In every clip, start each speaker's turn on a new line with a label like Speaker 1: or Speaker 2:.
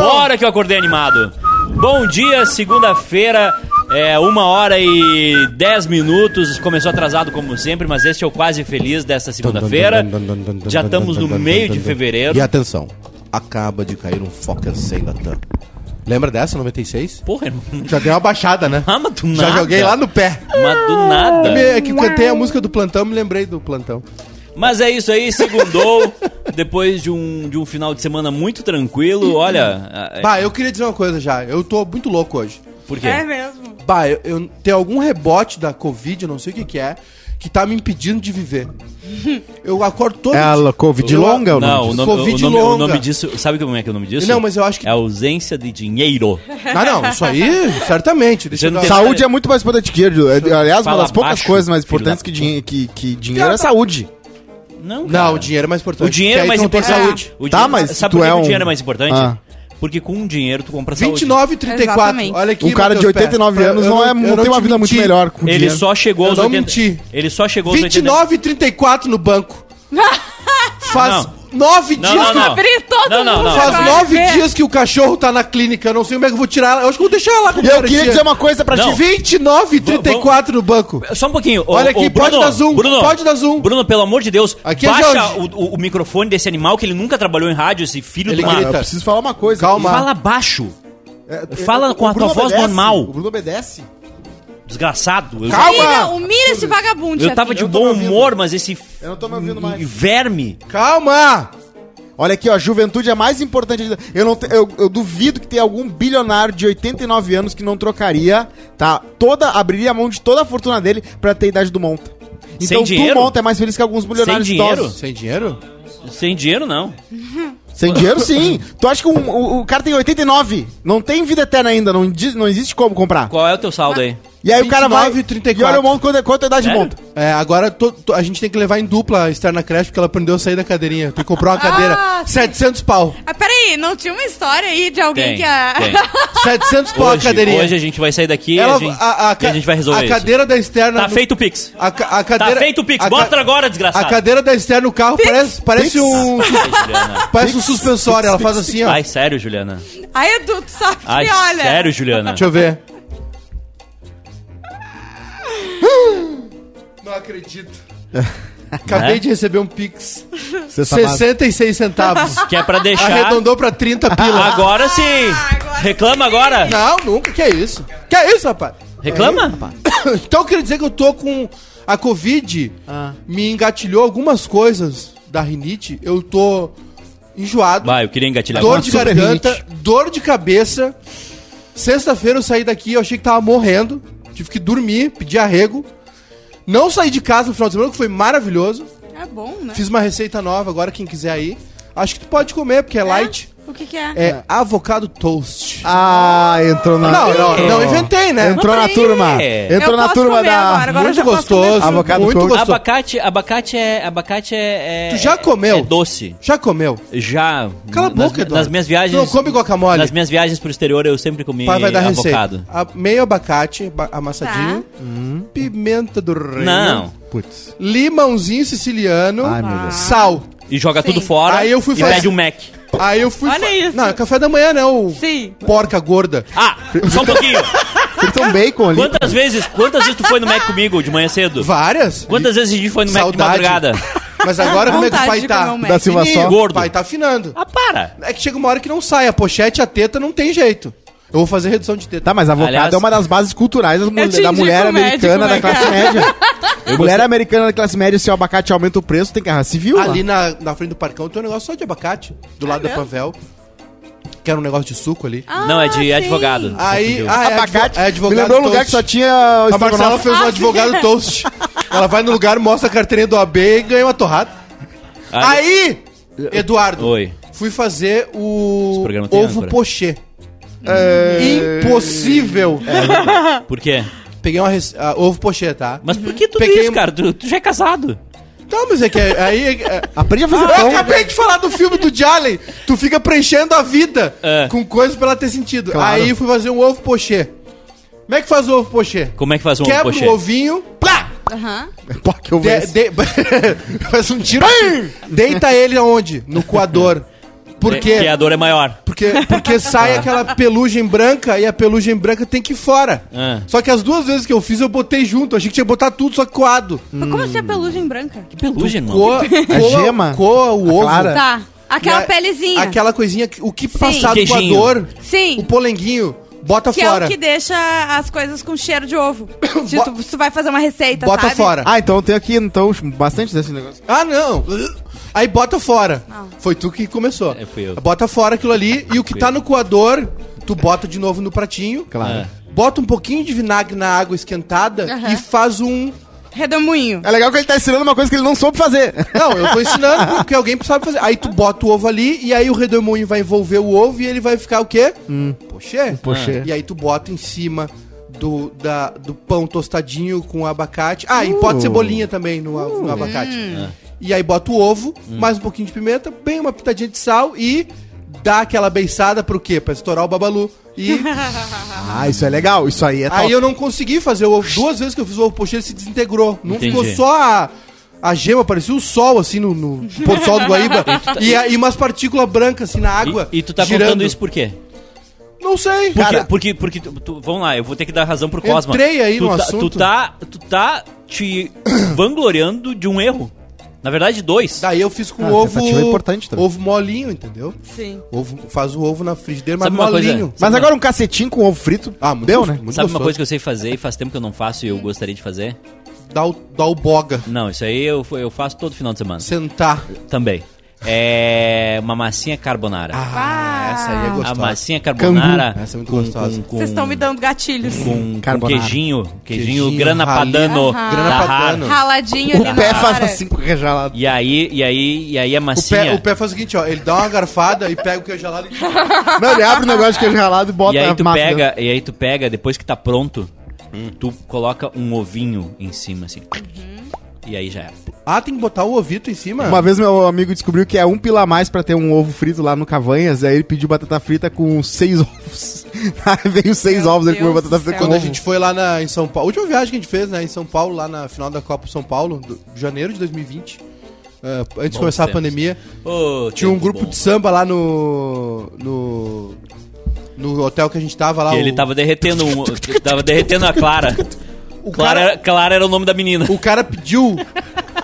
Speaker 1: hora que eu acordei animado. Bom dia, segunda-feira. É uma hora e dez minutos. Começou atrasado como sempre, mas este é o quase feliz desta segunda-feira. Já estamos no meio de fevereiro.
Speaker 2: E atenção, acaba de cair um Fokker 100
Speaker 3: Tá.
Speaker 2: da TAM. Lembra dessa, 96?
Speaker 1: Porra, irmão.
Speaker 2: Já dei uma baixada, né?
Speaker 1: Ah, mas do
Speaker 2: Já
Speaker 1: nada.
Speaker 2: joguei lá no pé.
Speaker 1: Mas do
Speaker 2: Eu me-
Speaker 1: nada.
Speaker 2: É que cantei a música do plantão, me lembrei do plantão.
Speaker 1: Mas é isso aí, segundou. Depois de um, de um final de semana muito tranquilo, olha. é-
Speaker 2: Bah, eu queria dizer uma coisa já. Eu tô muito louco hoje.
Speaker 1: Por quê?
Speaker 4: É mesmo.
Speaker 2: Bah, eu, eu- tem algum rebote da Covid, eu não sei o que que é, que tá me impedindo de viver. Eu acordo todo dia-
Speaker 3: Ela, É Covid
Speaker 2: Eu-
Speaker 3: longa ou
Speaker 1: Não,
Speaker 2: disso?
Speaker 1: o nome,
Speaker 2: Covid
Speaker 1: o, nome, o
Speaker 2: longa.
Speaker 1: nome disso. Sabe como é que é o nome disso?
Speaker 2: Não, mas eu acho que-
Speaker 1: É ausência de dinheiro.
Speaker 2: Ah, não, isso aí, certamente. Deixa
Speaker 1: Você
Speaker 2: eu
Speaker 1: não
Speaker 2: dar-
Speaker 1: tem-
Speaker 3: Saúde é muito mais importante que dinheiro. É, Aliás, uma
Speaker 1: Fala
Speaker 3: das poucas
Speaker 1: baixo,
Speaker 3: coisas mais
Speaker 1: filho
Speaker 3: importantes
Speaker 1: da
Speaker 3: que, dinhe- que- que dinheiro é saúde.
Speaker 1: Não, cara.
Speaker 2: Não, o dinheiro é mais importante.
Speaker 1: O dinheiro
Speaker 2: porque
Speaker 1: é
Speaker 2: aí
Speaker 1: mais
Speaker 2: tu não tem
Speaker 1: importante.
Speaker 2: saúde.
Speaker 1: O
Speaker 3: Tá,
Speaker 1: dinheiro-
Speaker 3: mas
Speaker 1: sabe
Speaker 3: tu
Speaker 1: por que
Speaker 3: é
Speaker 1: que o
Speaker 3: um-
Speaker 1: dinheiro é mais importante?
Speaker 3: Ah.
Speaker 1: Porque com o dinheiro tu compra saúde.
Speaker 2: 29 34.
Speaker 4: Exatamente.
Speaker 2: Olha aqui,
Speaker 3: um cara de
Speaker 2: Matheus
Speaker 3: 89
Speaker 2: Pé.
Speaker 3: anos
Speaker 2: Eu
Speaker 3: não, é,
Speaker 2: eu
Speaker 3: não tem
Speaker 2: te
Speaker 3: uma vida muito
Speaker 2: menti.
Speaker 3: melhor com
Speaker 1: Ele
Speaker 3: dinheiro.
Speaker 1: só chegou
Speaker 2: Eu
Speaker 1: aos
Speaker 2: não
Speaker 1: 80.
Speaker 2: menti.
Speaker 1: Ele só chegou aos
Speaker 2: 29 e 34 no banco. Faz
Speaker 1: Ah, Não.
Speaker 2: nove
Speaker 1: Não,
Speaker 2: dias
Speaker 1: não,
Speaker 2: que
Speaker 1: não.
Speaker 4: Abrir todo
Speaker 1: Não, não,
Speaker 4: mundo.
Speaker 1: não.
Speaker 2: Faz
Speaker 4: vai
Speaker 2: nove
Speaker 4: ver.
Speaker 2: dias que o cachorro tá na clínica. Eu não sei como é que eu vou tirar ela. Eu acho que eu vou deixar ela lá com
Speaker 3: E eu queria dizer uma coisa pra
Speaker 1: Não.
Speaker 3: ti.
Speaker 2: 29 e 34 no banco.
Speaker 1: Só um pouquinho. Ô,
Speaker 2: Olha
Speaker 1: ô,
Speaker 2: aqui, pode dar zoom, pode dar zoom.
Speaker 1: Bruno, pelo amor de Deus,
Speaker 2: Aqui é
Speaker 1: baixa
Speaker 2: Jorge.
Speaker 1: o, o- o microfone desse animal que ele nunca trabalhou em rádio, esse filho
Speaker 2: Ele
Speaker 1: do mar.
Speaker 3: Eu
Speaker 2: grita.
Speaker 3: preciso falar uma coisa.
Speaker 2: Calma.
Speaker 1: Fala baixo,
Speaker 3: É, é,
Speaker 1: Fala
Speaker 3: o
Speaker 1: com a
Speaker 3: Bruno
Speaker 1: tua voz
Speaker 3: obedece,
Speaker 1: normal.
Speaker 3: O Bruno obedece.
Speaker 1: desgraçado. Eu,
Speaker 2: Calma.
Speaker 4: Humilha, humilha esse vagabundo.
Speaker 1: eu tava de
Speaker 3: Eu tô
Speaker 1: bom
Speaker 3: me ouvindo.
Speaker 1: humor, mas esse
Speaker 3: Eu não tô me ouvindo mais.
Speaker 1: verme.
Speaker 2: Calma!
Speaker 3: Olha aqui, ó, juventude é mais importante. ainda. Eu, não te- eu, eu duvido que tenha algum bilionário de 89 anos que não trocaria, tá? Toda abriria a mão de toda a fortuna dele pra ter a idade do Monta. Então
Speaker 1: Sem
Speaker 3: tu
Speaker 1: dinheiro?
Speaker 3: Monta é mais feliz que alguns bilionários
Speaker 1: Sem dinheiro?
Speaker 2: Sem dinheiro?
Speaker 1: Sem dinheiro, não.
Speaker 3: Sem dinheiro, sim. tu acha que um- o, o cara tem 89? Não tem vida eterna ainda, não, diz- não existe como comprar.
Speaker 1: Qual é o teu saldo aí?
Speaker 3: E aí o cara vai
Speaker 2: 29 e 34.
Speaker 3: e olha o Monta quanto, é- quanto é a idade de
Speaker 1: Sério?
Speaker 3: Monta.
Speaker 2: É, agora to- to- a gente tem que levar em dupla a externa creche porque ela aprendeu a sair da cadeirinha. Tem que comprar uma cadeira.
Speaker 4: Ah, sim.
Speaker 2: 700 pau.
Speaker 4: Ah, peraí, não tinha uma história aí de alguém
Speaker 1: Tem,
Speaker 4: que é? a.
Speaker 1: tem.
Speaker 2: 700 pau a
Speaker 1: Hoje,
Speaker 2: cadeirinha.
Speaker 1: hoje a gente vai sair daqui
Speaker 2: Ela-
Speaker 1: e, a gente, e a gente vai resolver
Speaker 2: A
Speaker 1: isso.
Speaker 2: cadeira da externa.
Speaker 1: Tá
Speaker 2: no-
Speaker 1: feito o Pix.
Speaker 2: A, ca-
Speaker 1: Tá
Speaker 2: a cadeira,
Speaker 1: feito o Pix.
Speaker 2: a ca-
Speaker 1: Mostra agora,
Speaker 2: A
Speaker 1: desgraçado.
Speaker 2: cadeira da externa no carro parece, parece um.
Speaker 1: Juliana.
Speaker 2: Parece um suspensório. Ela faz assim, ó.
Speaker 1: Ai, sério, Juliana.
Speaker 4: Aí, Edu, tu sabe que
Speaker 1: Ai,
Speaker 4: olha.
Speaker 1: sério, Juliana.
Speaker 2: Deixa eu ver. Não acredito. Acabei
Speaker 1: Né?
Speaker 2: de receber um Pix.
Speaker 3: Você tá
Speaker 2: 66 centavos.
Speaker 1: Que é pra deixar.
Speaker 2: Arredondou pra 30 pila.
Speaker 1: Agora sim.
Speaker 4: Ah, agora
Speaker 1: Reclama agora.
Speaker 2: Não, nunca. Que é isso? Que isso, rapaz?
Speaker 1: Reclama?
Speaker 2: Então eu queria dizer que eu tô com. A Covid me engatilhou algumas coisas da rinite. Eu tô enjoado.
Speaker 1: Vai, eu queria engatilhar.
Speaker 2: dor
Speaker 3: uma
Speaker 2: de
Speaker 3: super
Speaker 2: garganta,
Speaker 3: rinite.
Speaker 2: dor de cabeça. Sexta-feira eu saí daqui, eu achei que tava morrendo. Tive que dormir, pedir arrego. Não saí de casa no final de semana, que foi maravilhoso.
Speaker 4: É bom, né?
Speaker 2: Fiz uma receita nova agora, quem quiser aí. Acho que tu pode comer, porque é, light.
Speaker 4: O que que é?
Speaker 2: É, avocado toast.
Speaker 3: Ah, entrou na.
Speaker 2: não, não,
Speaker 1: é.
Speaker 2: não inventei, né?
Speaker 3: Entrou na
Speaker 4: Mas aí-
Speaker 3: turma.
Speaker 1: É.
Speaker 3: Entrou
Speaker 4: Eu
Speaker 3: na
Speaker 4: posso
Speaker 3: turma
Speaker 4: comer
Speaker 3: da.
Speaker 4: agora, agora. eu
Speaker 2: muito
Speaker 4: já posso
Speaker 2: gostoso,
Speaker 4: comer.
Speaker 3: Avocado
Speaker 2: muito
Speaker 3: toast.
Speaker 2: gostoso.
Speaker 1: Abacate, abacate é. Abacate é. é-
Speaker 2: Tu já comeu?
Speaker 1: É doce.
Speaker 2: Já comeu?
Speaker 1: Já.
Speaker 2: Cala a
Speaker 1: nas,
Speaker 2: boca, Eduardo.
Speaker 1: Nas minhas viagens.
Speaker 2: Tu não come guacamole?
Speaker 1: Nas minhas viagens pro exterior eu sempre comi
Speaker 2: Pai vai dar
Speaker 1: avocado.
Speaker 2: receita. A- meio abacate, ba- amassadinho.
Speaker 4: Tá.
Speaker 2: Hum. Pimenta do reino.
Speaker 1: Não.
Speaker 3: Putz.
Speaker 2: Limãozinho siciliano.
Speaker 3: Ai, meu Deus.
Speaker 2: Sal.
Speaker 1: E joga
Speaker 4: Sim.
Speaker 1: tudo fora.
Speaker 2: Aí eu fui
Speaker 1: e
Speaker 2: fazer-
Speaker 1: pede um Mac.
Speaker 2: Aí eu fui.
Speaker 4: Olha
Speaker 2: fa-
Speaker 4: isso.
Speaker 2: Não, é café da manhã, né? O
Speaker 4: Sim.
Speaker 2: porca gorda.
Speaker 1: Ah, só um pouquinho.
Speaker 3: Fritam bacon ali.
Speaker 1: Quantas vezes, quantas vezes tu foi no Mac comigo de manhã cedo?
Speaker 2: Várias?
Speaker 1: Quantas vezes a gente foi no Mac de
Speaker 2: Saudade.
Speaker 1: madrugada?
Speaker 2: Mas agora como é que o
Speaker 4: Vontade
Speaker 2: pai
Speaker 4: de
Speaker 2: tá?
Speaker 4: comer um Mac.
Speaker 3: Da Silva
Speaker 2: Fininho,
Speaker 3: só.
Speaker 1: Gordo.
Speaker 2: O pai tá afinando.
Speaker 1: Ah, para!
Speaker 2: É que chega uma hora que não sai. A pochete, a teta, não tem jeito. Eu vou fazer redução de teta.
Speaker 3: Tá, mas avocado
Speaker 1: Aliás-
Speaker 3: é uma das bases culturais da, mulher-
Speaker 4: te
Speaker 3: da
Speaker 4: indico
Speaker 3: mulher
Speaker 4: o
Speaker 3: americana da
Speaker 1: né,
Speaker 4: médico,
Speaker 3: classe média. mulher americana da classe média, se o abacate aumenta o preço, tem que arrasar civil. lá.
Speaker 2: Ali na, na frente do parcão tem um negócio só de abacate. Do lado da
Speaker 4: É mesmo? Ah.
Speaker 2: Pavel. Que era um negócio de suco ali.
Speaker 1: Não, é de
Speaker 4: sim.
Speaker 1: advogado.
Speaker 2: Aí,
Speaker 1: Ah,
Speaker 2: ah, é
Speaker 3: abacate.
Speaker 2: advo- é advogado
Speaker 3: me lembrou um
Speaker 2: toast.
Speaker 3: lugar que só tinha
Speaker 2: A Marcela
Speaker 3: estrogonofe.
Speaker 2: fez
Speaker 4: Ah.
Speaker 2: um advogado toast. Ela vai no lugar, mostra a carteirinha do AB e ganha uma torrada. Aí, Eduardo,
Speaker 1: Oi.
Speaker 2: fui fazer o
Speaker 1: Esse programa tem
Speaker 2: ovo
Speaker 1: âncora.
Speaker 2: pochê. É. Impossível.
Speaker 1: Por quê?
Speaker 2: É, Peguei uma rece- ah, ovo pochê, tá?
Speaker 1: Mas por que tudo
Speaker 2: Peguei
Speaker 1: isso,
Speaker 2: um-
Speaker 1: cara? Tu, tu já é casado.
Speaker 2: Não, mas é que é- aí... é que- é-
Speaker 3: Aprende a fazer
Speaker 2: Eu
Speaker 3: pão.
Speaker 2: acabei de falar do filme do Jalen. Tu fica preenchendo a vida
Speaker 1: É.
Speaker 2: com coisas pra ela ter sentido.
Speaker 3: Claro.
Speaker 2: Aí fui fazer um ovo pochê. Como é que faz o ovo pochê?
Speaker 1: Como é que faz um
Speaker 2: Quebra
Speaker 1: pochê?
Speaker 2: o ovinho, plá!
Speaker 4: Aham.
Speaker 3: Pô, que eu vou
Speaker 2: De, de- um faz um tiro. Deita ele aonde? No coador. Por
Speaker 1: Porque
Speaker 2: quê?
Speaker 1: a dor é maior.
Speaker 2: Porque, porque sai aquela pelugem branca e a pelugem branca tem que ir fora.
Speaker 1: Ah.
Speaker 2: Só que as duas vezes que eu fiz, eu botei junto. Achei que tinha que botar tudo, só que coado.
Speaker 4: Mas como assim a pelugem branca?
Speaker 1: Pelugem, mano.
Speaker 2: Coa,
Speaker 3: A
Speaker 2: coa,
Speaker 3: gema?
Speaker 2: coa o ovo.
Speaker 3: clara?
Speaker 4: Tá. Aquela
Speaker 2: E a-
Speaker 4: pelezinha.
Speaker 2: né, Aquela coisinha, que- o que passado com a
Speaker 1: Queijinho.
Speaker 2: dor,
Speaker 4: Sim.
Speaker 2: o polenguinho, bota
Speaker 4: Que
Speaker 2: fora.
Speaker 4: é o que deixa as coisas com cheiro de ovo. Se
Speaker 2: Bo-
Speaker 4: tu, se tu vai fazer uma receita,
Speaker 2: Bota
Speaker 4: sabe?
Speaker 2: fora.
Speaker 3: Ah, então tem aqui então, bastante desse negócio.
Speaker 2: Ah, não. Aí bota fora.
Speaker 4: Não.
Speaker 2: Foi tu que começou.
Speaker 1: É, fui eu.
Speaker 2: Bota fora aquilo ali e o que
Speaker 1: Fui
Speaker 2: tá
Speaker 1: eu.
Speaker 2: no coador, tu bota de novo no pratinho.
Speaker 3: Claro.
Speaker 2: Bota um pouquinho de vinagre na água esquentada
Speaker 4: Aham.
Speaker 2: e faz um.
Speaker 4: Redemoinho.
Speaker 3: É legal que ele tá ensinando uma coisa que ele não soube fazer.
Speaker 2: Não, eu tô ensinando porque alguém sabe fazer. Aí tu bota o ovo ali e aí o redemoinho vai envolver o ovo e ele vai ficar o quê? Pochê.
Speaker 3: pochê.
Speaker 2: E aí tu bota em cima do, da, do pão tostadinho com abacate. Ah, e pode cebolinha também no, a- no abacate. E aí bota o ovo, mais um pouquinho de pimenta, bem uma pitadinha de sal e dá aquela beiçada pro quê? Pra estourar o babalu. E
Speaker 3: Ah, isso é legal. Isso aí é top.
Speaker 2: aí eu não consegui fazer o ovo. Duas vezes que eu fiz o ovo pochê, ele se desintegrou. Não
Speaker 1: Entendi.
Speaker 2: ficou só a, a gema, parecia o sol, assim, no, no pôr do sol do Guaíba. e, a- e umas partículas brancas, assim, na água.
Speaker 1: tá- E, e tu tá contando isso por quê?
Speaker 2: Não sei.
Speaker 1: Porque,
Speaker 3: Cara-
Speaker 1: porque, porque tu, tu- vamos lá, eu vou ter que dar razão pro Cosma.
Speaker 2: Entrei aí
Speaker 1: tu
Speaker 2: no
Speaker 1: tá,
Speaker 2: assunto.
Speaker 1: Tu tá, tu tá te vangloriando de um erro. Na verdade, dois.
Speaker 2: Daí eu fiz com
Speaker 3: Ah,
Speaker 2: ovo.
Speaker 3: tentativa é importante também.
Speaker 2: Ovo molinho, entendeu?
Speaker 4: Sim.
Speaker 2: Ovo, faz o ovo na frigideira, mas
Speaker 1: Sabe uma coisa?
Speaker 2: molinho.
Speaker 3: Mas agora um cacetinho com ovo frito.
Speaker 2: Ah, muito
Speaker 3: deu,
Speaker 2: gostoso,
Speaker 3: né?
Speaker 2: muito
Speaker 1: Sabe uma
Speaker 2: gostoso.
Speaker 1: coisa que eu sei fazer e faz tempo que eu não faço e eu gostaria de fazer?
Speaker 2: Dá o, dá o boga.
Speaker 1: Não, isso aí eu, eu faço todo final de semana.
Speaker 2: Sentar.
Speaker 1: Também. É uma massinha carbonara.
Speaker 2: Ah, essa aí é
Speaker 1: a
Speaker 2: gostosa.
Speaker 1: massinha carbonara
Speaker 2: Essa é muito
Speaker 1: com,
Speaker 2: gostosa.
Speaker 1: com, com,
Speaker 4: Vocês estão me dando gatilhos.
Speaker 1: com, com
Speaker 3: Carbonara.
Speaker 1: queijinho, queijinho,
Speaker 2: Queijinho,
Speaker 1: grana
Speaker 2: ralé.
Speaker 1: padano
Speaker 4: Aham.
Speaker 1: da
Speaker 2: Grana
Speaker 1: Har.
Speaker 2: padano.
Speaker 4: Raladinho ali
Speaker 3: O pé
Speaker 4: na
Speaker 3: faz
Speaker 4: hora.
Speaker 3: assim com rejalado.
Speaker 1: E aí, e aí, e aí a
Speaker 2: O pé,
Speaker 1: massinha.
Speaker 2: o pé faz o seguinte, ó. Ele dá uma garfada e pega o queijo gelado e...
Speaker 3: Não, ele abre o negócio de queijo ralado e bota
Speaker 1: E aí tu
Speaker 3: massa dentro.
Speaker 2: né?
Speaker 1: pega, e aí tu pega, depois que tá pronto,
Speaker 2: Hum.
Speaker 1: tu coloca um ovinho em cima, assim.
Speaker 4: Uhum.
Speaker 1: E aí já era.
Speaker 2: Ah, tem que botar o ovito em cima?
Speaker 3: Uma vez meu amigo descobriu que é um pila a mais pra ter um ovo frito lá no Cavanhas, aí ele pediu batata frita com seis ovos. Aí veio seis
Speaker 4: Meu
Speaker 3: ovos, ele comeu
Speaker 4: Deus
Speaker 3: batata
Speaker 4: do
Speaker 3: frita
Speaker 4: céu.
Speaker 3: com
Speaker 2: Quando a
Speaker 3: ovo.
Speaker 2: gente foi lá na, em São Paulo, a última viagem que a gente fez, né, em São Paulo, lá na final da Copa São Paulo, do, janeiro de 2020, eh, antes de começar a
Speaker 1: tempos.
Speaker 2: pandemia,
Speaker 1: Ô,
Speaker 2: tinha um
Speaker 1: né? tempo
Speaker 2: grupo
Speaker 1: bom.
Speaker 2: de samba lá no, no no hotel que a gente tava lá.
Speaker 1: Que
Speaker 2: o-
Speaker 1: ele tava derretendo um, tava derretendo a Clara.
Speaker 2: o
Speaker 1: Clara,
Speaker 2: cara,
Speaker 1: era- Clara era o nome da menina.
Speaker 2: o cara pediu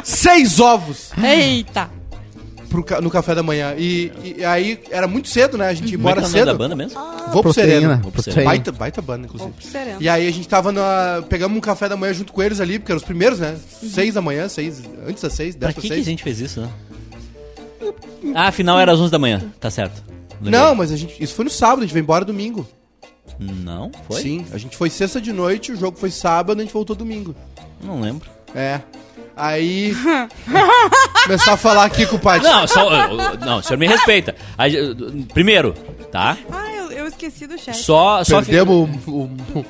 Speaker 2: seis ovos
Speaker 4: Eita.
Speaker 2: pro ca- no café da manhã e, e aí era muito cedo, né? A gente ia
Speaker 1: Como é que é
Speaker 2: embora
Speaker 1: o nome da
Speaker 2: cedo.
Speaker 1: banda mesmo?
Speaker 2: Vou pro Serena.
Speaker 1: Vou pro
Speaker 3: proteína.
Speaker 2: Baita, baita banda, inclusive.
Speaker 4: Serena.
Speaker 2: E aí a gente tava na. Pegamos um café da manhã junto com eles ali, porque eram os primeiros, né? Seis da manhã, seis. Antes das seis,
Speaker 1: Pra
Speaker 2: dez pra
Speaker 1: que, que a
Speaker 2: seis.
Speaker 1: gente fez isso, né? Ah, afinal era às 11 da manhã, tá certo. Lembrei.
Speaker 2: Não, mas a gente. Isso foi no sábado, a gente veio embora domingo.
Speaker 1: Não, foi?
Speaker 2: Sim. A gente foi sexta de noite, o jogo foi sábado, a gente voltou domingo.
Speaker 1: Não lembro.
Speaker 2: É. Aí. começar a falar aqui com o Paty.
Speaker 1: Não, só, eu- eu- não, o senhor me respeita. A ge- Primeiro, tá?
Speaker 4: Ah, eu, eu esqueci do chat.
Speaker 1: Só, só fi-
Speaker 2: Perdemos o, o- o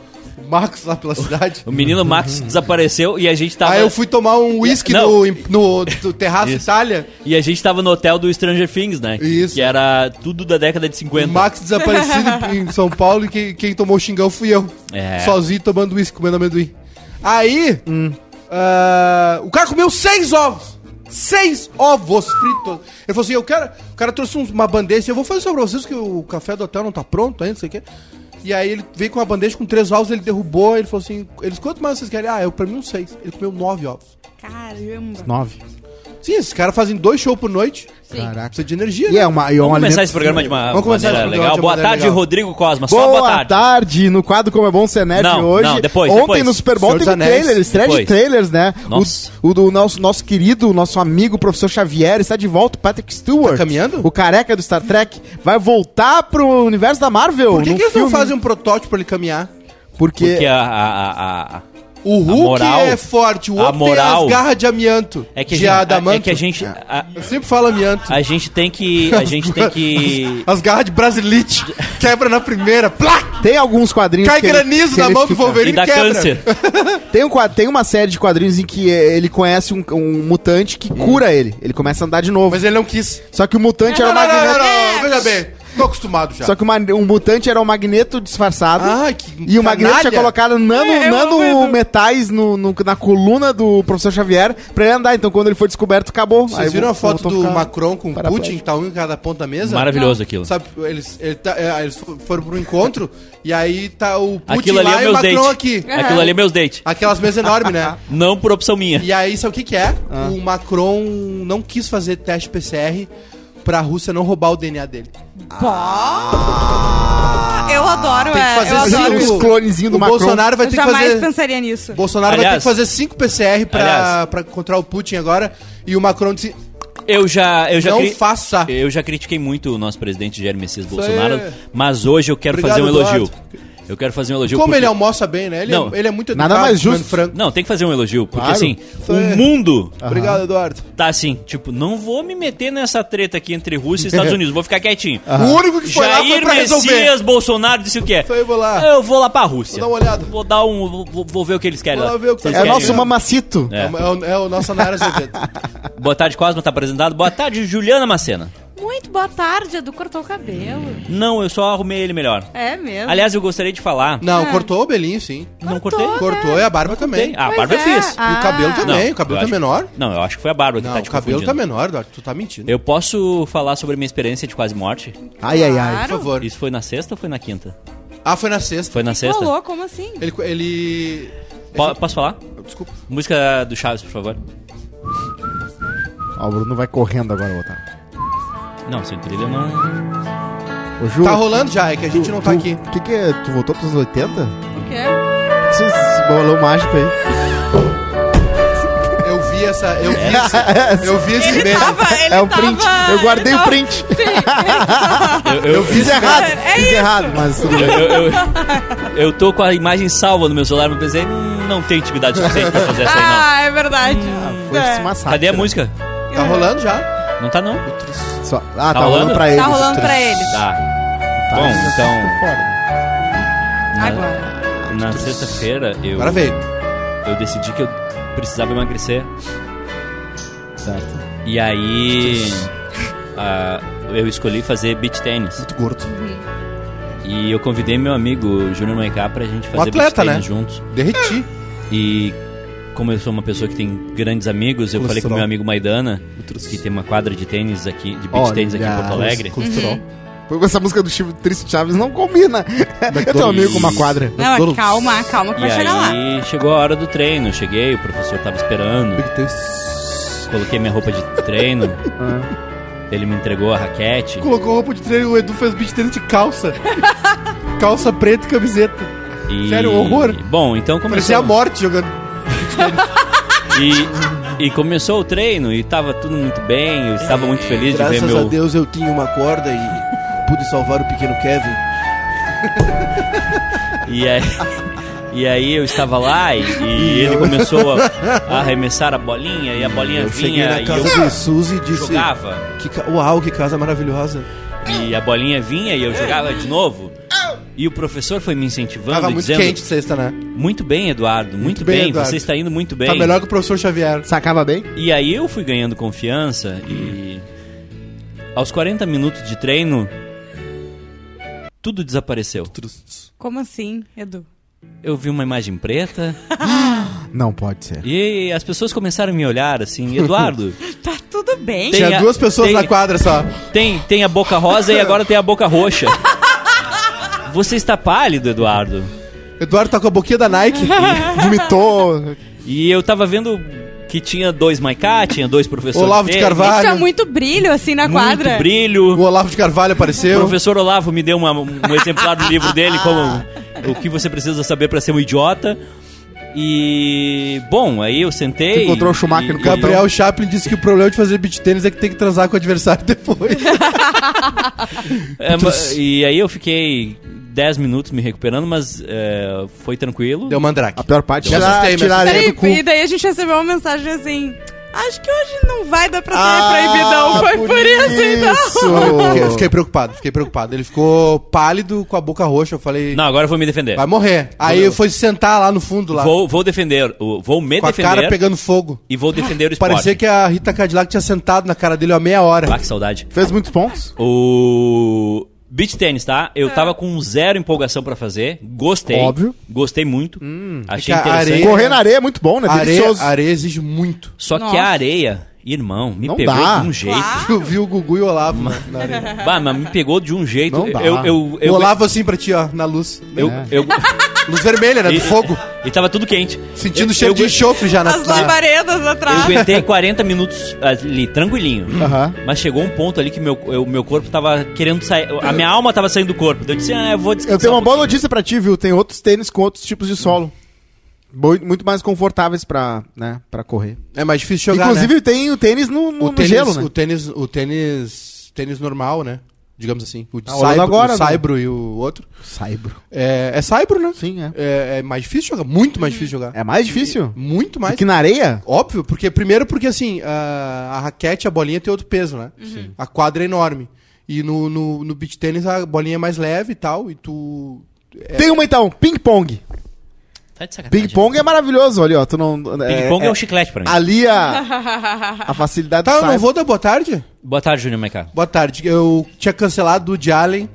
Speaker 2: Marcos lá pela cidade.
Speaker 1: O menino Max desapareceu e a gente tava.
Speaker 2: Uhum. Aí eu fui tomar um uísque
Speaker 1: Tá, Não.
Speaker 2: no, em- no, no terraço
Speaker 1: Isso.
Speaker 2: Itália.
Speaker 1: E a gente tava no hotel do Stranger Things, né? Que-
Speaker 2: Isso.
Speaker 1: Que era tudo da década de
Speaker 2: O
Speaker 1: 50.
Speaker 2: Max desaparecido em São Paulo e quem, quem tomou o xingão fui eu.
Speaker 1: É.
Speaker 2: Sozinho tomando uísque, comendo amendoim. Aí, ah, o cara comeu seis ovos. Seis ovos fritos. Ele falou assim: eu quero. O cara trouxe uns- uma bandeja. assim, Eu vou fazer só pra vocês que o café do hotel não tá pronto ainda, não sei o quê. E aí ele veio com uma bandeja com três ovos, ele derrubou, ele falou assim: eles quanto mais vocês querem? Ah, eu pra mim uns seis. Ele comeu nove ovos.
Speaker 4: Caramba.
Speaker 3: Nove.
Speaker 2: Sim, esses caras fazem dois shows por noite.
Speaker 4: Sim.
Speaker 2: Caraca. Precisa de energia. né?
Speaker 3: E é uma, e é um
Speaker 1: Vamos começar
Speaker 3: alimento-
Speaker 1: esse programa de uma
Speaker 2: Vamos começar
Speaker 1: maneira
Speaker 2: esse programa
Speaker 1: legal.
Speaker 2: de uma
Speaker 1: boa
Speaker 2: maneira
Speaker 1: tarde,
Speaker 2: legal.
Speaker 1: Rodrigo Cosma. Só
Speaker 3: Boa,
Speaker 1: boa tarde.
Speaker 3: tarde. No quadro Como é Bom Ser Nerd
Speaker 1: Não,
Speaker 3: hoje.
Speaker 1: não, depois,
Speaker 3: Ontem
Speaker 1: depois.
Speaker 3: no Super Bowl
Speaker 2: Senhor dos
Speaker 3: teve
Speaker 2: Anéis,
Speaker 3: trailer, estreia de
Speaker 1: depois.
Speaker 3: trailers, né?
Speaker 1: Nossa.
Speaker 3: O, o do nosso, nosso querido, nosso amigo, professor Xavier, está de volta, o Patrick Stewart.
Speaker 2: Tá caminhando?
Speaker 3: O careca do Star Trek vai voltar pro universo da Marvel.
Speaker 2: Por que,
Speaker 3: num
Speaker 2: que eles não
Speaker 3: filme.
Speaker 2: fazem um protótipo pra ele caminhar?
Speaker 3: Porque,
Speaker 1: Porque a, a- a- a-
Speaker 2: O Hulk
Speaker 1: moral-
Speaker 2: é forte, o
Speaker 1: a
Speaker 2: outro tem
Speaker 1: moral-
Speaker 2: as garras de amianto.
Speaker 1: é que a
Speaker 2: de
Speaker 1: gente, a, é
Speaker 2: adamanto.
Speaker 1: que a gente a,
Speaker 2: Eu sempre falo amianto.
Speaker 1: a gente tem que a gente tem que
Speaker 2: As garras de brasilite. Quebra na primeira. Plá!
Speaker 3: tem alguns quadrinhos.
Speaker 2: Cai
Speaker 3: que ele-
Speaker 2: granizo
Speaker 3: que
Speaker 2: na
Speaker 3: ele
Speaker 2: mão do
Speaker 3: fica-
Speaker 1: e
Speaker 2: Wolverine
Speaker 1: dá
Speaker 2: quebra.
Speaker 1: câncer.
Speaker 3: Tem, um, quad- tem uma série de quadrinhos em que eh, ele conhece um, um mutante que cura ele. Ele começa a andar de novo.
Speaker 2: Mas ele não quis.
Speaker 3: Só que o mutante
Speaker 2: Não,
Speaker 3: era
Speaker 2: não,
Speaker 3: uma
Speaker 2: não, não,
Speaker 3: magneto.
Speaker 2: não, veja bem. Tô acostumado já.
Speaker 3: Só que uma- um mutante era o magneto disfarçado.
Speaker 2: Ai, que
Speaker 3: E o Magneto
Speaker 2: canalha.
Speaker 3: tinha colocado nano,
Speaker 4: É, eu não
Speaker 3: nano
Speaker 4: lembro.
Speaker 3: metais no, no- na coluna do professor Xavier pra ele andar. Então, quando ele foi descoberto, acabou.
Speaker 2: Vocês viram a foto do
Speaker 3: Macron?
Speaker 2: Macron com o
Speaker 3: paraplégico.
Speaker 2: Putin, que tá um em cada ponta da mesa?
Speaker 1: Maravilhoso aquilo.
Speaker 2: Sabe, eles, ele tá- é, eles fo- foram pro encontro e aí tá o Putin
Speaker 1: Aquilo ali
Speaker 2: lá
Speaker 1: é
Speaker 2: e o
Speaker 1: meus
Speaker 2: Macron
Speaker 1: dentes.
Speaker 2: aqui.
Speaker 1: Aquilo ali é meus dentes.
Speaker 2: Aquelas mesas enormes, né?
Speaker 1: Não por opção minha.
Speaker 2: E aí, sabe o que que é?
Speaker 3: Ah.
Speaker 2: O Macron não quis fazer teste PCR pra Rússia não roubar o DNA dele.
Speaker 4: Eu adoro,
Speaker 2: Tem que
Speaker 4: é.
Speaker 2: fazer
Speaker 4: Eu adoro
Speaker 2: cinco.
Speaker 4: isso.
Speaker 3: Os clonezinhos do
Speaker 2: o
Speaker 3: Macron.
Speaker 2: Bolsonaro vai
Speaker 4: Eu
Speaker 2: ter que
Speaker 4: jamais
Speaker 2: fazer...
Speaker 4: pensaria nisso.
Speaker 2: Bolsonaro vai ter
Speaker 1: Aliás-
Speaker 2: que fazer 5 PCR pra,
Speaker 1: Aliás-
Speaker 2: pra encontrar o Putin agora. E o Macron disse,
Speaker 1: Eu já, eu já
Speaker 2: não
Speaker 1: cri-
Speaker 2: faça.
Speaker 1: Eu já critiquei muito o nosso presidente Jair Messias
Speaker 2: aí.
Speaker 1: Bolsonaro, mas hoje eu quero
Speaker 2: Obrigado,
Speaker 1: fazer um elogio.
Speaker 2: Eduardo.
Speaker 1: Eu quero fazer um elogio.
Speaker 2: Como
Speaker 1: porque-
Speaker 2: ele almoça bem, né? Ele,
Speaker 1: Não.
Speaker 2: é, ele é muito
Speaker 3: Nada mais justo.
Speaker 2: comendo frango.
Speaker 1: Não, tem que fazer um elogio, porque
Speaker 3: Claro.
Speaker 1: assim,
Speaker 2: Isso aí.
Speaker 1: o mundo
Speaker 2: Obrigado, Eduardo.
Speaker 1: tá assim, tipo, não vou me meter nessa treta aqui entre Rússia e Estados Unidos, vou ficar quietinho.
Speaker 2: O único que foi lá foi
Speaker 1: Jair
Speaker 2: pra resolver.
Speaker 1: Messias Bolsonaro disse o que é?
Speaker 2: Foi, vou lá.
Speaker 1: Eu vou lá pra Rússia.
Speaker 2: Vou dar uma olhada.
Speaker 1: Vou dar um. Vou, vou ver o que eles querem
Speaker 2: Vou lá
Speaker 1: lá.
Speaker 2: ver o que
Speaker 1: Vocês
Speaker 3: É o
Speaker 1: querem?
Speaker 3: nosso mamacito.
Speaker 1: É.
Speaker 2: É. o, é o nosso Nara Azevedo.
Speaker 3: É.
Speaker 1: Boa tarde, Cosmo, tá apresentado. Boa tarde, Juliana Macena.
Speaker 4: Muito boa tarde, Edu cortou o cabelo.
Speaker 1: Não, eu só arrumei ele melhor.
Speaker 4: É mesmo.
Speaker 1: Aliás, eu gostaria de falar.
Speaker 2: Não,
Speaker 4: É.
Speaker 2: cortou o belinho, sim.
Speaker 1: Não
Speaker 4: Cortou. né?
Speaker 1: cortei?
Speaker 2: Cortou e a barba também.
Speaker 1: Ah, a
Speaker 4: Pois
Speaker 1: barba eu
Speaker 4: é.
Speaker 1: fiz.
Speaker 4: Ah.
Speaker 2: E o cabelo também.
Speaker 1: Não,
Speaker 2: o cabelo
Speaker 1: eu
Speaker 2: tá
Speaker 1: acho-
Speaker 2: menor?
Speaker 1: Não, eu acho que foi a Bárbara que
Speaker 2: Não,
Speaker 1: tá te
Speaker 2: o cabelo tá
Speaker 1: confundindo.
Speaker 2: menor, Eduardo. Tu tá mentindo.
Speaker 1: Eu posso falar sobre a minha experiência de quase morte?
Speaker 3: Ai, ai, ai.
Speaker 2: Por favor.
Speaker 1: Isso foi na sexta ou foi na quinta?
Speaker 2: Ah, foi na sexta.
Speaker 1: Foi na sexta?
Speaker 4: Rolou, como assim?
Speaker 2: Ele. ele...
Speaker 1: Po- posso falar?
Speaker 2: Desculpa.
Speaker 1: Música do Chaves, por favor.
Speaker 3: Ó, o Bruno vai correndo agora, Otávio.
Speaker 1: Não, sem trilha não.
Speaker 3: Ô, Ju,
Speaker 2: Tá rolando já, é que a gente não tá
Speaker 3: tu-
Speaker 2: aqui.
Speaker 3: O que que é? Tu voltou pros anos 80?
Speaker 4: O quê?
Speaker 3: Que Esse esse bolão mágico aí.
Speaker 2: Eu vi essa. Eu vi esse, eu vi esse
Speaker 4: Ele
Speaker 2: meme.
Speaker 4: tava, ele
Speaker 3: é o
Speaker 4: tava...
Speaker 3: print. Eu guardei
Speaker 4: ele
Speaker 3: o
Speaker 4: tava-
Speaker 3: print.
Speaker 1: Eu, eu,
Speaker 3: Fiz errado.
Speaker 4: É
Speaker 3: fiz
Speaker 4: isso.
Speaker 3: errado, mas tudo bem.
Speaker 1: eu, eu- eu tô com a imagem salva no meu celular, mas pensei, "Hum, não tem intimidade suficiente pra fazer essa aí, não.
Speaker 4: Ah, é verdade.
Speaker 3: Foi
Speaker 4: É.
Speaker 3: esse massacre.
Speaker 1: Cadê a música?
Speaker 2: Tá rolando já.
Speaker 1: Não tá, não.
Speaker 3: Só- Ah, tá,
Speaker 1: Tá
Speaker 3: rolando
Speaker 1: rolando?
Speaker 3: pra eles.
Speaker 4: Tá rolando pra eles.
Speaker 1: Tá.
Speaker 3: Tá.
Speaker 1: Bom, então,
Speaker 3: Fora.
Speaker 1: né?
Speaker 4: Agora.
Speaker 1: na sexta-feira eu,
Speaker 2: Agora veio.
Speaker 1: eu decidi que eu precisava emagrecer.
Speaker 3: Certo.
Speaker 1: E aí. ah, eu escolhi fazer beach tennis.
Speaker 3: Muito gordo.
Speaker 1: E eu convidei meu amigo Júnior Maiká pra gente fazer
Speaker 2: atleta,
Speaker 1: beach
Speaker 2: né?
Speaker 1: tennis juntos.
Speaker 2: Derreti.
Speaker 1: Uhum. E como eu sou uma pessoa que tem grandes amigos, eu falei com
Speaker 3: Colesterol.
Speaker 1: meu amigo Maidana, que tem uma quadra de tênis aqui, de beach tênis aqui em Porto Alegre.
Speaker 4: Uhum.
Speaker 3: Colesterol. Porque Essa música do Chico Triste Chaves não combina.
Speaker 2: É,
Speaker 3: Eu tenho um amigo com uma quadra.
Speaker 4: Não, é calma, calma que
Speaker 1: E
Speaker 4: vai chegar lá.
Speaker 1: aí chegou a hora do treino, eu cheguei, o professor tava esperando,
Speaker 2: Big Taste.
Speaker 1: coloquei minha roupa de treino, ele me entregou a raquete.
Speaker 2: Colocou roupa de treino, o Edu fez beat treino de calça. calça preta e camiseta.
Speaker 1: E...
Speaker 2: Sério, horror.
Speaker 1: Bom, então começou.
Speaker 2: Parecia a morte jogando.
Speaker 1: E, e começou o treino e tava tudo muito bem, eu estava muito feliz de ver
Speaker 5: Graças
Speaker 1: meu.
Speaker 5: a Deus eu tinha uma corda e pude salvar o pequeno Kevin.
Speaker 1: E aí, e aí eu estava lá e, e ele começou a, a arremessar a bolinha e a bolinha
Speaker 5: Eu cheguei
Speaker 1: vinha
Speaker 5: na
Speaker 1: e
Speaker 5: casa
Speaker 1: eu
Speaker 5: de Suzy e disse:
Speaker 1: jogava.
Speaker 5: que ca... Uau, que casa maravilhosa.
Speaker 1: E a bolinha vinha e eu jogava de novo. E o professor foi me incentivando
Speaker 2: Tava
Speaker 1: e
Speaker 2: muito
Speaker 1: dizendo:
Speaker 2: quente sexta, né?
Speaker 1: Muito bem, Eduardo, muito,
Speaker 2: bem,
Speaker 1: bem,
Speaker 2: Eduardo.
Speaker 1: você está indo muito bem.
Speaker 2: Tá melhor que o professor Xavier.
Speaker 3: Sacava bem?
Speaker 1: E aí eu fui ganhando confiança e aos 40 minutos de treino tudo desapareceu.
Speaker 4: Como assim, Edu?
Speaker 1: Eu vi uma imagem preta
Speaker 3: Não pode ser.
Speaker 1: e as pessoas começaram a me olhar assim, Eduardo,
Speaker 4: Tá tudo bem.
Speaker 1: Tem
Speaker 2: Tinha
Speaker 1: a-
Speaker 2: duas pessoas
Speaker 1: tem-
Speaker 2: na quadra só.
Speaker 1: Tem, tem a boca rosa e agora tem a boca roxa. Você está pálido, Eduardo.
Speaker 2: Eduardo tá com a boquinha da Nike.
Speaker 3: Vomitou.
Speaker 1: E eu tava vendo que tinha dois Maiká, tinha dois professores.
Speaker 2: Olavo de
Speaker 1: dele,
Speaker 2: Carvalho.
Speaker 4: Tinha é muito brilho assim na
Speaker 1: Muito
Speaker 4: quadra.
Speaker 2: o
Speaker 1: brilho.
Speaker 2: Olavo de Carvalho
Speaker 1: O
Speaker 2: apareceu.
Speaker 1: professor Olavo me deu uma- um exemplar do livro dele, como o que você precisa saber para ser um idiota. E bom, aí eu sentei.
Speaker 3: Tu encontrou o Schumacher no campo.
Speaker 2: Gabriel Chaplin disse que o problema de fazer beat tênis é que tem que transar com o adversário depois.
Speaker 1: É, ma- e aí eu fiquei 10 minutos me recuperando, mas é, foi tranquilo.
Speaker 2: Deu mandrake.
Speaker 3: A pior parte
Speaker 2: Me
Speaker 3: era
Speaker 2: assustei, me
Speaker 3: tirar a
Speaker 2: assustei.
Speaker 3: areia
Speaker 4: Peraí,
Speaker 3: do cu.
Speaker 4: e daí a gente recebeu uma mensagem assim. Acho que hoje não vai dar pra ter
Speaker 3: Ah,
Speaker 4: né? proibidão. Foi por isso, então.
Speaker 2: Fiquei,
Speaker 3: isso.
Speaker 2: fiquei preocupado, fiquei preocupado. Ele ficou pálido com a boca roxa. Eu falei,
Speaker 1: Não, agora eu vou me defender.
Speaker 2: vai morrer. Aí foi se sentar lá no fundo, lá.
Speaker 1: Vou, vou defender, o- vou me
Speaker 2: com a
Speaker 1: defender.
Speaker 2: cara pegando fogo.
Speaker 1: E vou defender o esporte.
Speaker 2: Parecia que a Rita Cadillac tinha sentado na cara dele há meia hora.
Speaker 1: Ah, que saudade.
Speaker 3: Fez muitos pontos?
Speaker 1: O... Beach tênis, tá? Eu tava com zero empolgação pra fazer. Gostei.
Speaker 3: Óbvio.
Speaker 1: Gostei muito. Achei
Speaker 2: É que a
Speaker 1: interessante.
Speaker 2: areia-
Speaker 3: Correr na areia é muito bom, né?
Speaker 2: Areia,
Speaker 3: Delicioso.
Speaker 2: areia exige muito.
Speaker 1: Só que
Speaker 4: Nossa.
Speaker 1: a areia, irmão, me
Speaker 3: Não
Speaker 1: pegou
Speaker 3: dá.
Speaker 1: de um jeito.
Speaker 4: Claro.
Speaker 2: Eu vi o Gugu e o Olavo na, na areia.
Speaker 1: Bah, mas me pegou de um jeito.
Speaker 3: Não dá.
Speaker 1: Eu, eu,
Speaker 2: o
Speaker 1: eu,
Speaker 2: Olavo assim pra ti, ó, na luz.
Speaker 1: eu,
Speaker 3: É.
Speaker 1: eu-
Speaker 2: Luz vermelha, né?
Speaker 1: e-
Speaker 2: Do fogo.
Speaker 1: E tava tudo quente.
Speaker 2: Sentindo
Speaker 1: eu-
Speaker 2: o cheiro
Speaker 1: eu-
Speaker 2: de enxofre já na
Speaker 4: As labaredas
Speaker 1: Eu
Speaker 4: atrás.
Speaker 1: aguentei 40 minutos ali, tranquilinho.
Speaker 3: Aham.
Speaker 1: Mas chegou um ponto ali que meu, eu- meu corpo tava querendo sair. A minha alma tava saindo do corpo. Daí Eu disse, ah, eu vou descansar.
Speaker 3: Eu tenho
Speaker 1: um
Speaker 3: uma boa
Speaker 1: pouquinho.
Speaker 3: notícia pra ti, viu? Tem outros tênis com outros tipos de solo. Boi- Muito mais confortáveis pra, né, pra correr.
Speaker 2: É mais difícil jogar,
Speaker 3: Inclusive,
Speaker 2: né?
Speaker 3: tem o tênis no, no-
Speaker 2: o
Speaker 3: no
Speaker 2: tênis,
Speaker 3: gelo, né?
Speaker 2: o tênis, o tênis, tênis normal, né? Digamos assim, o de
Speaker 3: Tá rolando
Speaker 2: saibro,
Speaker 3: agora,
Speaker 2: o
Speaker 3: né?
Speaker 2: saibro e o outro.
Speaker 3: Saibro.
Speaker 2: É, é saibro, né?
Speaker 3: Sim, é.
Speaker 2: É, é mais difícil jogar, muito mais difícil jogar.
Speaker 3: É mais difícil?
Speaker 2: Muito mais.
Speaker 3: Do que na areia?
Speaker 2: Óbvio, porque primeiro porque assim, a, a raquete, a bolinha tem outro peso, né?
Speaker 3: Uhum.
Speaker 2: A quadra é enorme. E no, no, no beach tênis a bolinha é mais leve e tal, e tu... é.
Speaker 3: Tem uma então, ping-pong.
Speaker 1: Tá de sacanagem.
Speaker 3: Ping-pong é maravilhoso, ali, ó. Tu não.
Speaker 1: Ping-pong é, um chiclete pra mim.
Speaker 3: Ali a, a facilidade
Speaker 2: Tá, eu não
Speaker 3: sai.
Speaker 2: vou dar boa tarde?
Speaker 1: Boa tarde, Júnior Maiká.
Speaker 2: Boa tarde, eu tinha cancelado o de Allen,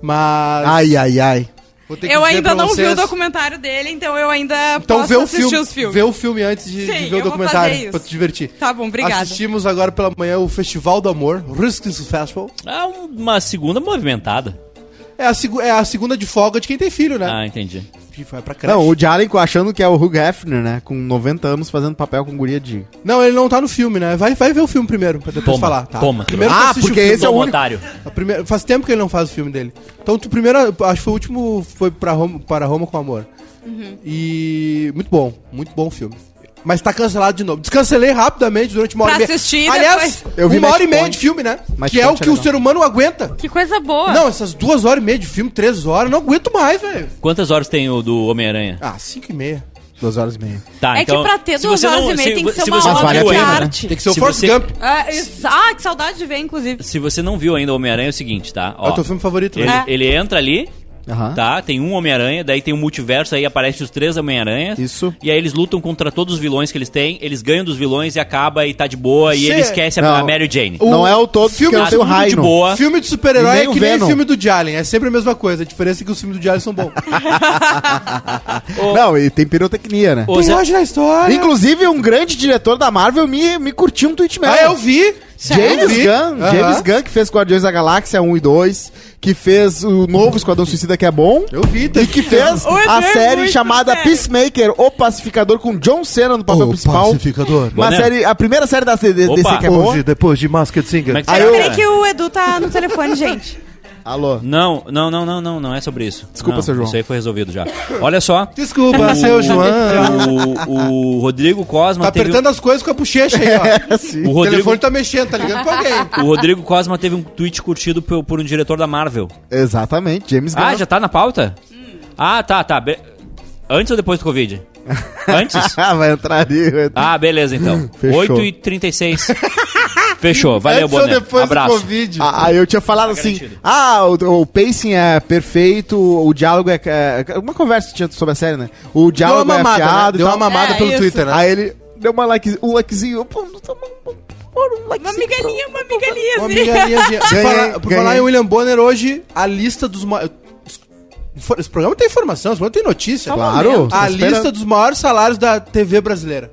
Speaker 2: mas...
Speaker 3: Ai, ai, ai.
Speaker 2: vou ter que
Speaker 4: Eu
Speaker 2: dizer
Speaker 4: ainda
Speaker 2: pra
Speaker 4: não vi o
Speaker 2: vocês-
Speaker 4: documentário dele, então eu ainda
Speaker 2: Então
Speaker 4: posso
Speaker 2: vê o
Speaker 4: assistir
Speaker 2: filme,
Speaker 4: os filmes.
Speaker 2: vê o filme antes de, de
Speaker 4: Sim,
Speaker 2: ver o
Speaker 4: eu vou fazer
Speaker 2: documentário,
Speaker 4: isso.
Speaker 2: pra te divertir.
Speaker 4: Tá bom, obrigada.
Speaker 2: Assistimos agora pela manhã o Festival do Amor, Ruskin's Festival.
Speaker 1: Ah, uma segunda movimentada.
Speaker 2: É a, segu- é a segunda de folga de quem tem
Speaker 3: É.
Speaker 2: filho, né?
Speaker 1: Ah, entendi.
Speaker 2: Que foi pra creche.
Speaker 3: Não, o Jalen achando que é o Hugh Hefner, né? Com 90 anos fazendo papel com guria de.
Speaker 2: Não, ele não tá no filme, né? Vai, vai ver o filme primeiro, pra depois
Speaker 1: Toma,
Speaker 2: falar. Tá.
Speaker 1: toma.
Speaker 2: Primeiro tu
Speaker 3: Ah,
Speaker 2: assiste o
Speaker 3: porque
Speaker 2: filme.
Speaker 3: esse é o
Speaker 1: Toma,
Speaker 3: único-
Speaker 1: otário.
Speaker 2: A primeira- Faz tempo que ele não faz o filme dele. Então, tu primeiro, acho que foi o último, foi pra Roma, para Roma com Amor.
Speaker 4: Uhum.
Speaker 2: E muito bom, muito bom o filme. Mas tá cancelado de novo. Descancelei rapidamente durante uma
Speaker 4: Pra
Speaker 2: hora e meia.
Speaker 4: assistir e
Speaker 2: Aliás,
Speaker 4: depois-
Speaker 3: Eu vi
Speaker 2: uma hora e
Speaker 3: Match
Speaker 2: meia
Speaker 3: Point.
Speaker 2: de filme, né?
Speaker 3: Match
Speaker 2: que é o
Speaker 3: Point é
Speaker 2: que o
Speaker 3: legal.
Speaker 2: ser humano aguenta.
Speaker 4: Que coisa boa.
Speaker 2: Não, essas duas horas e meia de filme, três horas, não aguento mais, velho.
Speaker 1: Quantas horas tem o do Homem-Aranha?
Speaker 2: Ah, cinco e meia.
Speaker 3: Duas horas e meia.
Speaker 1: Tá,
Speaker 4: É que pra ter
Speaker 1: se
Speaker 4: duas
Speaker 1: você
Speaker 4: horas
Speaker 1: não-
Speaker 4: e meia
Speaker 1: se
Speaker 4: tem que
Speaker 1: vo-
Speaker 4: ser
Speaker 1: se
Speaker 4: uma
Speaker 1: você não
Speaker 4: obra
Speaker 3: vale a
Speaker 1: viu
Speaker 4: de
Speaker 3: pena,
Speaker 1: ainda,
Speaker 3: né?
Speaker 4: arte.
Speaker 2: Tem que ser o
Speaker 1: Se
Speaker 2: Forrest
Speaker 1: você-
Speaker 2: Gump.
Speaker 4: Ah, isso- ah, que saudade de ver, inclusive.
Speaker 1: Se você não viu ainda o Homem-Aranha, é o seguinte, tá?
Speaker 2: É o teu filme favorito,
Speaker 1: ele,
Speaker 2: né?
Speaker 4: É.
Speaker 1: ele entra ali,
Speaker 3: Aham.
Speaker 1: tá? Tem um Homem-Aranha, daí tem um multiverso, aí aparece os três Homem-Aranhas.
Speaker 3: Isso.
Speaker 1: E aí eles lutam contra todos os vilões que eles têm, eles ganham dos vilões e acaba e tá de boa, e
Speaker 2: Cê-
Speaker 1: ele esquece a-
Speaker 3: Não.
Speaker 1: a Mary Jane.
Speaker 2: O
Speaker 3: Não é o todo,
Speaker 2: filme-
Speaker 3: porque eu
Speaker 1: Tá
Speaker 3: não tenho
Speaker 1: tudo
Speaker 3: raio.
Speaker 1: de
Speaker 3: não.
Speaker 1: boa.
Speaker 2: Filme de
Speaker 3: E
Speaker 2: super-herói é
Speaker 3: nem o
Speaker 2: que nem
Speaker 3: Venom.
Speaker 2: filme do Jalen, é sempre a mesma coisa. A diferença é que os filmes do Jalen são bons.
Speaker 3: Não, e tem pirotecnia, né?
Speaker 1: Ô, Zé-
Speaker 2: na história.
Speaker 3: Inclusive, um grande diretor da Marvel me, me curtiu um tweet meu.
Speaker 2: Ah, eu vi.
Speaker 3: James
Speaker 2: Eu vi.
Speaker 3: Gunn,
Speaker 2: Aham.
Speaker 3: James Gunn, que fez Guardiões da Galáxia 1 e 2, que fez o novo Esquadrão Suicida, que é bom,
Speaker 2: Eu vi. tá-
Speaker 3: e que fez
Speaker 4: O Edu
Speaker 3: a
Speaker 4: é
Speaker 3: série
Speaker 4: muito
Speaker 3: chamada
Speaker 4: sério.
Speaker 3: Peacemaker, O Pacificador, com John Cena no papel principal.
Speaker 5: pacificador.
Speaker 3: Uma
Speaker 1: Boné.
Speaker 3: série, a primeira série da CD
Speaker 1: Opa.
Speaker 3: DC que é boa.
Speaker 5: Hoje, depois de Masked Singer.
Speaker 1: Como é que
Speaker 3: Aí
Speaker 1: tá,
Speaker 3: eu-
Speaker 1: cara?
Speaker 4: Peraí que o Edu tá no telefone, gente.
Speaker 3: Alô.
Speaker 1: Não, não, não, não, não, não é sobre isso.
Speaker 3: Desculpa,
Speaker 1: não,
Speaker 3: seu João.
Speaker 1: Isso aí foi resolvido já. Olha só.
Speaker 2: Desculpa, seu Tá João.
Speaker 1: O, o Rodrigo Cosma
Speaker 2: Tá
Speaker 1: teve. um
Speaker 2: apertando as coisas com a bochecha aí, ó.
Speaker 3: Sim.
Speaker 1: O
Speaker 2: O telefone
Speaker 1: Rodrigo,
Speaker 2: tá mexendo, tá ligando pra alguém.
Speaker 1: o Rodrigo Cosma teve um tweet curtido por, por um diretor da Marvel.
Speaker 3: Exatamente, James Gunn.
Speaker 1: Ah, já tá na pauta? Ah, tá, tá. Be- Antes ou depois do Covid? Antes?
Speaker 3: Ah, vai entrar ali. vai entrar.
Speaker 1: Ah, beleza então.
Speaker 3: Fechou.
Speaker 1: 8h36. Fechou. Valeu,
Speaker 2: Antes ou
Speaker 1: Boné.
Speaker 2: depois do
Speaker 1: Abraço.
Speaker 2: Covid.
Speaker 3: Ah, Aí eu tinha falado assim,
Speaker 1: garantido.
Speaker 3: ah, o, o pacing é perfeito, o diálogo é, é- Uma conversa que tinha sobre a série, né? O
Speaker 2: Deu uma
Speaker 3: diálogo é
Speaker 2: mamada,
Speaker 3: afiado e
Speaker 2: né? Deu uma
Speaker 3: tal.
Speaker 2: mamada
Speaker 4: É,
Speaker 2: pelo
Speaker 4: isso.
Speaker 2: Twitter, né?
Speaker 3: Aí ele deu uma like, um likezinho. Pô, não toma um, um, um
Speaker 4: Uma
Speaker 3: likezinho.
Speaker 4: migalhinha, uma migalhinha,
Speaker 2: Uma
Speaker 4: assim.
Speaker 2: amigalhazinha. Por
Speaker 3: Ganhei,
Speaker 2: falar- Por
Speaker 3: ganhei.
Speaker 2: falar em William Bonner, hoje a lista dos... ma- Infor- Esse programa tem informação, esse programa tem notícia.
Speaker 3: Claro.
Speaker 2: A
Speaker 3: tô esperando.
Speaker 2: lista dos maiores salários da TV brasileira.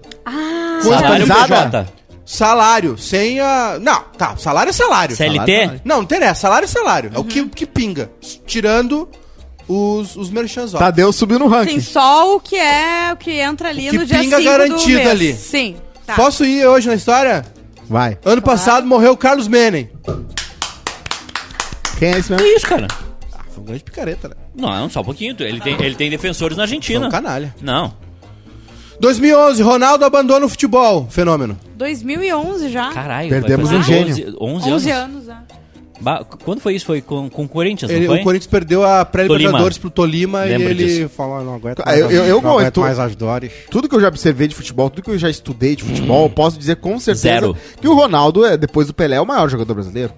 Speaker 1: Salário
Speaker 3: Atualizada?
Speaker 1: PJ.
Speaker 2: Salário, sem a. Não, tá, salário é salário.
Speaker 1: CLT?
Speaker 2: Não, não interessa, salário é salário.
Speaker 3: Uhum.
Speaker 2: É o que, que pinga. Tirando os, os merchans, ó.
Speaker 3: Tadeu subiu no ranking.
Speaker 4: Sim, só o que é, o que entra ali
Speaker 2: O que
Speaker 4: no dia
Speaker 2: pinga
Speaker 4: 5 do
Speaker 2: garantido
Speaker 4: mês.
Speaker 2: ali.
Speaker 4: Sim. Tá.
Speaker 2: Posso ir hoje na história?
Speaker 3: Vai.
Speaker 2: Ano passado morreu o Carlos Menem.
Speaker 3: Quem é esse
Speaker 1: Que
Speaker 3: mesmo?
Speaker 1: isso, cara?
Speaker 2: Ah, foi um grande picareta, né?
Speaker 1: Não, só um pouquinho. Ele tem, ele tem defensores na
Speaker 2: Foi um
Speaker 1: Argentina.
Speaker 2: canalha.
Speaker 1: Não.
Speaker 2: 2011, Ronaldo abandona o futebol. Fenômeno.
Speaker 4: 2011 já.
Speaker 1: Caralho.
Speaker 3: Perdemos
Speaker 1: vai
Speaker 3: um
Speaker 1: fazer
Speaker 3: gênio.
Speaker 1: 11, 11
Speaker 4: 11
Speaker 1: anos.
Speaker 4: anos, né?
Speaker 3: Tá
Speaker 1: Ba- Quando foi isso? Foi com, com o Corinthians,
Speaker 2: Ele-
Speaker 1: não foi?
Speaker 2: o Corinthians perdeu a pré-libertadores
Speaker 1: Tolima.
Speaker 2: pro Tolima
Speaker 1: Lembro
Speaker 2: e ele
Speaker 1: disso.
Speaker 2: falou: não aguento
Speaker 3: Ah, eu- eu- eu
Speaker 2: não
Speaker 3: gosto.
Speaker 2: mais as dores.
Speaker 3: Tudo que eu já observei de futebol, tudo que eu já estudei de futebol, posso dizer com certeza
Speaker 1: Zero.
Speaker 3: que o Ronaldo, é, depois do Pelé, é o maior jogador brasileiro.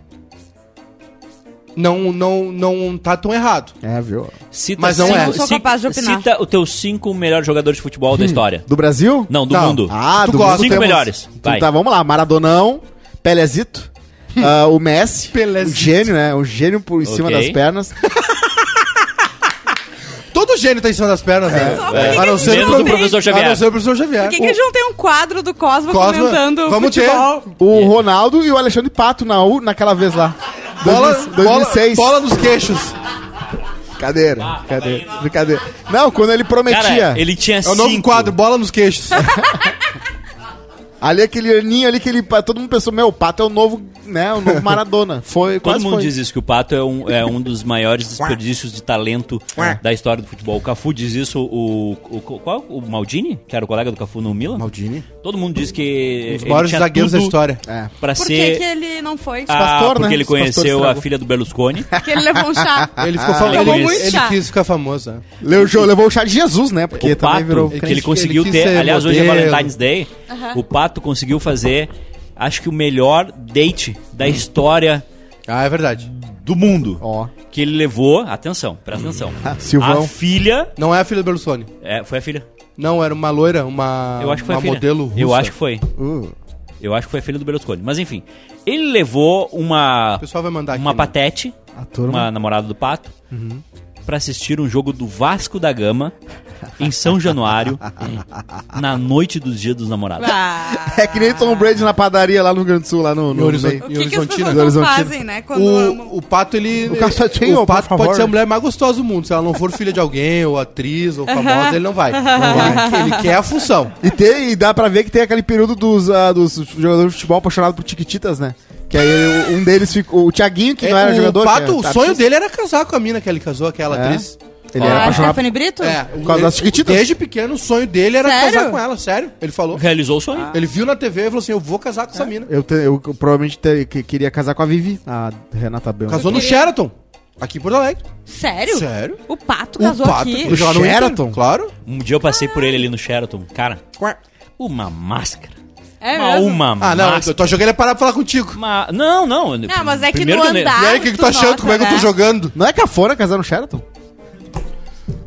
Speaker 2: Não, não, não tá tão errado.
Speaker 3: É, viu?
Speaker 1: Cita
Speaker 2: Mas não é. Hum.
Speaker 4: Eu não sou
Speaker 1: cita-
Speaker 4: capaz de opinar.
Speaker 1: Cita os teus cinco melhores jogadores de futebol da história.
Speaker 3: Do Brasil?
Speaker 1: Não, do
Speaker 2: Tá.
Speaker 1: mundo.
Speaker 3: Ah,
Speaker 2: Tu
Speaker 3: do
Speaker 2: gosta.
Speaker 3: mundo
Speaker 1: Cinco
Speaker 3: temos-
Speaker 1: melhores.
Speaker 3: Então
Speaker 1: Vai.
Speaker 3: Tá, vamos lá. Maradonão, Pelezito,
Speaker 2: Hum.
Speaker 3: ah, o Messi, um
Speaker 2: Pelézito.
Speaker 3: gênio, né? Um gênio por em cima
Speaker 1: Ok.
Speaker 3: das pernas.
Speaker 2: Todo gênio tá em cima das pernas, né?
Speaker 4: Só porque
Speaker 2: A não
Speaker 4: que
Speaker 2: ser
Speaker 1: É, Menos
Speaker 2: o
Speaker 1: o
Speaker 2: prof-
Speaker 4: não tem-
Speaker 1: professor
Speaker 2: A não
Speaker 1: Xavier.
Speaker 2: ser o professor Xavier.
Speaker 4: Por que, que a gente não tem um quadro do Cosmo,
Speaker 2: Cosmo,
Speaker 4: comentando
Speaker 2: vamos ter.
Speaker 4: futebol?
Speaker 3: O Ronaldo e o Alexandre Pato na U, naquela vez lá.
Speaker 2: Bola,
Speaker 3: 2000
Speaker 2: bola,
Speaker 3: 2006.
Speaker 2: bola nos queixos.
Speaker 3: Brincadeira,
Speaker 1: Ah,
Speaker 3: brincadeira, brincadeira. Não, quando ele prometia.
Speaker 1: tá né? Cara, ele tinha
Speaker 2: É o novo
Speaker 1: cinco.
Speaker 2: quadro, bola nos queixos.
Speaker 3: Ali aquele aninho ali que ele. Todo mundo pensou, meu, o Pato é o novo, né? O novo Maradona. Foi,
Speaker 1: Todo
Speaker 3: quase
Speaker 1: mundo
Speaker 3: foi.
Speaker 1: diz isso, que o Pato é um, é um dos maiores desperdícios de talento da história do futebol. O Cafu diz isso, o, o, qual, o Maldini, que era o colega do Cafu no Milan.
Speaker 2: Maldini.
Speaker 1: Todo mundo diz que...
Speaker 2: Os maiores zagueiros da história.
Speaker 3: É.
Speaker 1: Pra
Speaker 4: Por
Speaker 1: ser...
Speaker 4: que, que ele não foi?
Speaker 1: Ah,
Speaker 3: pastor,
Speaker 1: porque
Speaker 3: né?
Speaker 1: ele
Speaker 3: Os pastores
Speaker 1: conheceu a
Speaker 3: estragou.
Speaker 1: filha do Berlusconi.
Speaker 4: Porque ele levou um chá.
Speaker 2: Ele ficou
Speaker 1: Ah, ele
Speaker 2: famoso. Ele,
Speaker 1: quis-
Speaker 2: ele
Speaker 4: chá.
Speaker 2: quis ficar famoso. né?
Speaker 3: Levou, o show- levou o chá de Jesus, né? Porque
Speaker 1: o
Speaker 3: também
Speaker 1: Pato,
Speaker 3: virou.
Speaker 1: que
Speaker 2: Ele
Speaker 1: ele
Speaker 2: quis-
Speaker 1: conseguiu
Speaker 2: ele quis
Speaker 1: ter...
Speaker 2: ser
Speaker 1: Aliás, hoje é
Speaker 2: modelo.
Speaker 1: Valentine's Day. O Pato conseguiu fazer, acho que o melhor date da história
Speaker 2: Ah, é verdade.
Speaker 1: do mundo.
Speaker 3: Ó.
Speaker 1: Que ele levou... Atenção, presta atenção.
Speaker 3: Silvão.
Speaker 1: A filha...
Speaker 2: Não é a filha do Berlusconi.
Speaker 1: É, foi a filha.
Speaker 2: Não, era uma loira, uma,
Speaker 1: Eu acho que foi
Speaker 2: uma
Speaker 1: a filha.
Speaker 2: modelo russa. Hum.
Speaker 1: Eu acho que foi.
Speaker 3: Uh,
Speaker 1: Eu acho que foi a filha do Berlusconi. Mas enfim, ele levou uma
Speaker 2: O pessoal vai mandar
Speaker 1: uma
Speaker 2: aqui. né? Uhum.
Speaker 1: patete,
Speaker 3: a turma.
Speaker 1: uma namorada do pato, pra assistir um jogo do Vasco da Gama em São Januário na noite dos Dias dos Namorados.
Speaker 4: Ah.
Speaker 3: É que nem Tom Brady na padaria lá no Rio Grande do Sul, lá no.
Speaker 2: Em
Speaker 3: no
Speaker 2: Horizon-
Speaker 3: meio.
Speaker 4: O
Speaker 2: em
Speaker 4: que, que as
Speaker 2: Horizontina.
Speaker 4: pessoas não
Speaker 3: Horizontina.
Speaker 4: fazem, né? Quando amam?
Speaker 2: O, o pato, ele.
Speaker 3: O cacetinho,
Speaker 2: o pato
Speaker 3: por favor.
Speaker 2: pode ser a mulher mais gostosa do mundo. Se ela não for filha de alguém, ou atriz, ou famosa, ele não vai. Ele, ele quer a função.
Speaker 3: E, tem, e dá pra ver que tem aquele período dos, ah, dos jogadores de futebol apaixonados por tiquititas, né? Que aí o- um deles ficou. O Thiaguinho, que não
Speaker 2: É,
Speaker 3: era
Speaker 2: o
Speaker 3: jogador. que
Speaker 2: pato,
Speaker 3: era
Speaker 2: o
Speaker 3: artista,
Speaker 2: sonho dele era casar com a mina que ele casou, aquela
Speaker 3: É?
Speaker 2: atriz.
Speaker 3: Ele
Speaker 4: Ah,
Speaker 3: era apaixonado. É.
Speaker 4: Stephanie Brito?
Speaker 2: por
Speaker 3: causa das chiquititas.
Speaker 2: Desde pequeno, o sonho dele era
Speaker 4: Sério?
Speaker 2: casar com ela, sério. Ele falou.
Speaker 1: Realizou o sonho.
Speaker 2: Ele viu na TV e falou assim: Eu vou casar com essa mina.
Speaker 3: É. Eu, te- eu provavelmente te- que- queria casar com a Vivi, a Renata Bel.
Speaker 2: Casou no
Speaker 4: queria-
Speaker 2: Sheraton, aqui em Porto Alegre.
Speaker 4: Sério?
Speaker 2: Sério?
Speaker 4: O pato casou aqui.
Speaker 2: foi jogar no
Speaker 3: Sheraton?
Speaker 2: Inter, Claro.
Speaker 1: Um dia eu passei por ele ali no Sheraton. Cara, uma máscara.
Speaker 4: É
Speaker 1: uma,
Speaker 4: mesmo?
Speaker 1: uma
Speaker 2: Ah, não, eu
Speaker 1: máscara.
Speaker 2: tô achando que ele ia parar pra falar contigo.
Speaker 1: Uma- Não, não.
Speaker 4: Não, mas é que
Speaker 1: Primeiro
Speaker 4: no
Speaker 1: eu ne-
Speaker 4: andar-
Speaker 2: E aí, o que, que tu
Speaker 4: tu
Speaker 2: tá achando?
Speaker 4: nota,
Speaker 2: Como é que eu tô
Speaker 4: né?
Speaker 2: jogando?
Speaker 3: Não é cafona casar no Sheraton?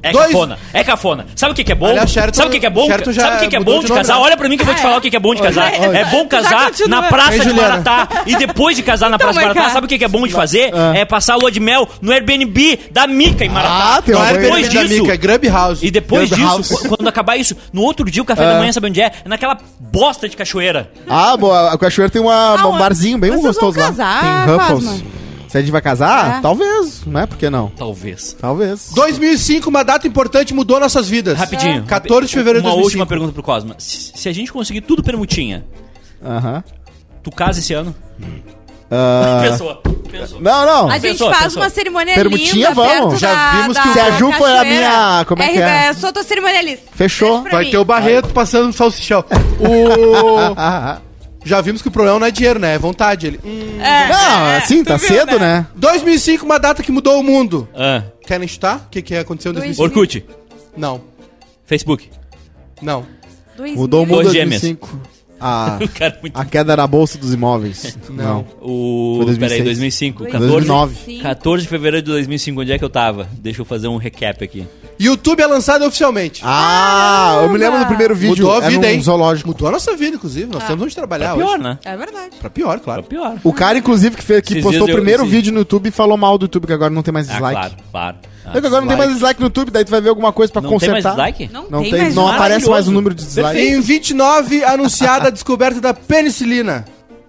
Speaker 1: É
Speaker 2: Dois-
Speaker 1: cafona, é cafona. Sabe o que, que é bom?
Speaker 2: Aliás, Sheraton-
Speaker 1: Sabe o que, que é bom?
Speaker 2: Sheraton já
Speaker 1: Sabe o que, que é
Speaker 2: mudou
Speaker 1: bom
Speaker 2: de
Speaker 1: de,
Speaker 2: nome,
Speaker 1: casar?
Speaker 2: né?
Speaker 1: Olha pra mim que eu vou te falar o que, que é bom de casar.
Speaker 4: Oi.
Speaker 1: É bom casar
Speaker 4: continua.
Speaker 1: na Praça
Speaker 2: Ei,
Speaker 1: de
Speaker 2: Juliana.
Speaker 1: Maratá. E depois de casar na
Speaker 4: Então,
Speaker 1: Praça de
Speaker 4: mas
Speaker 1: Maratá,
Speaker 4: cara-
Speaker 1: sabe o que, que é bom de fazer?
Speaker 2: Ah.
Speaker 1: É passar a lua de mel no Airbnb da Mica em Maratá.
Speaker 3: Ah, tem
Speaker 2: não
Speaker 3: uma
Speaker 2: era
Speaker 3: boa
Speaker 2: depois
Speaker 1: ideia.
Speaker 2: disso. Da Mica, é Grub House. Ah.
Speaker 1: E depois
Speaker 3: Deus
Speaker 1: disso,
Speaker 3: House.
Speaker 1: qu- quando acabar isso, no outro dia o café da manhã, sabe onde é? É naquela bosta de cachoeira.
Speaker 3: Ah, boa, a Cachoeira tem uma,
Speaker 4: Ah,
Speaker 3: um barzinho bem
Speaker 4: vocês
Speaker 3: gostoso
Speaker 4: vão
Speaker 3: lá.
Speaker 4: casar,
Speaker 3: tem Ruffles.
Speaker 4: Cosma?
Speaker 3: Se a gente vai casar?
Speaker 4: É.
Speaker 3: Talvez, né? Por que não?
Speaker 1: Talvez.
Speaker 3: Talvez.
Speaker 2: 2005, uma data importante, mudou nossas vidas.
Speaker 1: Rapidinho.
Speaker 2: 14 É, de fevereiro de
Speaker 1: Uma
Speaker 2: 2005.
Speaker 1: última pergunta pro Cosma. Se se a gente conseguir tudo permutinha,
Speaker 3: Aham.
Speaker 1: tu casa esse ano?
Speaker 3: Ah,
Speaker 1: Pensou. Pensou.
Speaker 3: não, não.
Speaker 4: A gente
Speaker 1: Pensou,
Speaker 4: faz
Speaker 1: pensou.
Speaker 4: uma cerimônia
Speaker 3: Permutinha,
Speaker 4: linda
Speaker 3: vamos.
Speaker 4: perto
Speaker 2: Já
Speaker 4: da-
Speaker 2: vimos
Speaker 4: da
Speaker 2: que
Speaker 3: Se a Ju for a
Speaker 4: cachoeira.
Speaker 3: minha- como é que é?
Speaker 4: Eu sou tua cerimonialista.
Speaker 3: Fechou.
Speaker 4: Beijo pra
Speaker 2: Vai
Speaker 4: mim.
Speaker 2: ter o Barreto passando salsichão. O...
Speaker 3: Ah, ah.
Speaker 2: Já vimos que o problema não é dinheiro, né? É vontade. Ele... Hum.
Speaker 4: É,
Speaker 3: Não,
Speaker 4: é,
Speaker 3: assim,
Speaker 4: tu
Speaker 3: tá
Speaker 4: viu,
Speaker 3: cedo, né?
Speaker 2: 2005, uma data que mudou o mundo.
Speaker 1: Ah,
Speaker 2: Querem chutar? O que, que aconteceu em 2005?
Speaker 1: Orkut,
Speaker 2: Não.
Speaker 1: Facebook.
Speaker 2: Não.
Speaker 4: Dois
Speaker 3: Mudou o
Speaker 4: mil-
Speaker 3: mundo
Speaker 1: Dois
Speaker 3: em
Speaker 1: gêmeos.
Speaker 3: 2005. Ah,
Speaker 1: O cara é muito
Speaker 3: a queda na bolsa dos imóveis.
Speaker 2: Não.
Speaker 1: O.
Speaker 3: Foi 2006.
Speaker 1: Peraí, 2005.
Speaker 4: dois
Speaker 1: 14,
Speaker 4: mil e
Speaker 3: 2009.
Speaker 4: cinco.
Speaker 1: 14 de fevereiro de 2005, onde é que eu tava? Deixa eu fazer um recap aqui.
Speaker 2: YouTube é lançado oficialmente.
Speaker 3: Ah, eu me lembro do primeiro vídeo.
Speaker 2: Mudou a
Speaker 3: Era
Speaker 2: vida,
Speaker 3: num
Speaker 2: hein?
Speaker 3: zoológico.
Speaker 2: Mudou a nossa vida, inclusive. Nós temos onde trabalhar Ah, hoje.
Speaker 1: Pior, né?
Speaker 4: É verdade.
Speaker 2: Pra pior,
Speaker 1: Pra
Speaker 2: claro.
Speaker 1: pior.
Speaker 3: O cara, inclusive, que, fez, que
Speaker 1: Esses
Speaker 3: postou o
Speaker 1: dias eu-
Speaker 3: primeiro
Speaker 1: esse-
Speaker 3: vídeo no YouTube e falou mal do YouTube, que agora não tem mais
Speaker 1: Ah,
Speaker 3: dislike.
Speaker 1: claro, claro. Ah,
Speaker 3: É que agora não tem mais dislike no YouTube, daí tu vai ver alguma coisa pra
Speaker 1: Não tem mais
Speaker 3: consertar.
Speaker 1: dislike?
Speaker 4: Não,
Speaker 3: Não,
Speaker 4: tem,
Speaker 3: tem,
Speaker 4: mais
Speaker 3: não
Speaker 4: nada.
Speaker 3: aparece mais o
Speaker 1: Maravilhoso.
Speaker 3: número de dislike.
Speaker 2: Em 29, anunciada a descoberta da penicilina.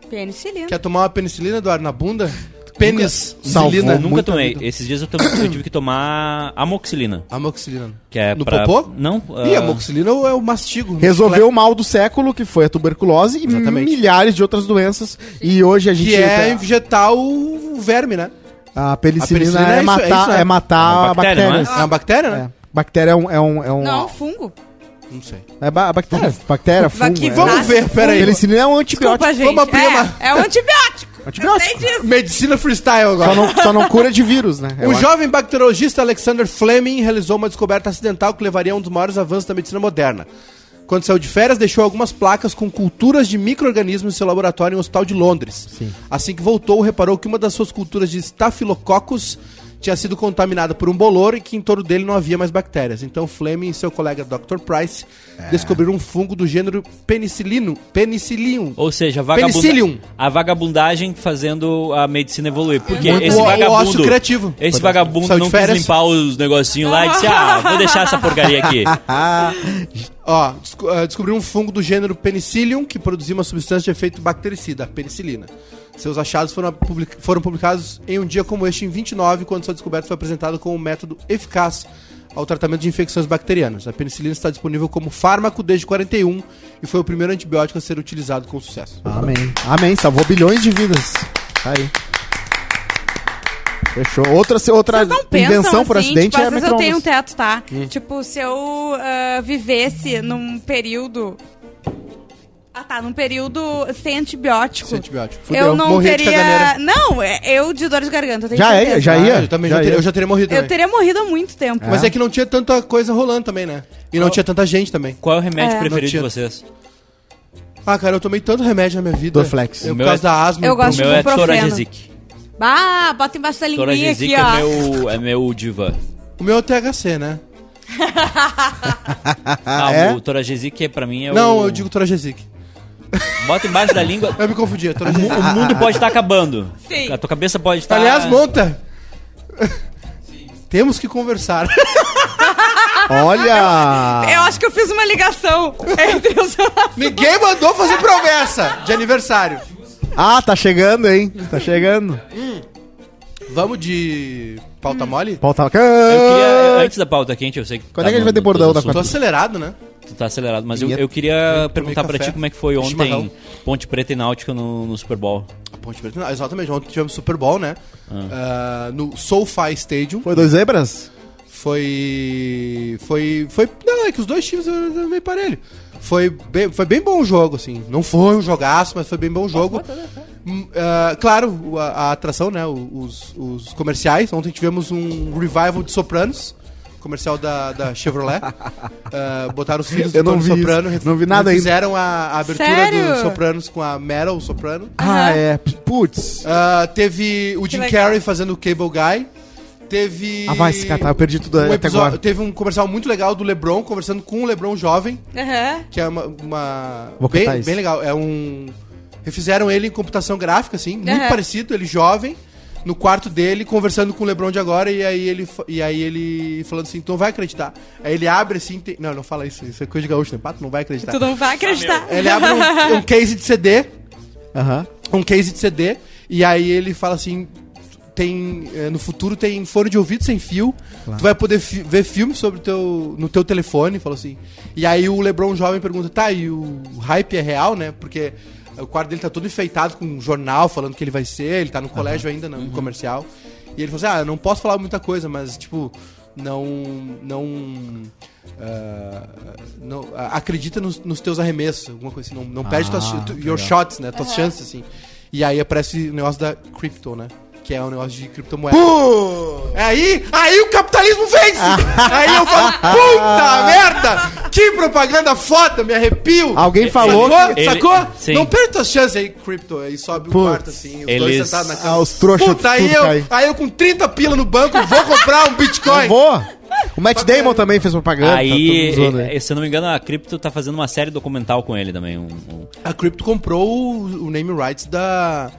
Speaker 4: Penicilina.
Speaker 3: é
Speaker 2: Quer tomar uma penicilina, Eduardo, na bunda? Penicilina. né?
Speaker 3: salvou.
Speaker 1: Nunca
Speaker 3: Muita
Speaker 1: tomei.
Speaker 3: vida.
Speaker 1: Esses dias eu, tomei- eu tive que tomar amoxilina.
Speaker 2: Amoxilina.
Speaker 1: Que é
Speaker 2: No
Speaker 1: pra...
Speaker 2: popô?
Speaker 1: Não.
Speaker 2: Ih,
Speaker 1: ah,
Speaker 2: amoxilina é o mastigo.
Speaker 3: Resolveu o mal do século, que foi a tuberculose,
Speaker 2: Exatamente.
Speaker 3: e milhares de outras doenças. E hoje a gente.
Speaker 2: Que é injetar o verme, né?
Speaker 3: A
Speaker 2: A penicilina
Speaker 3: penicilina é,
Speaker 2: é isso,
Speaker 3: matar,
Speaker 2: é isso, né?
Speaker 3: é matar
Speaker 1: É uma
Speaker 3: a
Speaker 1: bactéria,
Speaker 3: bactéria.
Speaker 1: não é?
Speaker 2: É uma bactéria,
Speaker 3: É.
Speaker 2: né?
Speaker 3: Bactéria é um. É um, é um
Speaker 4: Não, fungo.
Speaker 2: Não sei.
Speaker 3: É ba a bactéria. Bactéria, fungo.
Speaker 4: que
Speaker 3: é.
Speaker 4: vamos
Speaker 2: Vamos ver,
Speaker 3: A
Speaker 2: peraí.
Speaker 3: Penicilina é um antibiótico.
Speaker 4: Desculpa, gente.
Speaker 2: Vamos abrir
Speaker 4: é,
Speaker 2: uma-
Speaker 4: é um antibiótico.
Speaker 3: Antibiótico.
Speaker 4: Eu sei disso.
Speaker 2: Medicina freestyle
Speaker 3: Só
Speaker 2: agora.
Speaker 3: não, só não cura de vírus, né? Eu
Speaker 2: O
Speaker 3: acho.
Speaker 2: jovem bacteriologista Alexander Fleming realizou uma descoberta acidental que levaria a um dos maiores avanços da medicina moderna. Quando saiu de férias, deixou algumas placas com culturas de micro-organismos em seu laboratório em um hospital de Londres. Assim que voltou, reparou que uma das suas culturas de estafilococcus tinha sido contaminada por um bolor e que em torno dele não havia mais bactérias. Então Fleming e seu colega Dr. Price
Speaker 3: É.
Speaker 2: descobriram um fungo do gênero penicilino, penicillium.
Speaker 1: Ou seja, a, vagabunda-
Speaker 2: Penicillium.
Speaker 1: a vagabundagem fazendo a medicina
Speaker 4: É
Speaker 1: evoluir. Porque
Speaker 2: Muito
Speaker 1: esse
Speaker 2: o- o
Speaker 1: vagabundo.
Speaker 2: ócio criativo.
Speaker 1: Esse
Speaker 2: Pode-
Speaker 1: vagabundo
Speaker 2: saiu de
Speaker 1: não quis
Speaker 2: férias.
Speaker 1: limpar os negocinhos lá e disse: ah, vou deixar essa porcaria aqui.
Speaker 3: Ah,
Speaker 2: Ó, desco- ah, descobriu um fungo do gênero Penicillium que produzia uma substância de efeito bactericida, a penicilina. Seus achados foram, public- foram publicados em um dia como este, em 29, quando sua descoberta foi apresentada como um método eficaz ao tratamento de infecções bacterianas. A penicilina está disponível como fármaco desde 41 e foi o primeiro antibiótico a ser utilizado com sucesso.
Speaker 3: Amém. Amém. Salvou bilhões de vidas. Tá aí. Fechou. Outra, outra
Speaker 4: Vocês não pensam
Speaker 3: invenção por
Speaker 4: assim,
Speaker 3: acidente
Speaker 4: tipo,
Speaker 3: é
Speaker 4: às vezes eu
Speaker 3: micro-ondas. Hum.
Speaker 4: tenho um teto, tá? Tipo, se eu ah, vivesse num período... Ah, tá, num período sem antibiótico.
Speaker 2: Esse
Speaker 3: tipo,
Speaker 2: antibiótico.
Speaker 4: eu não
Speaker 2: Morria de
Speaker 4: teria...
Speaker 2: caganeira.
Speaker 4: Não, é- eu de dor de garganta, eu tenho
Speaker 3: Já
Speaker 4: certeza.
Speaker 3: é, já ia.
Speaker 2: Ah, eu também já,
Speaker 3: já
Speaker 2: teria-
Speaker 3: ia. Ah.
Speaker 2: eu já teria morrido.
Speaker 4: Eu
Speaker 2: também.
Speaker 4: teria morrido há muito tempo.
Speaker 2: Mas é que não tinha tanta coisa rolando também, né? E não tinha tanta gente também.
Speaker 1: Qual é o remédio
Speaker 4: É.
Speaker 1: preferido de
Speaker 2: Não tinha-
Speaker 1: vocês?
Speaker 2: Ah, cara, eu tomei tanto remédio na minha vida.
Speaker 3: Dorflex.
Speaker 2: Eu,
Speaker 1: O
Speaker 2: por
Speaker 1: meu
Speaker 2: causa
Speaker 1: é-
Speaker 2: da asma.
Speaker 4: Eu
Speaker 1: O
Speaker 4: gosto Acho
Speaker 1: meu
Speaker 4: que
Speaker 1: é
Speaker 4: ibuprofeno.
Speaker 1: Toragesic.
Speaker 3: é-
Speaker 4: Ah, bota embaixo da linguinha
Speaker 1: Toragesic
Speaker 4: aqui,
Speaker 1: é
Speaker 4: ó.
Speaker 1: meu, é meu diva.
Speaker 2: O meu é o THC, né?
Speaker 1: Ah,
Speaker 3: é?
Speaker 1: o Toragesic é, pra mim é o...
Speaker 2: Não, eu digo Toragesic.
Speaker 1: Bota embaixo da língua.
Speaker 2: Eu me confundi, é
Speaker 1: O
Speaker 2: Toragesic.
Speaker 1: o
Speaker 3: Ah,
Speaker 1: mundo pode estar acabando.
Speaker 4: Sim.
Speaker 1: A tua cabeça pode estar...
Speaker 2: Aliás, monta! Temos que conversar.
Speaker 4: um
Speaker 3: Olha!
Speaker 4: Eu acho que eu fiz uma ligação entre os...
Speaker 2: Ninguém mandou fazer promessa de aniversário.
Speaker 3: Ah, tá chegando, hein? Tá chegando.
Speaker 2: Vamos de pauta mole?
Speaker 3: Pauta.
Speaker 1: Eu
Speaker 3: Ah!
Speaker 1: queria, é, antes da pauta quente, eu sei que... tá
Speaker 3: Quando é que a gente vai ter bordão da
Speaker 2: Tô acelerado, né?
Speaker 1: Tu tá acelerado, mas eu,
Speaker 3: Vinheta.
Speaker 1: eu queria perguntar pra
Speaker 2: café.
Speaker 1: ti como é que foi
Speaker 2: Chimarrão.
Speaker 1: ontem Ponte Preta e Náutica no, no Super Bowl.
Speaker 2: A Ponte Preta, não, exatamente. Ontem tivemos Super Bowl, né? Ah, no SoFi Stadium.
Speaker 3: Foi dois zebras?
Speaker 2: Foi. Foi. Foi. Não, é que os dois times eram meio parelho. Foi bem, foi bem bom o jogo, assim. Não foi um jogaço, mas foi bem bom o jogo.
Speaker 4: né?
Speaker 2: Hum, ah, claro, o- a, a atração, né? o- Os, os comerciais. Ontem tivemos um revival de Sopranos. Comercial da, da Chevrolet. Ah, botaram os filhos
Speaker 3: Eu não vi isso.
Speaker 2: Soprano.
Speaker 3: Não vi nada ainda.
Speaker 2: Fizeram a, a abertura
Speaker 4: Sério?
Speaker 2: dos Sopranos com a Meryl Soprano.
Speaker 3: Ah,
Speaker 4: Aham.
Speaker 3: é. Putz.
Speaker 2: Ah, teve o Jim
Speaker 4: legal.
Speaker 2: Carrey fazendo o Cable Guy. Teve.
Speaker 3: Ah, vai se catar, eu perdi tudo
Speaker 2: um
Speaker 3: até
Speaker 2: episódio-
Speaker 3: agora.
Speaker 2: Teve um comercial muito legal do LeBron, conversando com o LeBron jovem,
Speaker 4: Aham.
Speaker 2: que é uma. uma-
Speaker 3: Vou
Speaker 2: bem,
Speaker 3: catar isso.
Speaker 2: bem legal. É um. Refizeram ele em computação gráfica, assim, muito
Speaker 4: Aham.
Speaker 2: parecido, ele jovem, no quarto dele, conversando com o LeBron de agora, e aí ele, fa- e aí ele falando assim: então vai acreditar. Aí ele abre assim. tem- Não, não fala isso, isso é coisa de gaúcho, né? Pato, não vai acreditar.
Speaker 4: Tá. Tu não vai acreditar.
Speaker 2: Tá, Ele abre um- um case de CD,
Speaker 3: Aham.
Speaker 2: um case de CD e aí ele fala assim tem eh, no futuro tem fone de ouvido sem fio tu vai poder fi- ver filme sobre o teu no teu telefone falou assim e aí o LeBron jovem pergunta tá e o hype é real né porque o quarto dele tá todo enfeitado com um jornal falando que ele vai ser ele tá no colégio ainda no comercial e ele falou assim ah eu não posso falar muita coisa mas tipo não não ah, não ah, acredita nos, nos teus arremessos alguma coisa assim não, não perde tuas,
Speaker 3: Ah,
Speaker 2: tu- your shots né tuas chances assim e aí aparece o negócio da crypto né que é o negócio de criptomoeda é aí aí o capitalismo vence aí eu falo puta merda que propaganda foda me arrepio
Speaker 3: Alguém falou
Speaker 2: sacou,
Speaker 1: que-
Speaker 2: sacou?
Speaker 1: Ele- sim.
Speaker 2: não perde tuas chances aí cripto aí sobe o
Speaker 3: Putz,
Speaker 2: quarto assim os
Speaker 1: eles-
Speaker 2: dois sentados na
Speaker 3: Ah,
Speaker 2: cama
Speaker 3: os trouxas
Speaker 2: Puta, aí
Speaker 3: tudo
Speaker 2: eu,
Speaker 3: cai.
Speaker 2: aí eu com 30 pila no banco vou comprar um Bitcoin.
Speaker 3: Eu vou. O Matt Damon também fez propaganda.
Speaker 1: Aí,
Speaker 3: tá todo mundo zoando aí.
Speaker 1: eh, se eu não me engano, a Crypto tá fazendo uma série documental com ele também. Um, um-
Speaker 2: A Crypto comprou o, o name rights da,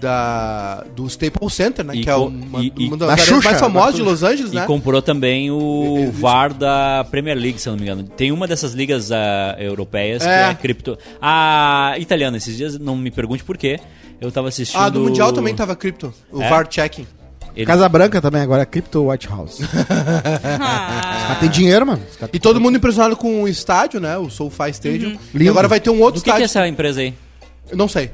Speaker 2: da do Staples Center, né?
Speaker 1: E
Speaker 2: que é
Speaker 1: co-
Speaker 2: uma,
Speaker 1: e- e-
Speaker 2: uma das
Speaker 3: Da
Speaker 2: áreas
Speaker 3: Xuxa,
Speaker 2: mais famosas
Speaker 3: da
Speaker 2: de Los Angeles,
Speaker 1: E
Speaker 2: né?
Speaker 1: comprou também o VAR da Premier League, se eu não me engano. Tem uma dessas ligas ah, europeias que
Speaker 2: É.
Speaker 1: é a Crypto. A italiana, esses dias, não me pergunte por quê. Eu tava assistindo...
Speaker 2: Ah, do Mundial também tava Crypto, o
Speaker 1: É?
Speaker 2: VAR checking.
Speaker 1: Ele-
Speaker 3: Casa Branca também agora, Crypto White House. Os caras têm dinheiro, mano. Os
Speaker 1: Tá
Speaker 3: caras-
Speaker 2: E todo mundo impressionado com o estádio, né? O SoFi Stadium. E
Speaker 3: Lindo.
Speaker 2: agora vai ter um outro
Speaker 1: Do que, que é
Speaker 2: estádio.
Speaker 1: essa empresa aí?
Speaker 2: Eu Não sei,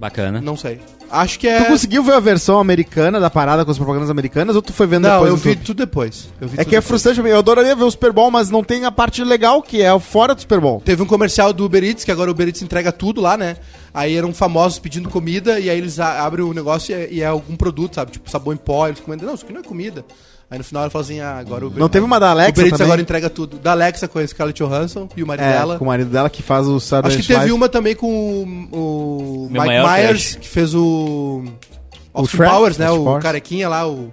Speaker 1: Bacana.
Speaker 2: não sei. Acho que é.
Speaker 3: Tu conseguiu ver a versão americana da parada com as propagandas americanas ou tu foi vendo
Speaker 2: Não,
Speaker 3: depois
Speaker 2: eu
Speaker 1: um
Speaker 3: no
Speaker 2: vi
Speaker 3: YouTube?
Speaker 2: tudo depois. Eu vi
Speaker 3: É
Speaker 2: tudo
Speaker 3: que é
Speaker 2: depois.
Speaker 3: frustrante, eu adoraria ver o Super Bowl, mas não tem a parte legal que é o fora do Super Bowl.
Speaker 2: Teve um comercial do Uber Eats, que agora o Uber Eats entrega tudo lá, né? Aí eram famosos pedindo comida, e aí eles a- abrem o negócio e é, e é algum produto, sabe? Tipo sabão em pó, eles comendo. Não, isso aqui não é comida. Aí no final ela fala assim, ah, agora o Uber
Speaker 3: Não teve uma da
Speaker 2: O
Speaker 3: Alexa
Speaker 2: Uber Eats
Speaker 3: também?
Speaker 2: agora entrega tudo. Da Alexa com a Scarlett Johansson e o marido
Speaker 3: é,
Speaker 2: dela.
Speaker 3: com o marido dela que faz o Saturday
Speaker 2: Acho que teve
Speaker 3: Night Live.
Speaker 2: uma também com o, o
Speaker 1: Meu
Speaker 2: Mike
Speaker 1: maior
Speaker 2: Myers,
Speaker 1: crush.
Speaker 2: que fez o... Austin
Speaker 3: Shrek,
Speaker 2: Powers, né?
Speaker 3: Austin
Speaker 2: O
Speaker 3: Powers.
Speaker 2: carequinha lá, o...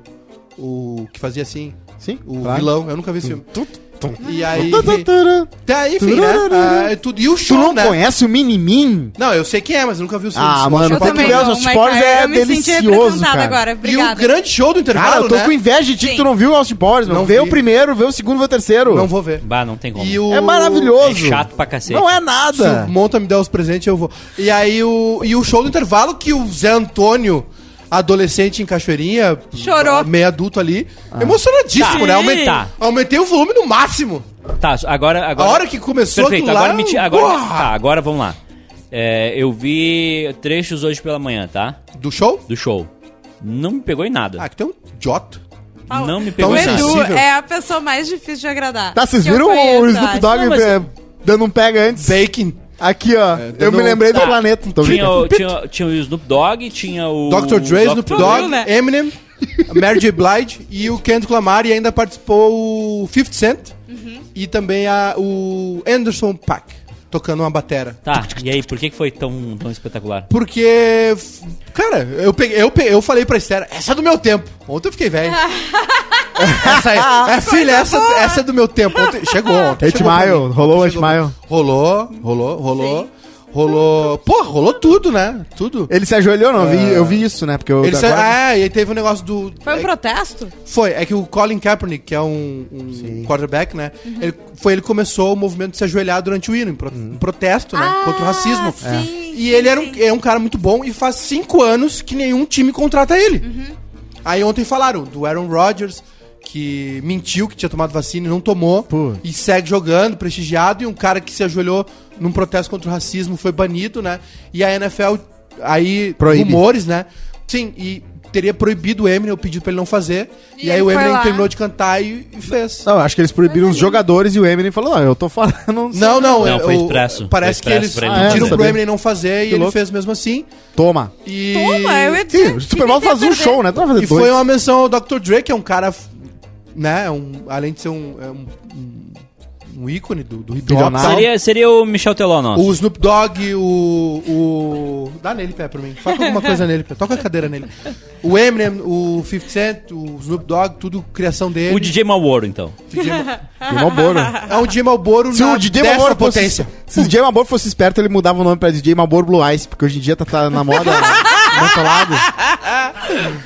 Speaker 2: O que fazia assim,
Speaker 3: Sim,
Speaker 2: o
Speaker 3: claro.
Speaker 2: vilão. Eu nunca vi esse filme.
Speaker 3: Tu, tu,
Speaker 2: E aí.
Speaker 3: tu, tu.
Speaker 2: Tá aí, enfim, né? Ah, e tudo. E o
Speaker 3: Tu
Speaker 2: show,
Speaker 3: não
Speaker 2: né?
Speaker 3: conhece o Minimin?
Speaker 2: Não, eu sei quem é, mas eu nunca vi o show.
Speaker 3: Ah,
Speaker 2: Esse
Speaker 3: mano,
Speaker 4: Eu
Speaker 3: pode
Speaker 4: também
Speaker 3: ver
Speaker 4: não,
Speaker 3: os
Speaker 4: mas,
Speaker 3: Powers
Speaker 4: cara,
Speaker 3: é
Speaker 4: eu me senti
Speaker 3: delicioso,
Speaker 4: representada
Speaker 3: cara.
Speaker 4: agora.
Speaker 2: E o
Speaker 4: Obrigada.
Speaker 2: grande show do intervalo,
Speaker 3: Cara, eu tô
Speaker 2: né?
Speaker 3: com inveja de ti que
Speaker 4: Sim.
Speaker 3: tu não viu o Austin Powers, mano.
Speaker 2: Não
Speaker 3: Vê
Speaker 2: vi.
Speaker 3: o primeiro, vê o segundo, vê o terceiro.
Speaker 2: Não vou ver.
Speaker 1: Bah, não tem como.
Speaker 2: E o...
Speaker 3: É maravilhoso.
Speaker 1: É chato pra cacete.
Speaker 3: Não é
Speaker 2: Se
Speaker 3: nada.
Speaker 2: o Monta me dá os presentes, eu vou. E aí o, e o show do intervalo que o Zé Antônio, adolescente em Cachoeirinha,
Speaker 4: Chorou.
Speaker 2: meio adulto ali,
Speaker 3: Ah.
Speaker 2: emocionadíssimo,
Speaker 1: Tá.
Speaker 2: né?
Speaker 1: Sim.
Speaker 2: Aumentei,
Speaker 1: Tá.
Speaker 2: aumentei o volume no máximo.
Speaker 1: Tá, agora,
Speaker 2: A
Speaker 1: agora.
Speaker 2: hora que começou
Speaker 1: Perfeito,
Speaker 2: aquilo
Speaker 1: agora,
Speaker 2: lá,
Speaker 1: me ti- agora,
Speaker 2: porra!
Speaker 1: tá, agora vamos lá. É, eu vi trechos hoje pela manhã, tá?
Speaker 2: Do show?
Speaker 1: Do show. Não me pegou em nada.
Speaker 2: Ah, que tem um idiota.
Speaker 4: Paulo,
Speaker 1: Não me pegou
Speaker 4: O
Speaker 1: em nada.
Speaker 4: Edu
Speaker 2: sensível.
Speaker 4: é a pessoa mais difícil de agradar.
Speaker 3: Tá, vocês
Speaker 4: que eu
Speaker 3: viram o
Speaker 4: conheço,
Speaker 3: Snoop
Speaker 4: acho.
Speaker 3: Dogg
Speaker 1: Não, mas-
Speaker 3: eh, dando um pega antes?
Speaker 2: Bacon.
Speaker 3: Aqui, ó. eu
Speaker 2: dando
Speaker 3: me
Speaker 2: um-
Speaker 3: lembrei do
Speaker 1: Tá.
Speaker 3: planeta. Tô
Speaker 1: Tinha o,
Speaker 3: brincando.
Speaker 1: tinha, tinha o Snoop Dogg, tinha o.
Speaker 2: Dr. Dre, Snoop
Speaker 1: Dr.
Speaker 2: Dogg,
Speaker 4: Dre, né?
Speaker 2: Eminem, Mary J. Blige e o Kendrick Lamar e ainda participou o 50 Cent
Speaker 4: Uhum.
Speaker 2: e também a, o Anderson Paak tocando uma batera.
Speaker 1: Tá, e aí, por que que foi tão, tão espetacular?
Speaker 2: Porque, f- cara, eu, peguei, eu, peguei, eu falei pra Esther, essa é do meu tempo. Ontem eu fiquei velho. essa aí.
Speaker 4: Ah,
Speaker 2: É, filha, essa, essa é do meu tempo. Ontem- chegou ontem.
Speaker 3: Eight
Speaker 2: chegou pra
Speaker 3: Mile,
Speaker 2: mim.
Speaker 3: rolou o Eight
Speaker 2: Chegou.
Speaker 3: Mile.
Speaker 2: Rolou, rolou, rolou. Rolou. Pô, rolou tudo, né? Tudo.
Speaker 3: Ele se ajoelhou, não? Eu vi, eu vi isso, né? Porque eu.
Speaker 2: Ele sa-
Speaker 3: agora-
Speaker 2: Ah, e aí teve um negócio do.
Speaker 4: Foi um
Speaker 2: é-
Speaker 4: protesto?
Speaker 2: foi, é que o Colin Kaepernick, que é um, um quarterback, né? Ele, foi ele que começou o movimento de se ajoelhar durante o hino, em pro- um protesto, né? contra o racismo.
Speaker 4: sim,
Speaker 2: E
Speaker 4: Ah, sim,
Speaker 2: ele era um,
Speaker 4: sim.
Speaker 2: é um cara muito bom e faz cinco anos que nenhum time contrata ele.
Speaker 4: Uhum.
Speaker 2: Aí ontem falaram do Aaron Rodgers, que mentiu que tinha tomado vacina e não tomou.
Speaker 3: Putz.
Speaker 2: E segue jogando, prestigiado. E um cara que se ajoelhou num protesto contra o racismo foi banido, né? E a NFL, aí,
Speaker 3: Proíbe.
Speaker 2: rumores, né? Sim, e teria proibido o Eminem, eu pedi pra ele não fazer. E,
Speaker 4: E
Speaker 2: aí
Speaker 4: ele
Speaker 2: o
Speaker 4: foi
Speaker 2: Eminem
Speaker 4: lá.
Speaker 2: terminou de cantar e, e fez.
Speaker 3: Não, acho que eles proibiram os jogadores e o Eminem falou: Não, eu tô falando. Não, sei.
Speaker 2: Não, não,
Speaker 1: Não,
Speaker 2: é,
Speaker 1: foi
Speaker 2: o-
Speaker 1: expresso,
Speaker 2: Parece
Speaker 1: foi expresso
Speaker 2: que
Speaker 1: pra
Speaker 2: eles
Speaker 1: ele
Speaker 3: não
Speaker 2: pediram
Speaker 3: fazer.
Speaker 2: pro Eminem não fazer e ele
Speaker 3: louco.
Speaker 2: fez mesmo assim.
Speaker 3: Toma.
Speaker 2: E...
Speaker 4: Toma, é eu ia dizer.
Speaker 3: Sim, o Super Bowl faz um show, né? Tu vai fazer
Speaker 2: E
Speaker 3: dois.
Speaker 2: foi uma menção ao Dr. Dre, que é um cara, né? Um, além de ser um, é um, um- um ícone do, do hip hop.
Speaker 3: Bilionário.
Speaker 2: tal.
Speaker 1: Seria, seria o Michel Teló nosso.
Speaker 2: O Snoop Dogg, o, o. Dá nele, Pé, pra mim. Toca alguma coisa nele, Pé. Toca a cadeira nele. O Eminem, o 50 Cent, o Snoop Dogg, tudo criação dele.
Speaker 1: O DJ Malboro, então.
Speaker 2: DJ Ma-
Speaker 3: Tem uma boa, né?
Speaker 2: É um DJ Malboro
Speaker 3: Se o DJ Malboro fosse,
Speaker 2: potência.
Speaker 3: se o DJ Malboro fosse esperto, ele mudava o nome pra DJ Malboro Blue Eyes, porque hoje em dia tá, tá na moda é mentolado.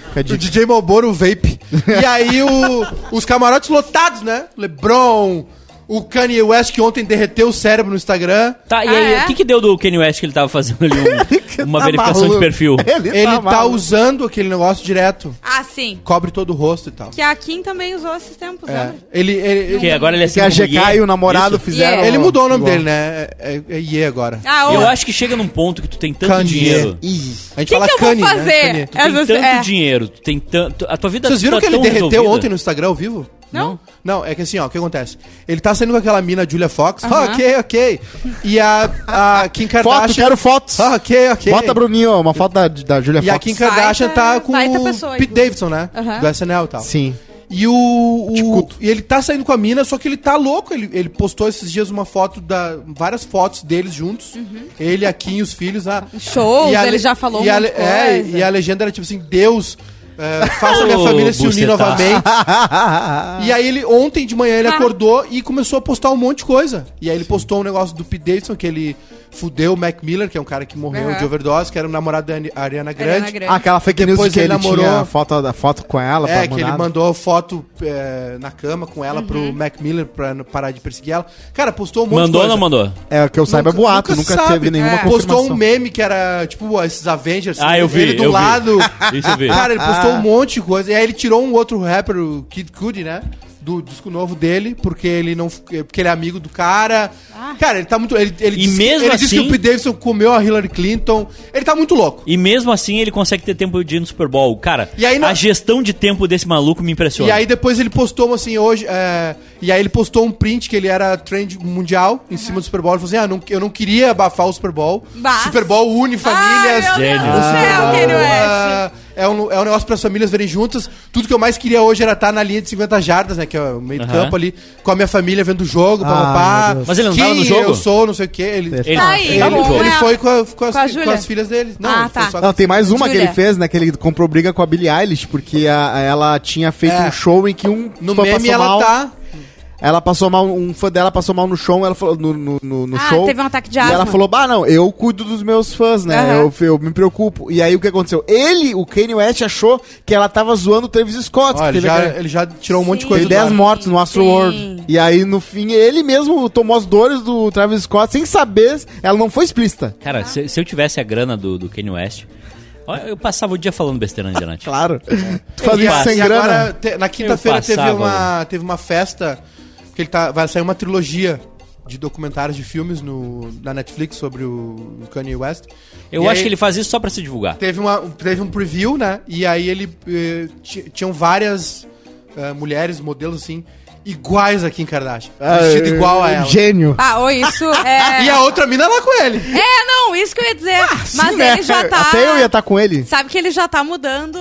Speaker 3: Fica a
Speaker 2: O
Speaker 3: dica.
Speaker 2: DJ Malboro Vape. E aí o- os camarotes lotados, né? LeBron, o Kanye West que ontem derreteu o cérebro no Instagram.
Speaker 1: Tá, e
Speaker 4: Ah,
Speaker 1: aí,
Speaker 4: é?
Speaker 1: o que que deu do Kanye West que ele tava fazendo ali um- uma
Speaker 3: Tá
Speaker 1: verificação de
Speaker 3: maluco.
Speaker 1: perfil?
Speaker 3: Ele,
Speaker 2: Ele tá,
Speaker 3: maluco.
Speaker 2: usando aquele negócio direto.
Speaker 4: Ah, sim.
Speaker 2: Cobre todo o rosto e tal.
Speaker 4: Que a Kim também usou esses tempos, né?
Speaker 2: É.
Speaker 4: lembra?
Speaker 2: Ele, ele,
Speaker 1: Que agora ele é assim
Speaker 3: Que a
Speaker 1: como
Speaker 3: GK e
Speaker 1: Ye.
Speaker 3: o namorado
Speaker 1: Isso.
Speaker 3: fizeram.
Speaker 4: Yeah.
Speaker 2: ele mudou o nome
Speaker 3: igual.
Speaker 2: dele, né? É, é, é Ye agora.
Speaker 4: Ah,
Speaker 1: Eu
Speaker 4: o
Speaker 1: acho que chega num ponto que tu tem tanto
Speaker 2: Kanye.
Speaker 1: dinheiro.
Speaker 3: Ih,
Speaker 2: A gente
Speaker 4: que, que eu vou
Speaker 2: né?
Speaker 4: fazer?
Speaker 2: Kanye.
Speaker 1: Tem
Speaker 4: Essas-
Speaker 1: tanto
Speaker 4: é.
Speaker 1: dinheiro, tu tem tanto. A tua vida
Speaker 2: Vocês viram
Speaker 1: tá
Speaker 2: que ele
Speaker 1: tão
Speaker 2: derreteu
Speaker 1: resolvida.
Speaker 2: ontem no Instagram ao vivo?
Speaker 4: Não?
Speaker 2: Não, é que assim, ó, o que acontece? Ele tá saindo com aquela mina Julia Fox, Ah,
Speaker 4: Aham.
Speaker 2: ok, ok. E a, a Kim Kardashian.
Speaker 3: Foto, quero fotos.
Speaker 2: Ah, ok, ok.
Speaker 3: Bota, Bruninho, ó, uma foto da, da Julia
Speaker 2: E a
Speaker 3: Fox.
Speaker 2: Kim Kardashian tá
Speaker 4: Baita-
Speaker 2: com
Speaker 4: baita
Speaker 2: o
Speaker 4: pessoa,
Speaker 2: Pete
Speaker 4: inclusive.
Speaker 2: Davidson, né?
Speaker 4: Aham.
Speaker 2: Do SNL e tal.
Speaker 3: Sim.
Speaker 2: E o, o-
Speaker 3: culto.
Speaker 2: e ele tá saindo com a mina, só que ele tá louco. Ele, ele postou esses dias uma foto da várias fotos deles juntos. Ele, a Kim e os filhos lá.
Speaker 4: Uhum. Shows,
Speaker 2: a
Speaker 4: ele
Speaker 2: le-
Speaker 4: já falou
Speaker 2: e a,
Speaker 4: um monte
Speaker 2: le-
Speaker 4: de
Speaker 2: é,
Speaker 4: coisa.
Speaker 2: e a legenda era tipo assim, Deus, é, faça minha
Speaker 1: Ô,
Speaker 2: família se unir
Speaker 1: bucetaço.
Speaker 2: novamente. E aí ele ontem de manhã ele acordou e começou a postar um monte de coisa. E aí ele postou um negócio do Pete Davidson que ele fudeu o Mac Miller, que é um cara que morreu
Speaker 4: Aham.
Speaker 2: de overdose, que era o namorado da Ani- Ariana Grande.
Speaker 4: Ariana Grande.
Speaker 3: Ah, aquela fake news
Speaker 2: Depois
Speaker 3: que ele
Speaker 2: ele
Speaker 3: tinha
Speaker 2: namorou.
Speaker 3: a foto, da foto com ela.
Speaker 2: É,
Speaker 3: pra
Speaker 2: que ele
Speaker 1: né?
Speaker 3: mandar.
Speaker 2: mandou foto é, na cama com ela pro Mac Miller pra n- parar de perseguir ela. Cara, postou um monte
Speaker 1: Mandou ou
Speaker 2: de coisa.
Speaker 1: não mandou?
Speaker 3: É, que eu saiba é boato, nunca,
Speaker 2: sabe.
Speaker 3: teve nenhuma
Speaker 2: É.
Speaker 3: confirmação.
Speaker 2: Postou um meme que era, tipo, esses Avengers.
Speaker 1: Ah, eu vi,
Speaker 2: Ele do
Speaker 1: eu vi.
Speaker 2: lado.
Speaker 1: Isso eu vi.
Speaker 2: Ah, Cara,
Speaker 3: Ah,
Speaker 2: ele postou um monte de coisa. E aí ele tirou um outro rapper, o Kid Cudi, né? Do disco novo dele, porque ele não. Porque ele é amigo do cara. Cara, ele tá muito. Ele, ele
Speaker 1: E
Speaker 2: disse, que-
Speaker 1: mesmo
Speaker 2: ele disse que o
Speaker 1: assim-
Speaker 2: Pete Davidson comeu a Hillary Clinton. Ele tá muito louco.
Speaker 1: E mesmo assim ele consegue ter tempo de ir no Super Bowl. Cara,
Speaker 2: E aí não-
Speaker 1: a gestão de tempo desse maluco me impressiona.
Speaker 2: E aí depois ele postou um, assim hoje. é, E aí ele postou um print que ele era trend mundial em cima do Super Bowl. Ele falou assim: Ah, não- eu não queria abafar o Super Bowl.
Speaker 4: Mas-
Speaker 2: Super Bowl une famílias.
Speaker 4: Ai, meu
Speaker 1: Gênio.
Speaker 4: Deus do
Speaker 2: Super
Speaker 4: céu,
Speaker 2: Bowl,
Speaker 4: Kanye West.
Speaker 2: ah, É um, é um negócio para as famílias verem juntas. Tudo que eu mais queria hoje era estar na linha de 50 jardas, né? Que é o meio do
Speaker 1: Aham.
Speaker 2: campo ali, com a minha família vendo o jogo,
Speaker 3: Ah,
Speaker 2: papapá.
Speaker 3: meu Deus.
Speaker 1: Mas ele não tava no
Speaker 2: Quem
Speaker 1: jogo?
Speaker 2: Eu sou, não sei o quê. Ele,
Speaker 3: Ele-
Speaker 2: ele,
Speaker 4: Tá aí,
Speaker 1: tava no
Speaker 4: bom,
Speaker 1: jogo.
Speaker 4: né?
Speaker 2: foi com, a- com as,
Speaker 4: Com a
Speaker 2: fi- com
Speaker 4: Júlia.
Speaker 2: as filhas dele. Não,
Speaker 4: Ah,
Speaker 2: ele
Speaker 4: tá.
Speaker 2: foi só com
Speaker 3: Não, tem mais uma que
Speaker 4: Júlia.
Speaker 3: ele fez, né? Que ele comprou briga com a Billie Eilish, porque a- ela tinha feito
Speaker 2: É.
Speaker 3: um show em que um
Speaker 2: No
Speaker 3: fã
Speaker 2: meme
Speaker 3: passou
Speaker 2: ela
Speaker 3: mal.
Speaker 2: tá.
Speaker 3: Ela passou mal, um fã dela passou mal no show, ela falou no, no, no- no
Speaker 4: Ah,
Speaker 3: show.
Speaker 4: teve um ataque de
Speaker 3: E
Speaker 4: asma.
Speaker 3: ela falou: Bah, não, eu cuido dos meus fãs, né?
Speaker 4: Aham.
Speaker 3: Eu, eu me preocupo. E aí o que aconteceu? Ele, o Kanye West, achou que ela tava zoando o Travis Scott.
Speaker 2: Ó,
Speaker 3: que
Speaker 2: ele,
Speaker 3: teve
Speaker 2: já,
Speaker 3: aquele-
Speaker 2: ele já tirou um monte de
Speaker 4: Sim.
Speaker 2: coisa
Speaker 3: Teve
Speaker 2: do
Speaker 3: 10
Speaker 2: ar.
Speaker 3: mortos no
Speaker 4: Sim.
Speaker 3: Astroworld. E aí, no fim, ele mesmo tomou as dores do Travis Scott sem saber. Ela não foi explícita.
Speaker 1: Cara, se, se eu tivesse a grana do, do Kanye West, ó, eu passava o dia falando besteira na internet.
Speaker 3: Claro. Tu
Speaker 2: E
Speaker 3: fazia
Speaker 2: a-
Speaker 3: isso sem
Speaker 2: e
Speaker 3: grana.
Speaker 2: agora, te- na quinta-feira
Speaker 1: Eu
Speaker 2: teve
Speaker 1: passava, né?
Speaker 2: uma, teve uma festa que ele tá, vai sair uma trilogia de documentários de filmes no, na Netflix sobre o Kanye West.
Speaker 1: Eu
Speaker 2: E
Speaker 1: acho
Speaker 2: aí
Speaker 1: que ele faz isso só pra se divulgar.
Speaker 2: teve, uma, teve um preview, né? E aí ele eh, ti- tinham várias eh, mulheres, modelos assim, iguais aqui em Kardashian. Vestido
Speaker 3: Ah,
Speaker 2: igual a
Speaker 3: um
Speaker 2: ela.
Speaker 3: Gênio.
Speaker 4: Ah, ou isso é...
Speaker 2: E a outra mina lá com ele.
Speaker 4: É, não, isso que eu ia dizer. Mas
Speaker 3: Sim, né?
Speaker 4: ele já tá...
Speaker 3: Até eu ia estar com ele.
Speaker 4: Sabe que ele já tá mudando,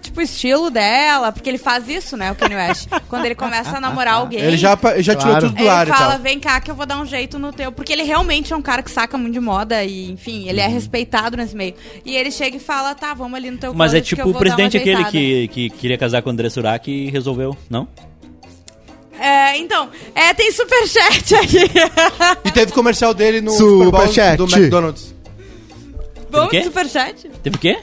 Speaker 4: tipo, o estilo dela, porque ele faz isso, né, o Kanye West. Quando ele começa a namorar alguém...
Speaker 2: Ele já, pa- já
Speaker 3: Claro.
Speaker 2: tirou tudo do ar
Speaker 4: Ele
Speaker 2: e tal.
Speaker 4: fala, vem cá que eu vou dar um jeito no teu. Porque ele realmente é um cara que saca muito de moda e, enfim, ele é respeitado nesse meio. E ele chega e fala, tá, vamos ali no teu
Speaker 1: Mas é
Speaker 4: closet que eu
Speaker 1: tipo o
Speaker 4: vou dar uma
Speaker 1: presidente aquele
Speaker 4: ajeitada."
Speaker 1: que, que queria casar com o André Surak e resolveu, não?
Speaker 4: É, então, é, tem superchat aqui.
Speaker 2: E teve comercial dele no
Speaker 3: Superchat.
Speaker 2: do McDonald's.
Speaker 4: vamos
Speaker 1: quê?
Speaker 4: de superchat?
Speaker 1: Teve o quê?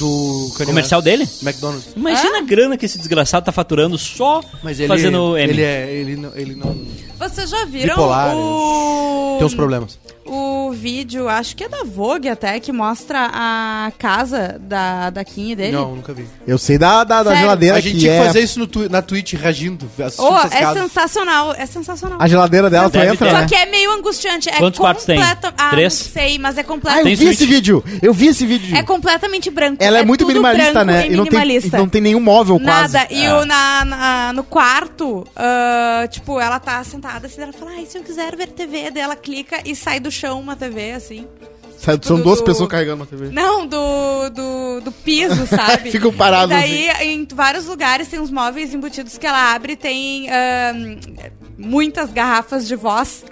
Speaker 2: Do Kanye
Speaker 1: Comercial dele?
Speaker 2: McDonald's.
Speaker 1: Imagina a grana que esse desgraçado tá faturando só
Speaker 2: Mas ele,
Speaker 1: fazendo M.
Speaker 2: ele é, ele não, ele não
Speaker 4: Vocês já viram
Speaker 2: Bipolar,
Speaker 4: o...
Speaker 2: tem os problemas.
Speaker 4: o vídeo, acho que é da Vogue até, que mostra a casa da, da Kim e dele?
Speaker 2: Não, nunca vi.
Speaker 3: Eu sei da, da, da
Speaker 4: Sério?
Speaker 3: geladeira
Speaker 2: A gente
Speaker 3: que
Speaker 2: tinha que
Speaker 3: é...
Speaker 2: fazer isso no twi- na Twitch, reagindo, assistindo
Speaker 4: Oh,
Speaker 2: essas
Speaker 4: é
Speaker 2: casas.
Speaker 4: sensacional, é sensacional.
Speaker 3: A geladeira dela tu
Speaker 1: Deve
Speaker 3: entra,
Speaker 1: ter.
Speaker 3: né?
Speaker 4: Só que é meio angustiante. É
Speaker 1: Quantos quartos tem?
Speaker 4: completa- Ah,
Speaker 1: Três?
Speaker 4: não sei, mas
Speaker 3: Ah,
Speaker 4: é
Speaker 3: eu
Speaker 1: Tem
Speaker 4: completamente...
Speaker 3: vi esse
Speaker 1: suíte.
Speaker 3: vídeo. Eu vi esse vídeo.
Speaker 4: É completamente branco.
Speaker 3: Ela é, muito
Speaker 4: tudo
Speaker 3: minimalista,
Speaker 4: branco
Speaker 3: né?
Speaker 4: E
Speaker 3: E não tem,
Speaker 4: minimalista.
Speaker 3: não tem nenhum móvel quase. É.
Speaker 4: Nada. E o, na, na- no quarto, ah, tipo, ela tá sentada assim, ela fala, ai, se eu quiser ver TV, daí ela clica e sai do chão uma TV, assim.
Speaker 3: Sabe,
Speaker 4: tipo,
Speaker 3: São
Speaker 4: do-
Speaker 3: duas
Speaker 4: do-
Speaker 3: pessoas carregando uma TV.
Speaker 4: Não, do, do, do piso, sabe?
Speaker 3: Ficam assim. parados
Speaker 4: E daí,
Speaker 2: assim.
Speaker 4: em vários lugares, tem uns móveis embutidos que ela abre e tem ahn, muitas garrafas de voz,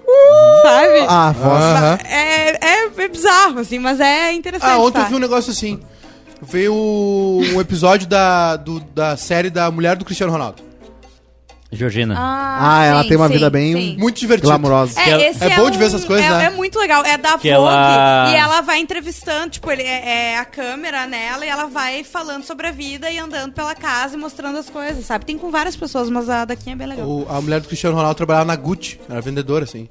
Speaker 4: sabe?
Speaker 3: Ah, voz.
Speaker 2: Uh! Aham.
Speaker 4: É, é, é bizarro, assim, mas é interessante.
Speaker 2: Ah, ontem eu
Speaker 4: sabe?
Speaker 2: vi um negócio assim. Veio um episódio da, do- da série da mulher do Cristiano Ronaldo. é-
Speaker 1: Georgina.
Speaker 3: Ah, ela tem uma vida bem-
Speaker 2: Muito divertido.
Speaker 3: Glamurosa.
Speaker 1: Que ela-
Speaker 4: É, esse
Speaker 2: é
Speaker 4: é,
Speaker 2: bom de ver essas coisas,
Speaker 4: é,
Speaker 2: né?
Speaker 4: é muito legal. É da
Speaker 1: Que
Speaker 4: Vogue
Speaker 1: ela-
Speaker 4: e ela vai entrevistando, tipo, ele é, é a câmera nela e ela vai falando sobre a vida e andando pela casa e mostrando as coisas, sabe? Tem com várias pessoas, mas a daqui é bem legal.
Speaker 2: O- a mulher do Cristiano Ronaldo trabalhava na Gucci, era vendedora, assim.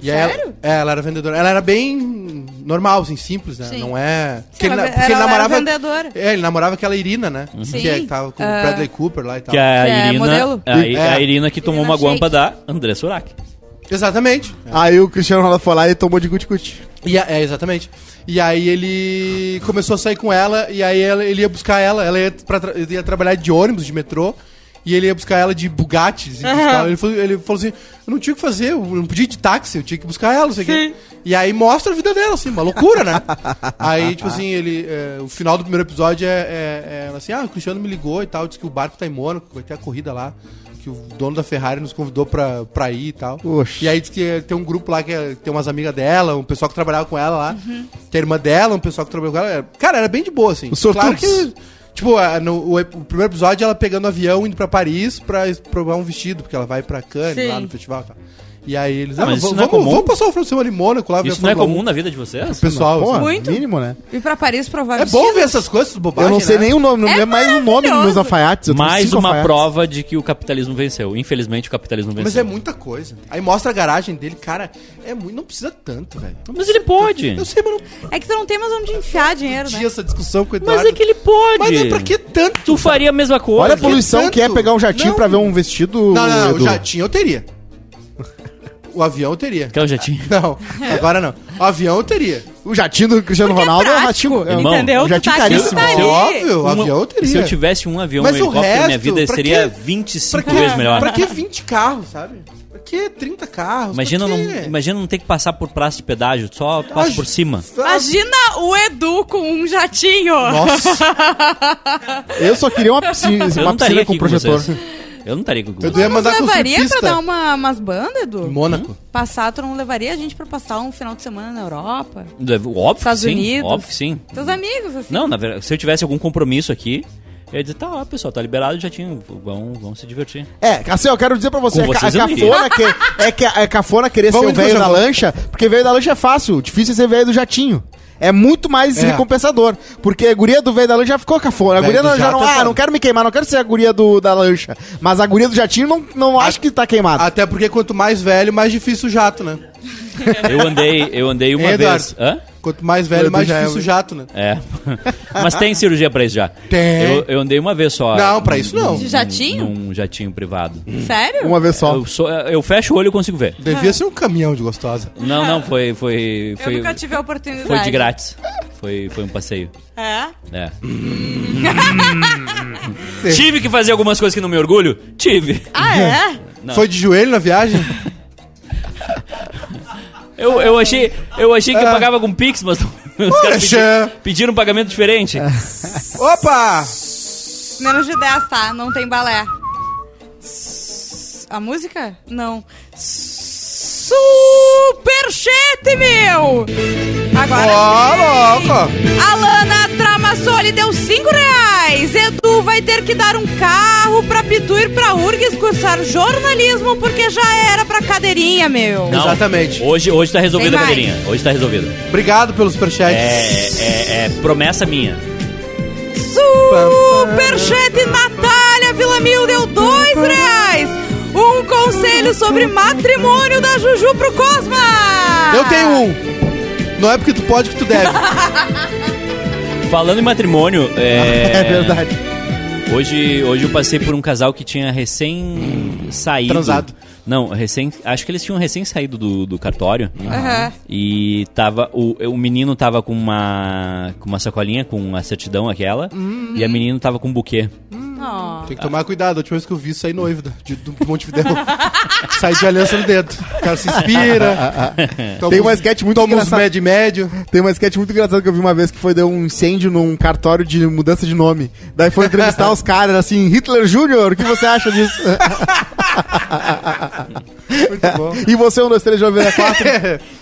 Speaker 2: E aí
Speaker 4: Sério?
Speaker 2: Ela, é, ela era vendedora. Ela era bem normal, assim, simples, né?
Speaker 4: Sim.
Speaker 2: Não é.
Speaker 4: Sim, ela
Speaker 2: na-
Speaker 4: ve- ela era vendedora.
Speaker 2: É, ele namorava aquela Irina, né?
Speaker 4: Sim.
Speaker 2: Que, é, que tava com o
Speaker 4: Ah.
Speaker 2: Bradley Cooper lá e tal.
Speaker 1: Que é
Speaker 4: Que
Speaker 1: a
Speaker 4: é
Speaker 1: Irina,
Speaker 4: modelo?
Speaker 1: a, I-
Speaker 2: É.
Speaker 1: a Irina que tomou
Speaker 4: Irina
Speaker 1: uma guampa
Speaker 4: Shayk.
Speaker 1: da André Surak.
Speaker 2: Exatamente.
Speaker 3: Aí o Cristiano Ronaldo foi lá e tomou de guti-guti.
Speaker 2: E a- é, exatamente. E aí ele começou a sair com ela, e aí ela- ele ia buscar ela, ela ia, pra tra- ia trabalhar de ônibus, de metrô, e ele ia buscar ela de Bugatti. assim, buscar- Ele, falou, ele falou assim, eu não tinha o que fazer, eu não podia ir de táxi, eu tinha que buscar ela, não sei o quê. E aí mostra a vida dela, assim, uma loucura, né? aí, tipo assim, ele, é, o final do primeiro episódio é, é- é ela assim, ah, o Cristiano me ligou e tal, disse que o barco tá em Mônaco, vai ter a corrida lá. Que o dono da Ferrari nos convidou pra, pra ir e tal.
Speaker 3: Oxe.
Speaker 2: E aí diz que tem um grupo lá que é- tem umas amigas dela, um pessoal que trabalhava com ela lá. Tem a irmã dela, um pessoal que trabalhou com ela. Cara, era bem de boa, assim.
Speaker 3: Os sortudos.
Speaker 2: que. Tipo, a- no, o, ep- o primeiro episódio ela pegando o avião, indo pra Paris pra es- provar um vestido, porque ela vai pra Cannes
Speaker 4: Sim.
Speaker 2: lá no festival e tal. E aí eles.
Speaker 1: Ah,
Speaker 2: "Ah,
Speaker 1: mas isso
Speaker 2: vamos,
Speaker 1: não é
Speaker 2: vamos-
Speaker 1: comum?
Speaker 2: vamos passar o final de semana em Mônaco lá ver
Speaker 1: Isso
Speaker 2: a
Speaker 1: não é
Speaker 2: Fórmula
Speaker 1: comum
Speaker 2: 1."
Speaker 1: na vida de
Speaker 2: O
Speaker 1: vocês?
Speaker 2: pessoal. assim,
Speaker 4: Muito.
Speaker 3: Mínimo, né?
Speaker 4: E pra Paris provar
Speaker 2: É bom ver essas coisas, essas
Speaker 3: Eu
Speaker 2: bobagens.
Speaker 3: não sei
Speaker 2: né?
Speaker 3: nem o nome, não
Speaker 4: É
Speaker 3: lembro mais o nome dos meus
Speaker 4: maravilhoso.
Speaker 3: alfaiates. eu tenho
Speaker 1: Mais
Speaker 3: cinco
Speaker 1: uma
Speaker 3: alfaiates.
Speaker 1: prova de que o capitalismo venceu. Infelizmente, o capitalismo venceu.
Speaker 2: Mas é muita coisa. Aí mostra a garagem dele, cara, é muito. Não precisa tanto, velho.
Speaker 1: Mas ele pode.
Speaker 2: Eu sei, mas não
Speaker 4: É que tu não tem mais onde enfiar dinheiro,
Speaker 2: tinha
Speaker 4: né?
Speaker 2: essa discussão com o Eduardo.
Speaker 1: Mas é que ele pode.
Speaker 2: Mas né, pra que tanto?
Speaker 1: Tu faria a mesma coisa.
Speaker 3: Olha a poluição
Speaker 2: tanto?
Speaker 3: que é pegar um jatinho
Speaker 2: Não.
Speaker 3: pra ver um vestido.
Speaker 2: Não, não, não.
Speaker 3: Edu.
Speaker 2: O jatinho eu teria. O avião eu teria.
Speaker 1: Que é o jatinho.
Speaker 2: Não, agora não. O avião eu teria.
Speaker 3: O jatinho do Cristiano
Speaker 4: Porque é
Speaker 3: Ronaldo é, um
Speaker 4: prático,
Speaker 3: jatinho. é um-
Speaker 4: entendeu?
Speaker 3: um jatinho
Speaker 4: Tu tá aqui,
Speaker 3: caríssimo.
Speaker 4: tu
Speaker 1: é
Speaker 4: tá ali.
Speaker 2: é Óbvio, o
Speaker 1: Uma-
Speaker 2: avião eu teria.
Speaker 1: Se eu tivesse um avião
Speaker 2: Mas
Speaker 1: e um
Speaker 2: o
Speaker 1: helicóptero, minha
Speaker 2: resto,
Speaker 1: vida
Speaker 2: pra
Speaker 1: seria
Speaker 2: quê?
Speaker 1: 25 vezes melhor.
Speaker 2: pra que 20 carros, sabe? Pra quê? 30 carros?
Speaker 1: Imagina
Speaker 2: pra
Speaker 1: não,
Speaker 2: quê? Ah,
Speaker 1: imagina não ter que passar por praça de pedágio, só passa por cima.
Speaker 4: Imagina o Edu com um jatinho.
Speaker 3: Nossa! Eu só queria uma piscina,
Speaker 1: Eu
Speaker 3: uma
Speaker 1: não estaria
Speaker 3: piscina
Speaker 1: aqui
Speaker 3: com
Speaker 1: com
Speaker 3: projetor.
Speaker 1: vocês. Eu não estaria aqui com
Speaker 2: Eu
Speaker 1: vocês.
Speaker 2: ia
Speaker 4: Mas
Speaker 2: mandar com o
Speaker 4: levaria pra
Speaker 2: surfista.
Speaker 4: dar uma, umas bandas, Edu? Hum?
Speaker 2: Em Mônaco.
Speaker 4: Passar, tu não levaria a gente pra passar um final de semana na Europa?
Speaker 1: É, Óbvio que
Speaker 4: Estados
Speaker 1: sim,
Speaker 4: Unidos.
Speaker 1: óbvio que sim.
Speaker 4: Teus amigos, assim.
Speaker 1: Hum. Não, na verdade, se eu tivesse algum compromisso aqui, eu ia dizer, tá, ó, pessoal, tá liberado, já tinha, vão, vão se divertir.
Speaker 3: É, assim, eu quero dizer pra você,
Speaker 1: Com
Speaker 3: é, ca-
Speaker 1: vocês
Speaker 3: é
Speaker 1: eu
Speaker 3: cafona que, é, que é cafona querer ser
Speaker 2: Vamos
Speaker 3: o
Speaker 2: indo,
Speaker 3: velho da
Speaker 2: Jacão.
Speaker 3: lancha, porque velho da lancha é fácil, difícil é ser velho do jatinho. É muito mais
Speaker 2: É.
Speaker 3: recompensador, porque a guria do velho da lancha já ficou cafona. A
Speaker 2: Velho
Speaker 3: guria
Speaker 2: do
Speaker 3: da lancha já
Speaker 2: jato
Speaker 3: não,
Speaker 2: é
Speaker 3: ah,
Speaker 2: foda.
Speaker 3: não quero me queimar, não quero ser a guria do, da lancha. Mas a guria do jatinho não, não acho que tá queimada.
Speaker 2: Até porque quanto mais velho, mais difícil o jato, né?
Speaker 1: Eu andei, eu andei uma
Speaker 2: Hein,
Speaker 1: vez. Hã?
Speaker 2: Quanto mais velho,
Speaker 3: Eu
Speaker 2: mais
Speaker 3: já é
Speaker 2: difícil o
Speaker 3: um-
Speaker 2: jato, né?
Speaker 1: É. Mas tem cirurgia pra isso já.
Speaker 2: Tem.
Speaker 1: Eu, eu andei uma vez só.
Speaker 2: Não, pra isso não.
Speaker 4: De jatinho?
Speaker 1: Num jatinho privado.
Speaker 4: Sério?
Speaker 3: Uma vez só.
Speaker 1: Eu, sou, eu fecho o olho e consigo ver.
Speaker 2: Devia ser um caminhão de gostosa.
Speaker 1: Não, não, foi. Foi,
Speaker 4: Eu
Speaker 1: foi,
Speaker 4: nunca tive a oportunidade.
Speaker 1: foi de grátis. Foi, foi um passeio.
Speaker 4: É?
Speaker 1: É. Tive que fazer algumas coisas que não me orgulho? Tive.
Speaker 4: Ah, é?
Speaker 1: Não.
Speaker 2: Foi de joelho na viagem?
Speaker 1: Eu, eu achei, eu achei que eu pagava com Pix, mas os caras pedi-
Speaker 2: Ah. Poxa. É.
Speaker 1: pediram um pagamento diferente.
Speaker 2: Opa!
Speaker 4: Menos de 10, tá? Não tem balé. A música? Não. Superchete, meu! Agora.
Speaker 2: Ó,
Speaker 4: sim.
Speaker 2: louco!
Speaker 4: Alana Tramassoli deu 5 reais. Edu vai ter que dar um carro pra Pitu ir pra URGS cursar jornalismo, porque já era pra cadeirinha, meu.
Speaker 1: Não,
Speaker 2: Exatamente.
Speaker 1: Hoje, hoje tá resolvida a
Speaker 4: Tem mais.
Speaker 1: cadeirinha. Hoje tá resolvida.
Speaker 2: Obrigado pelo superchat.
Speaker 1: É, é, é promessa minha.
Speaker 4: Superchat Natália Villamil deu dois reais. Um conselho sobre matrimônio da Juju pro Cosma.
Speaker 2: Eu tenho um. Não é porque tu pode que tu deve.
Speaker 1: Falando em matrimônio, é,
Speaker 3: É verdade.
Speaker 1: Hoje, hoje eu passei por um casal que tinha recém saído.
Speaker 2: Transado.
Speaker 1: Não, recém. Acho que eles tinham recém saído do, do cartório.
Speaker 4: Aham.
Speaker 1: E tava. O, o menino tava com uma. com uma sacolinha, com a certidão aquela. E a menina tava com um buquê.
Speaker 4: Ó.
Speaker 2: Tem que tomar cuidado. A última vez que eu vi, saí noivo do, de, do Montevidéu. saí de aliança no dedo. O cara se inspira. toma
Speaker 3: Tem uma
Speaker 2: uns-
Speaker 3: sketch muito
Speaker 2: Toma uns
Speaker 3: engraçada.
Speaker 2: médio e médio.
Speaker 3: Tem uma sketch muito engraçada que eu vi uma vez que foi deu um incêndio num cartório de mudança de nome. Daí foi entrevistar os caras assim, Hitler Júnior, o que você acha disso?
Speaker 2: Muito bom.
Speaker 3: e você, um, dois, três, jovem, é quatro.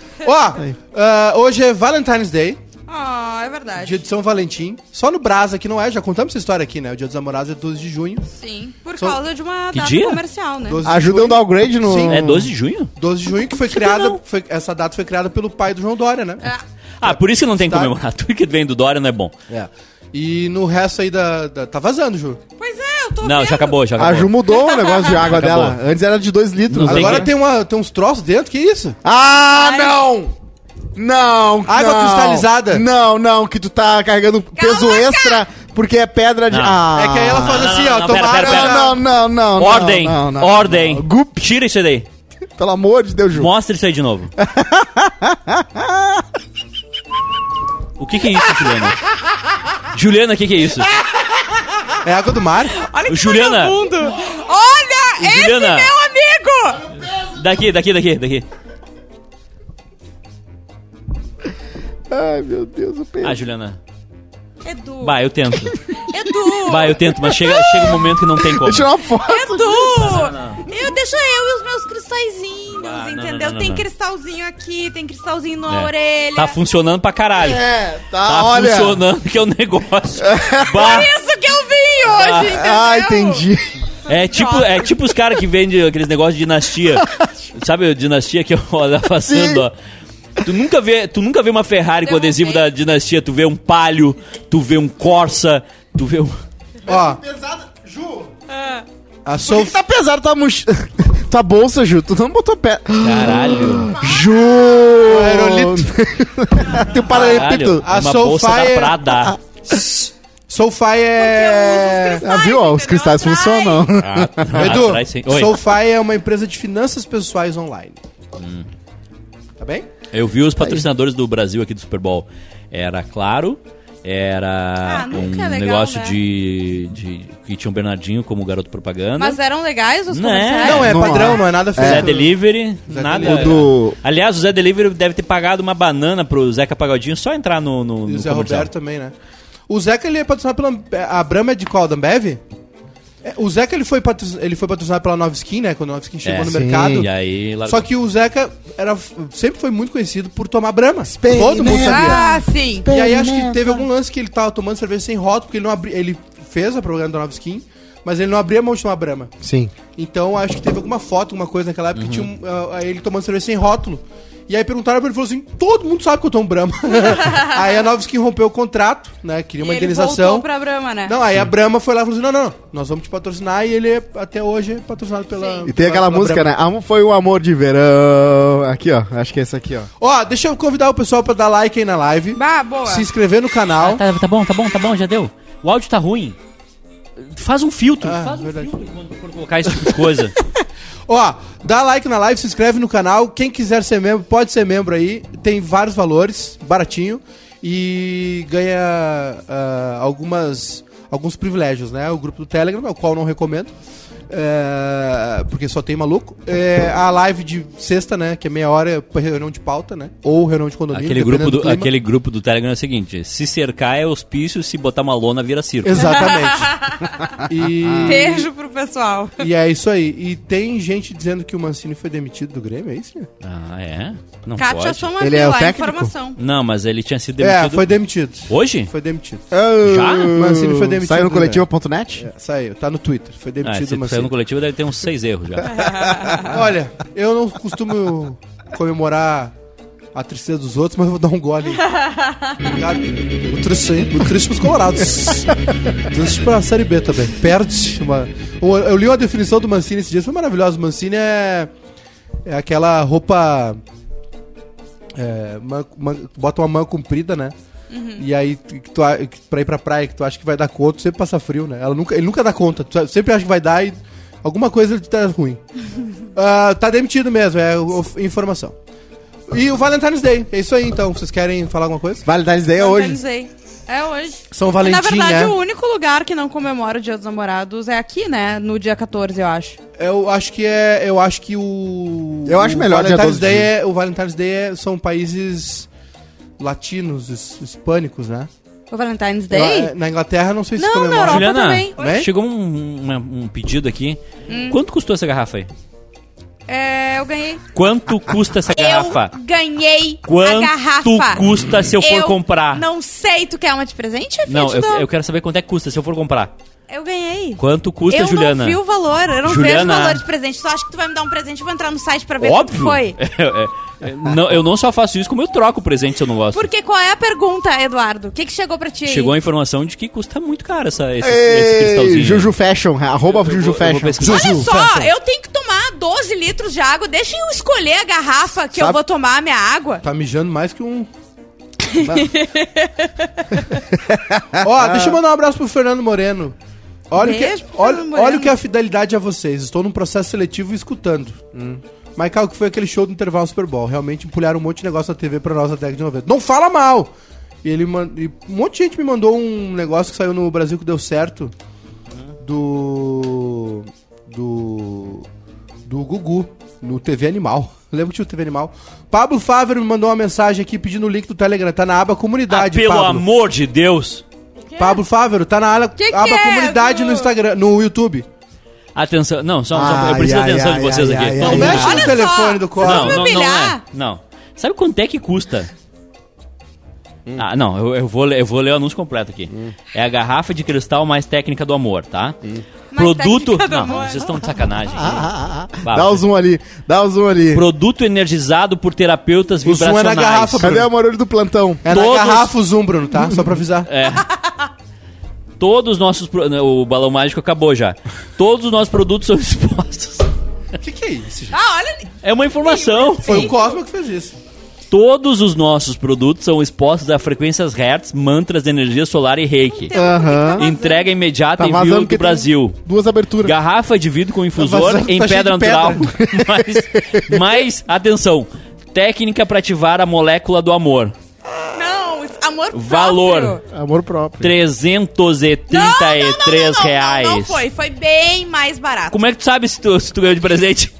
Speaker 2: Ó, ah, hoje é Valentine's Day,
Speaker 4: Ó, é verdade.
Speaker 2: dia de São Valentim. Só no Brasa que não é, já contamos essa história aqui, né? O dia dos namorados é 12 de junho.
Speaker 4: Sim. Por
Speaker 2: Só-
Speaker 4: causa de uma
Speaker 1: Que
Speaker 4: data
Speaker 1: dia?
Speaker 4: comercial, né?
Speaker 2: 12 de
Speaker 3: Ajuda um
Speaker 2: junho.
Speaker 3: downgrade no.
Speaker 2: Sim.
Speaker 1: É 12 de junho?
Speaker 2: 12 de junho que foi criada, foi- essa data foi criada pelo pai do João Dória, né?
Speaker 4: Ah,
Speaker 1: Ah, por isso que não tem que
Speaker 2: Tá.
Speaker 1: comemorar. Tudo que vem do Dória não é bom.
Speaker 2: É. E no resto aí da, da- Tá vazando, Ju.
Speaker 4: Pois é, eu tô
Speaker 1: Não,
Speaker 4: vendo.
Speaker 1: já acabou, já acabou.
Speaker 3: A Ju mudou o negócio de água
Speaker 1: Acabou.
Speaker 3: dela. Antes era de 2 litros.
Speaker 1: Não tem
Speaker 2: Agora
Speaker 1: que-
Speaker 2: tem, uma, tem uns troços dentro, que isso?
Speaker 3: Ah,
Speaker 4: Ai.
Speaker 3: não! Não,
Speaker 2: Água
Speaker 3: não.
Speaker 2: cristalizada.
Speaker 3: Não, não, que tu tá carregando peso extra porque é pedra de.
Speaker 1: Não.
Speaker 3: Ah.
Speaker 2: É que aí ela faz
Speaker 1: não,
Speaker 2: assim,
Speaker 1: não,
Speaker 2: ó,
Speaker 1: não, pera,
Speaker 2: tomara...
Speaker 1: pera, pera.
Speaker 3: Não, não, não, não.
Speaker 1: ordem!
Speaker 3: não, não, não.
Speaker 1: ordem!
Speaker 3: Gup,
Speaker 1: Tira isso daí.
Speaker 3: pelo amor de Deus, Ju.
Speaker 1: Mostra isso aí de novo. o que, que é isso, Juliana? Juliana, o que, que é isso?
Speaker 2: É água do mar?
Speaker 4: Olha que
Speaker 1: Juliana.
Speaker 4: vagabundo. Olha esse
Speaker 1: Juliana.
Speaker 4: meu amigo.
Speaker 1: Daqui, daqui, daqui, daqui.
Speaker 3: Ai, meu Deus, o peso.
Speaker 1: Ah, Juliana.
Speaker 4: Edu.
Speaker 1: Bah, eu tento.
Speaker 4: Edu.
Speaker 1: Bah, eu tento, mas chega, chega um momento que não tem como.
Speaker 3: Deixa eu tirar uma foto.
Speaker 4: Edu. Eu deixa eu e os meus cristalzinhos,
Speaker 1: Ah, não,
Speaker 4: entendeu?
Speaker 1: não, não,
Speaker 4: tem
Speaker 1: não.
Speaker 4: cristalzinho aqui, tem cristalzinho na
Speaker 1: É.
Speaker 4: orelha.
Speaker 1: Tá funcionando pra caralho.
Speaker 3: É, tá,
Speaker 1: Tá
Speaker 3: olha.
Speaker 1: funcionando que é o negócio. Bah,
Speaker 4: Isso que eu vim hoje, entendeu?
Speaker 3: Ah, entendi.
Speaker 1: é tipo, é tipo os caras que vendem aqueles negócios de dinastia. Sabe a dinastia que eu olha passando, ó. Tu nunca vê, tu nunca vê uma Ferrari com
Speaker 4: Derrubei.
Speaker 1: adesivo da dinastia, tu vê um Palio, tu vê um Corsa, tu vê um
Speaker 2: Ó, É.
Speaker 3: Pesado, Ju.
Speaker 2: a
Speaker 3: Por que
Speaker 2: Sof...
Speaker 3: tá pesado tua mochila? tua bolsa, Ju. Tu não botou pé.
Speaker 1: caralho.
Speaker 3: Ju!
Speaker 2: aerolito.
Speaker 3: Teu
Speaker 1: Caralho,
Speaker 3: paralelepípedo.
Speaker 1: é
Speaker 2: A
Speaker 1: uma bolsa
Speaker 2: Soulfire-
Speaker 1: da Prada.
Speaker 2: Soulfly
Speaker 4: Eu uso
Speaker 3: Ah,
Speaker 2: é...
Speaker 4: os cristais,
Speaker 3: viu? Ó, os
Speaker 4: entendeu?
Speaker 3: cristais né?
Speaker 4: Atrás.
Speaker 3: funcionam.
Speaker 1: Ah,
Speaker 2: Edu,
Speaker 1: atrás sim. Oi.
Speaker 2: SoFi é uma empresa de finanças pessoais online. Tá bem?
Speaker 1: Eu vi os patrocinadores do Brasil aqui do Super Bowl. Era Claro, Era
Speaker 4: Ah,
Speaker 1: um
Speaker 4: nunca é legal,
Speaker 1: negócio
Speaker 4: né?
Speaker 1: de, de- que tinha um Bernardinho como garoto propaganda.
Speaker 4: Mas eram legais os
Speaker 1: Não é.
Speaker 4: comerciais?
Speaker 2: Não, é
Speaker 3: Não,
Speaker 2: padrão, não é nada feito.
Speaker 1: Zé Delivery,
Speaker 2: Zé
Speaker 1: nada. É.
Speaker 2: Delivery.
Speaker 3: O do-
Speaker 1: Aliás, o Zé Delivery deve ter pagado uma banana pro Zeca Pagodinho só entrar no. no,
Speaker 2: E o
Speaker 1: no
Speaker 2: Zé
Speaker 1: comercial.
Speaker 2: Roberto também, né? O Zeca, ele é patrocinado pela... A Brahma é de qual? Da Ambev? É, O Zeca, ele foi, patro- ele foi patrocinado pela Nova Skin, né? Quando a Nova Skin chegou
Speaker 1: É,
Speaker 2: no
Speaker 1: sim.
Speaker 2: mercado.
Speaker 1: E aí, largou.
Speaker 2: Só que o Zeca era, sempre foi muito conhecido por tomar Brahma.
Speaker 3: Experimenta.
Speaker 2: Todo mundo sabia.
Speaker 4: Ah, sim.
Speaker 2: E aí acho
Speaker 4: né,
Speaker 2: que teve algum lance que ele tava tomando cerveja sem rótulo, porque ele não abri... ele fez a propaganda da Nova Skin, mas ele não abria a mão de tomar Brahma.
Speaker 3: Sim.
Speaker 2: Então acho que teve alguma foto, alguma coisa naquela época que tinha
Speaker 3: Uhum.
Speaker 2: um, ah, ele tomando cerveja sem rótulo. E aí perguntaram pra ele, ele falou assim, todo mundo sabe que eu tomo Brahma. aí a Nova Skin rompeu o contrato, né, queria uma
Speaker 4: E ele
Speaker 2: indenização.
Speaker 4: voltou pra Brahma, né?
Speaker 2: Não, aí a Brahma foi lá e falou assim, não, não, não, nós vamos te patrocinar. E ele é, até hoje é patrocinado pela...
Speaker 3: E tem
Speaker 2: pela-
Speaker 3: aquela
Speaker 2: pela
Speaker 3: música,
Speaker 2: Brahma.
Speaker 3: né? Amo foi um amor de verão. Aqui, ó. Acho que é essa aqui, ó.
Speaker 2: Ó, deixa eu convidar o pessoal pra dar like aí na live.
Speaker 4: Bah, boa.
Speaker 2: Se inscrever no canal.
Speaker 1: Tá, tá bom, tá bom, tá bom, já deu. O áudio tá ruim. Faz um filtro.
Speaker 2: Ah,
Speaker 1: faz um
Speaker 2: verdade.
Speaker 1: filtro quando for colocar esse tipo de coisa.
Speaker 2: Ó, dá like na live, se inscreve no canal. Quem quiser ser membro, pode ser membro aí. Tem vários valores, baratinho. E ganha ah, algumas, alguns privilégios, né? O grupo do Telegram, o qual eu não recomendo. é, porque só tem maluco. É, a live de sexta, né? Que é meia hora pra reunião de pauta, né? Ou reunião de condomínio.
Speaker 1: aquele, grupo
Speaker 2: dependendo
Speaker 1: do,
Speaker 2: clima.
Speaker 1: aquele grupo do Telegram é o seguinte: se cercar é hospício, se botar uma lona vira circo.
Speaker 2: Exatamente. e,
Speaker 4: Beijo pro pessoal.
Speaker 2: e é isso aí. E tem gente dizendo que o Mancini foi demitido do Grêmio, é isso? né?
Speaker 1: Ah, é? Não
Speaker 4: Kátia
Speaker 1: pode.
Speaker 4: Soma
Speaker 3: Ele é o
Speaker 4: a
Speaker 3: técnico?
Speaker 4: informação.
Speaker 1: Não, mas ele tinha sido demitido.
Speaker 2: É, foi demitido.
Speaker 1: Hoje?
Speaker 2: Foi demitido.
Speaker 1: Já?
Speaker 2: Mancini foi demitido,
Speaker 3: Saiu no
Speaker 2: né?
Speaker 3: coletivo.net?
Speaker 2: É, Saiu, tá no Twitter. Foi
Speaker 1: Ah,
Speaker 2: demitido,
Speaker 1: se
Speaker 2: mas.
Speaker 1: saiu no coletivo deve ter uns seis erros já.
Speaker 2: Olha, eu não costumo comemorar a tristeza dos outros, mas eu vou dar um gole. Obrigado. O triste, hein? O triste pros colorados. triste pra Série B também. Perde. Uma... O- Eu li uma definição do Mancini esses dias, foi maravilhosa. O Mancini é. É aquela roupa. é, man- man- bota uma mão comprida, né? E aí, que tu, a- que pra ir pra praia, que tu acha que vai dar conta, tu sempre passa frio, né? Ela nunca, ele nunca dá conta. Tu sempre acha que vai dar e alguma coisa ele tá ruim. Ah, tá demitido mesmo, é o- o- informação. E o Valentine's Day, é isso aí então. Vocês querem falar alguma coisa?
Speaker 3: Validade Day é hoje.
Speaker 4: Organizei. É hoje.
Speaker 2: São Valentim,
Speaker 4: Na verdade,
Speaker 2: né?
Speaker 4: o único lugar que não comemora o Dia dos Namorados é aqui, né? No dia 14, eu acho.
Speaker 2: Eu acho que é. Eu acho que o.
Speaker 3: Eu acho
Speaker 2: o
Speaker 3: melhor dia
Speaker 2: Valentine's
Speaker 3: 12 de
Speaker 2: Day
Speaker 3: junho.
Speaker 2: é, O Valentine's Day é- são países latinos, his- hispânicos, né?
Speaker 4: O Valentine's
Speaker 2: Eu-
Speaker 4: Day?
Speaker 2: na Inglaterra não sei se
Speaker 4: Não, na
Speaker 2: comemora.
Speaker 4: Europa.
Speaker 1: Juliana,
Speaker 4: também.
Speaker 2: Oi?
Speaker 1: chegou um, uma- um pedido aqui. Quanto custou essa garrafa aí?
Speaker 4: É, eu ganhei.
Speaker 1: Quanto custa essa garrafa?
Speaker 4: Eu ganhei
Speaker 1: Quanto
Speaker 4: a garrafa.
Speaker 1: custa se eu for comprar?
Speaker 4: Não sei, tu quer uma de presente, filho?
Speaker 1: Não,
Speaker 4: Te
Speaker 1: eu,
Speaker 4: dou.
Speaker 1: eu quero saber quanto é que custa se eu for comprar.
Speaker 4: Eu ganhei.
Speaker 1: Quanto custa,
Speaker 4: eu
Speaker 1: Juliana?
Speaker 4: não vi o valor, eu não vejo
Speaker 1: Juliana.
Speaker 4: o valor de presente. Só acho que tu vai me dar um presente, eu vou entrar no site pra ver
Speaker 1: Óbvio.
Speaker 4: quanto foi.
Speaker 1: É, é, é, não, eu não só faço isso, como eu troco o presente se eu não gosto.
Speaker 4: Porque qual é a pergunta, Eduardo? O que, que chegou pra ti? aí?
Speaker 1: Chegou a informação de que custa muito caro essa, esse, esse
Speaker 3: Ei,
Speaker 1: cristalzinho.
Speaker 3: Juju Fashion, arroba
Speaker 1: vou- eu
Speaker 3: Juju
Speaker 1: vou
Speaker 3: Fashion.
Speaker 1: pesquisar.
Speaker 3: Juju
Speaker 4: Olha só,
Speaker 3: Fashion.
Speaker 4: eu tenho que tomar 12 litros de água. Deixa eu escolher a garrafa que eu
Speaker 3: Sabe-
Speaker 4: vou tomar a minha água.
Speaker 2: Tá mijando mais que um. Ó, deixa eu mandar um abraço pro Fernando Moreno. Olha, o que,
Speaker 4: Beijo pro
Speaker 2: olha,
Speaker 4: Fernando Moreno.
Speaker 2: olha o que é a fidelidade a vocês. Estou num processo seletivo e escutando. Michael, que foi aquele show do intervalo do Super Bowl. Realmente empulharam um monte de negócio na TV pra nós na década de 90. Não fala mal! E ele man- e um monte de gente me mandou um negócio que saiu no Brasil que deu certo. Do. Do. Do Gugu, no TV Animal. Lembra que tinha o TV Animal? Pablo Fávero me mandou uma mensagem aqui pedindo o link do Telegram. Tá na aba
Speaker 1: Ah,
Speaker 2: comunidade,
Speaker 1: pelo
Speaker 2: Pablo.
Speaker 1: amor de Deus.
Speaker 2: Pablo Fávero, tá na ala-
Speaker 4: Que que
Speaker 2: aba
Speaker 4: é,
Speaker 2: comunidade
Speaker 4: Gu?
Speaker 2: no Instagram, no YouTube. Tá
Speaker 1: Atenção. Não, só, só- eu
Speaker 3: Ai,
Speaker 1: preciso
Speaker 3: ai,
Speaker 1: da atenção de
Speaker 3: ai,
Speaker 1: vocês
Speaker 3: ai,
Speaker 1: aqui.
Speaker 3: ai,
Speaker 1: não,
Speaker 3: ai,
Speaker 2: Não
Speaker 3: ai.
Speaker 2: mexe no
Speaker 4: Olha
Speaker 2: telefone
Speaker 4: só,
Speaker 2: do
Speaker 4: vocês
Speaker 2: Cosmo.
Speaker 1: não,
Speaker 4: me
Speaker 1: não, não é.
Speaker 4: humilhar?
Speaker 1: Não. Sabe quanto é que custa?
Speaker 2: Hum.
Speaker 1: Ah, não, eu, eu vou, ler- eu vou ler o anúncio completo aqui. É a garrafa de cristal mais técnica do amor, tá?
Speaker 2: Hum.
Speaker 4: Mais
Speaker 1: Produto.
Speaker 4: técnica do
Speaker 1: não,
Speaker 4: amor.
Speaker 1: vocês estão de sacanagem.
Speaker 3: Ah, ah, ah.
Speaker 1: Vai,
Speaker 3: Dá o zoom ali, dá o zoom ali.
Speaker 1: Produto energizado por terapeutas
Speaker 2: O zoom é na
Speaker 1: vibracionais.
Speaker 2: garrafa,
Speaker 3: Cadê o Marolho do plantão?
Speaker 2: É
Speaker 1: Todos-
Speaker 2: na garrafa o Zoom, Bruno, tá? Só pra avisar.
Speaker 1: Todos os nossos. pro- O balão mágico acabou já. Todos os nossos produtos são expostos.
Speaker 2: O que, que é isso, gente?
Speaker 4: Ah, olha ali.
Speaker 1: É uma informação.
Speaker 2: Foi um o Cosmo que fez isso.
Speaker 1: Todos os nossos produtos são expostos a frequências hertz, mantras de energia solar e reiki.
Speaker 4: um
Speaker 3: Aham.
Speaker 1: Entrega imediata
Speaker 3: Tá
Speaker 1: em
Speaker 3: vazando
Speaker 1: envio
Speaker 3: que
Speaker 1: do Brasil.
Speaker 3: Duas aberturas.
Speaker 1: Garrafa de vidro com infusor
Speaker 2: vazando,
Speaker 1: em
Speaker 2: tá cheio
Speaker 1: pedra
Speaker 2: de
Speaker 1: natural. mas, mas, atenção, técnica para ativar a molécula do amor.
Speaker 4: Não, a amor próprio.
Speaker 1: Valor.
Speaker 3: Amor próprio.
Speaker 1: 333
Speaker 4: não, não,
Speaker 1: reais.
Speaker 4: Não, foi, foi bem mais barato.
Speaker 1: Como é que tu sabe se tu, se tu ganhou de presente?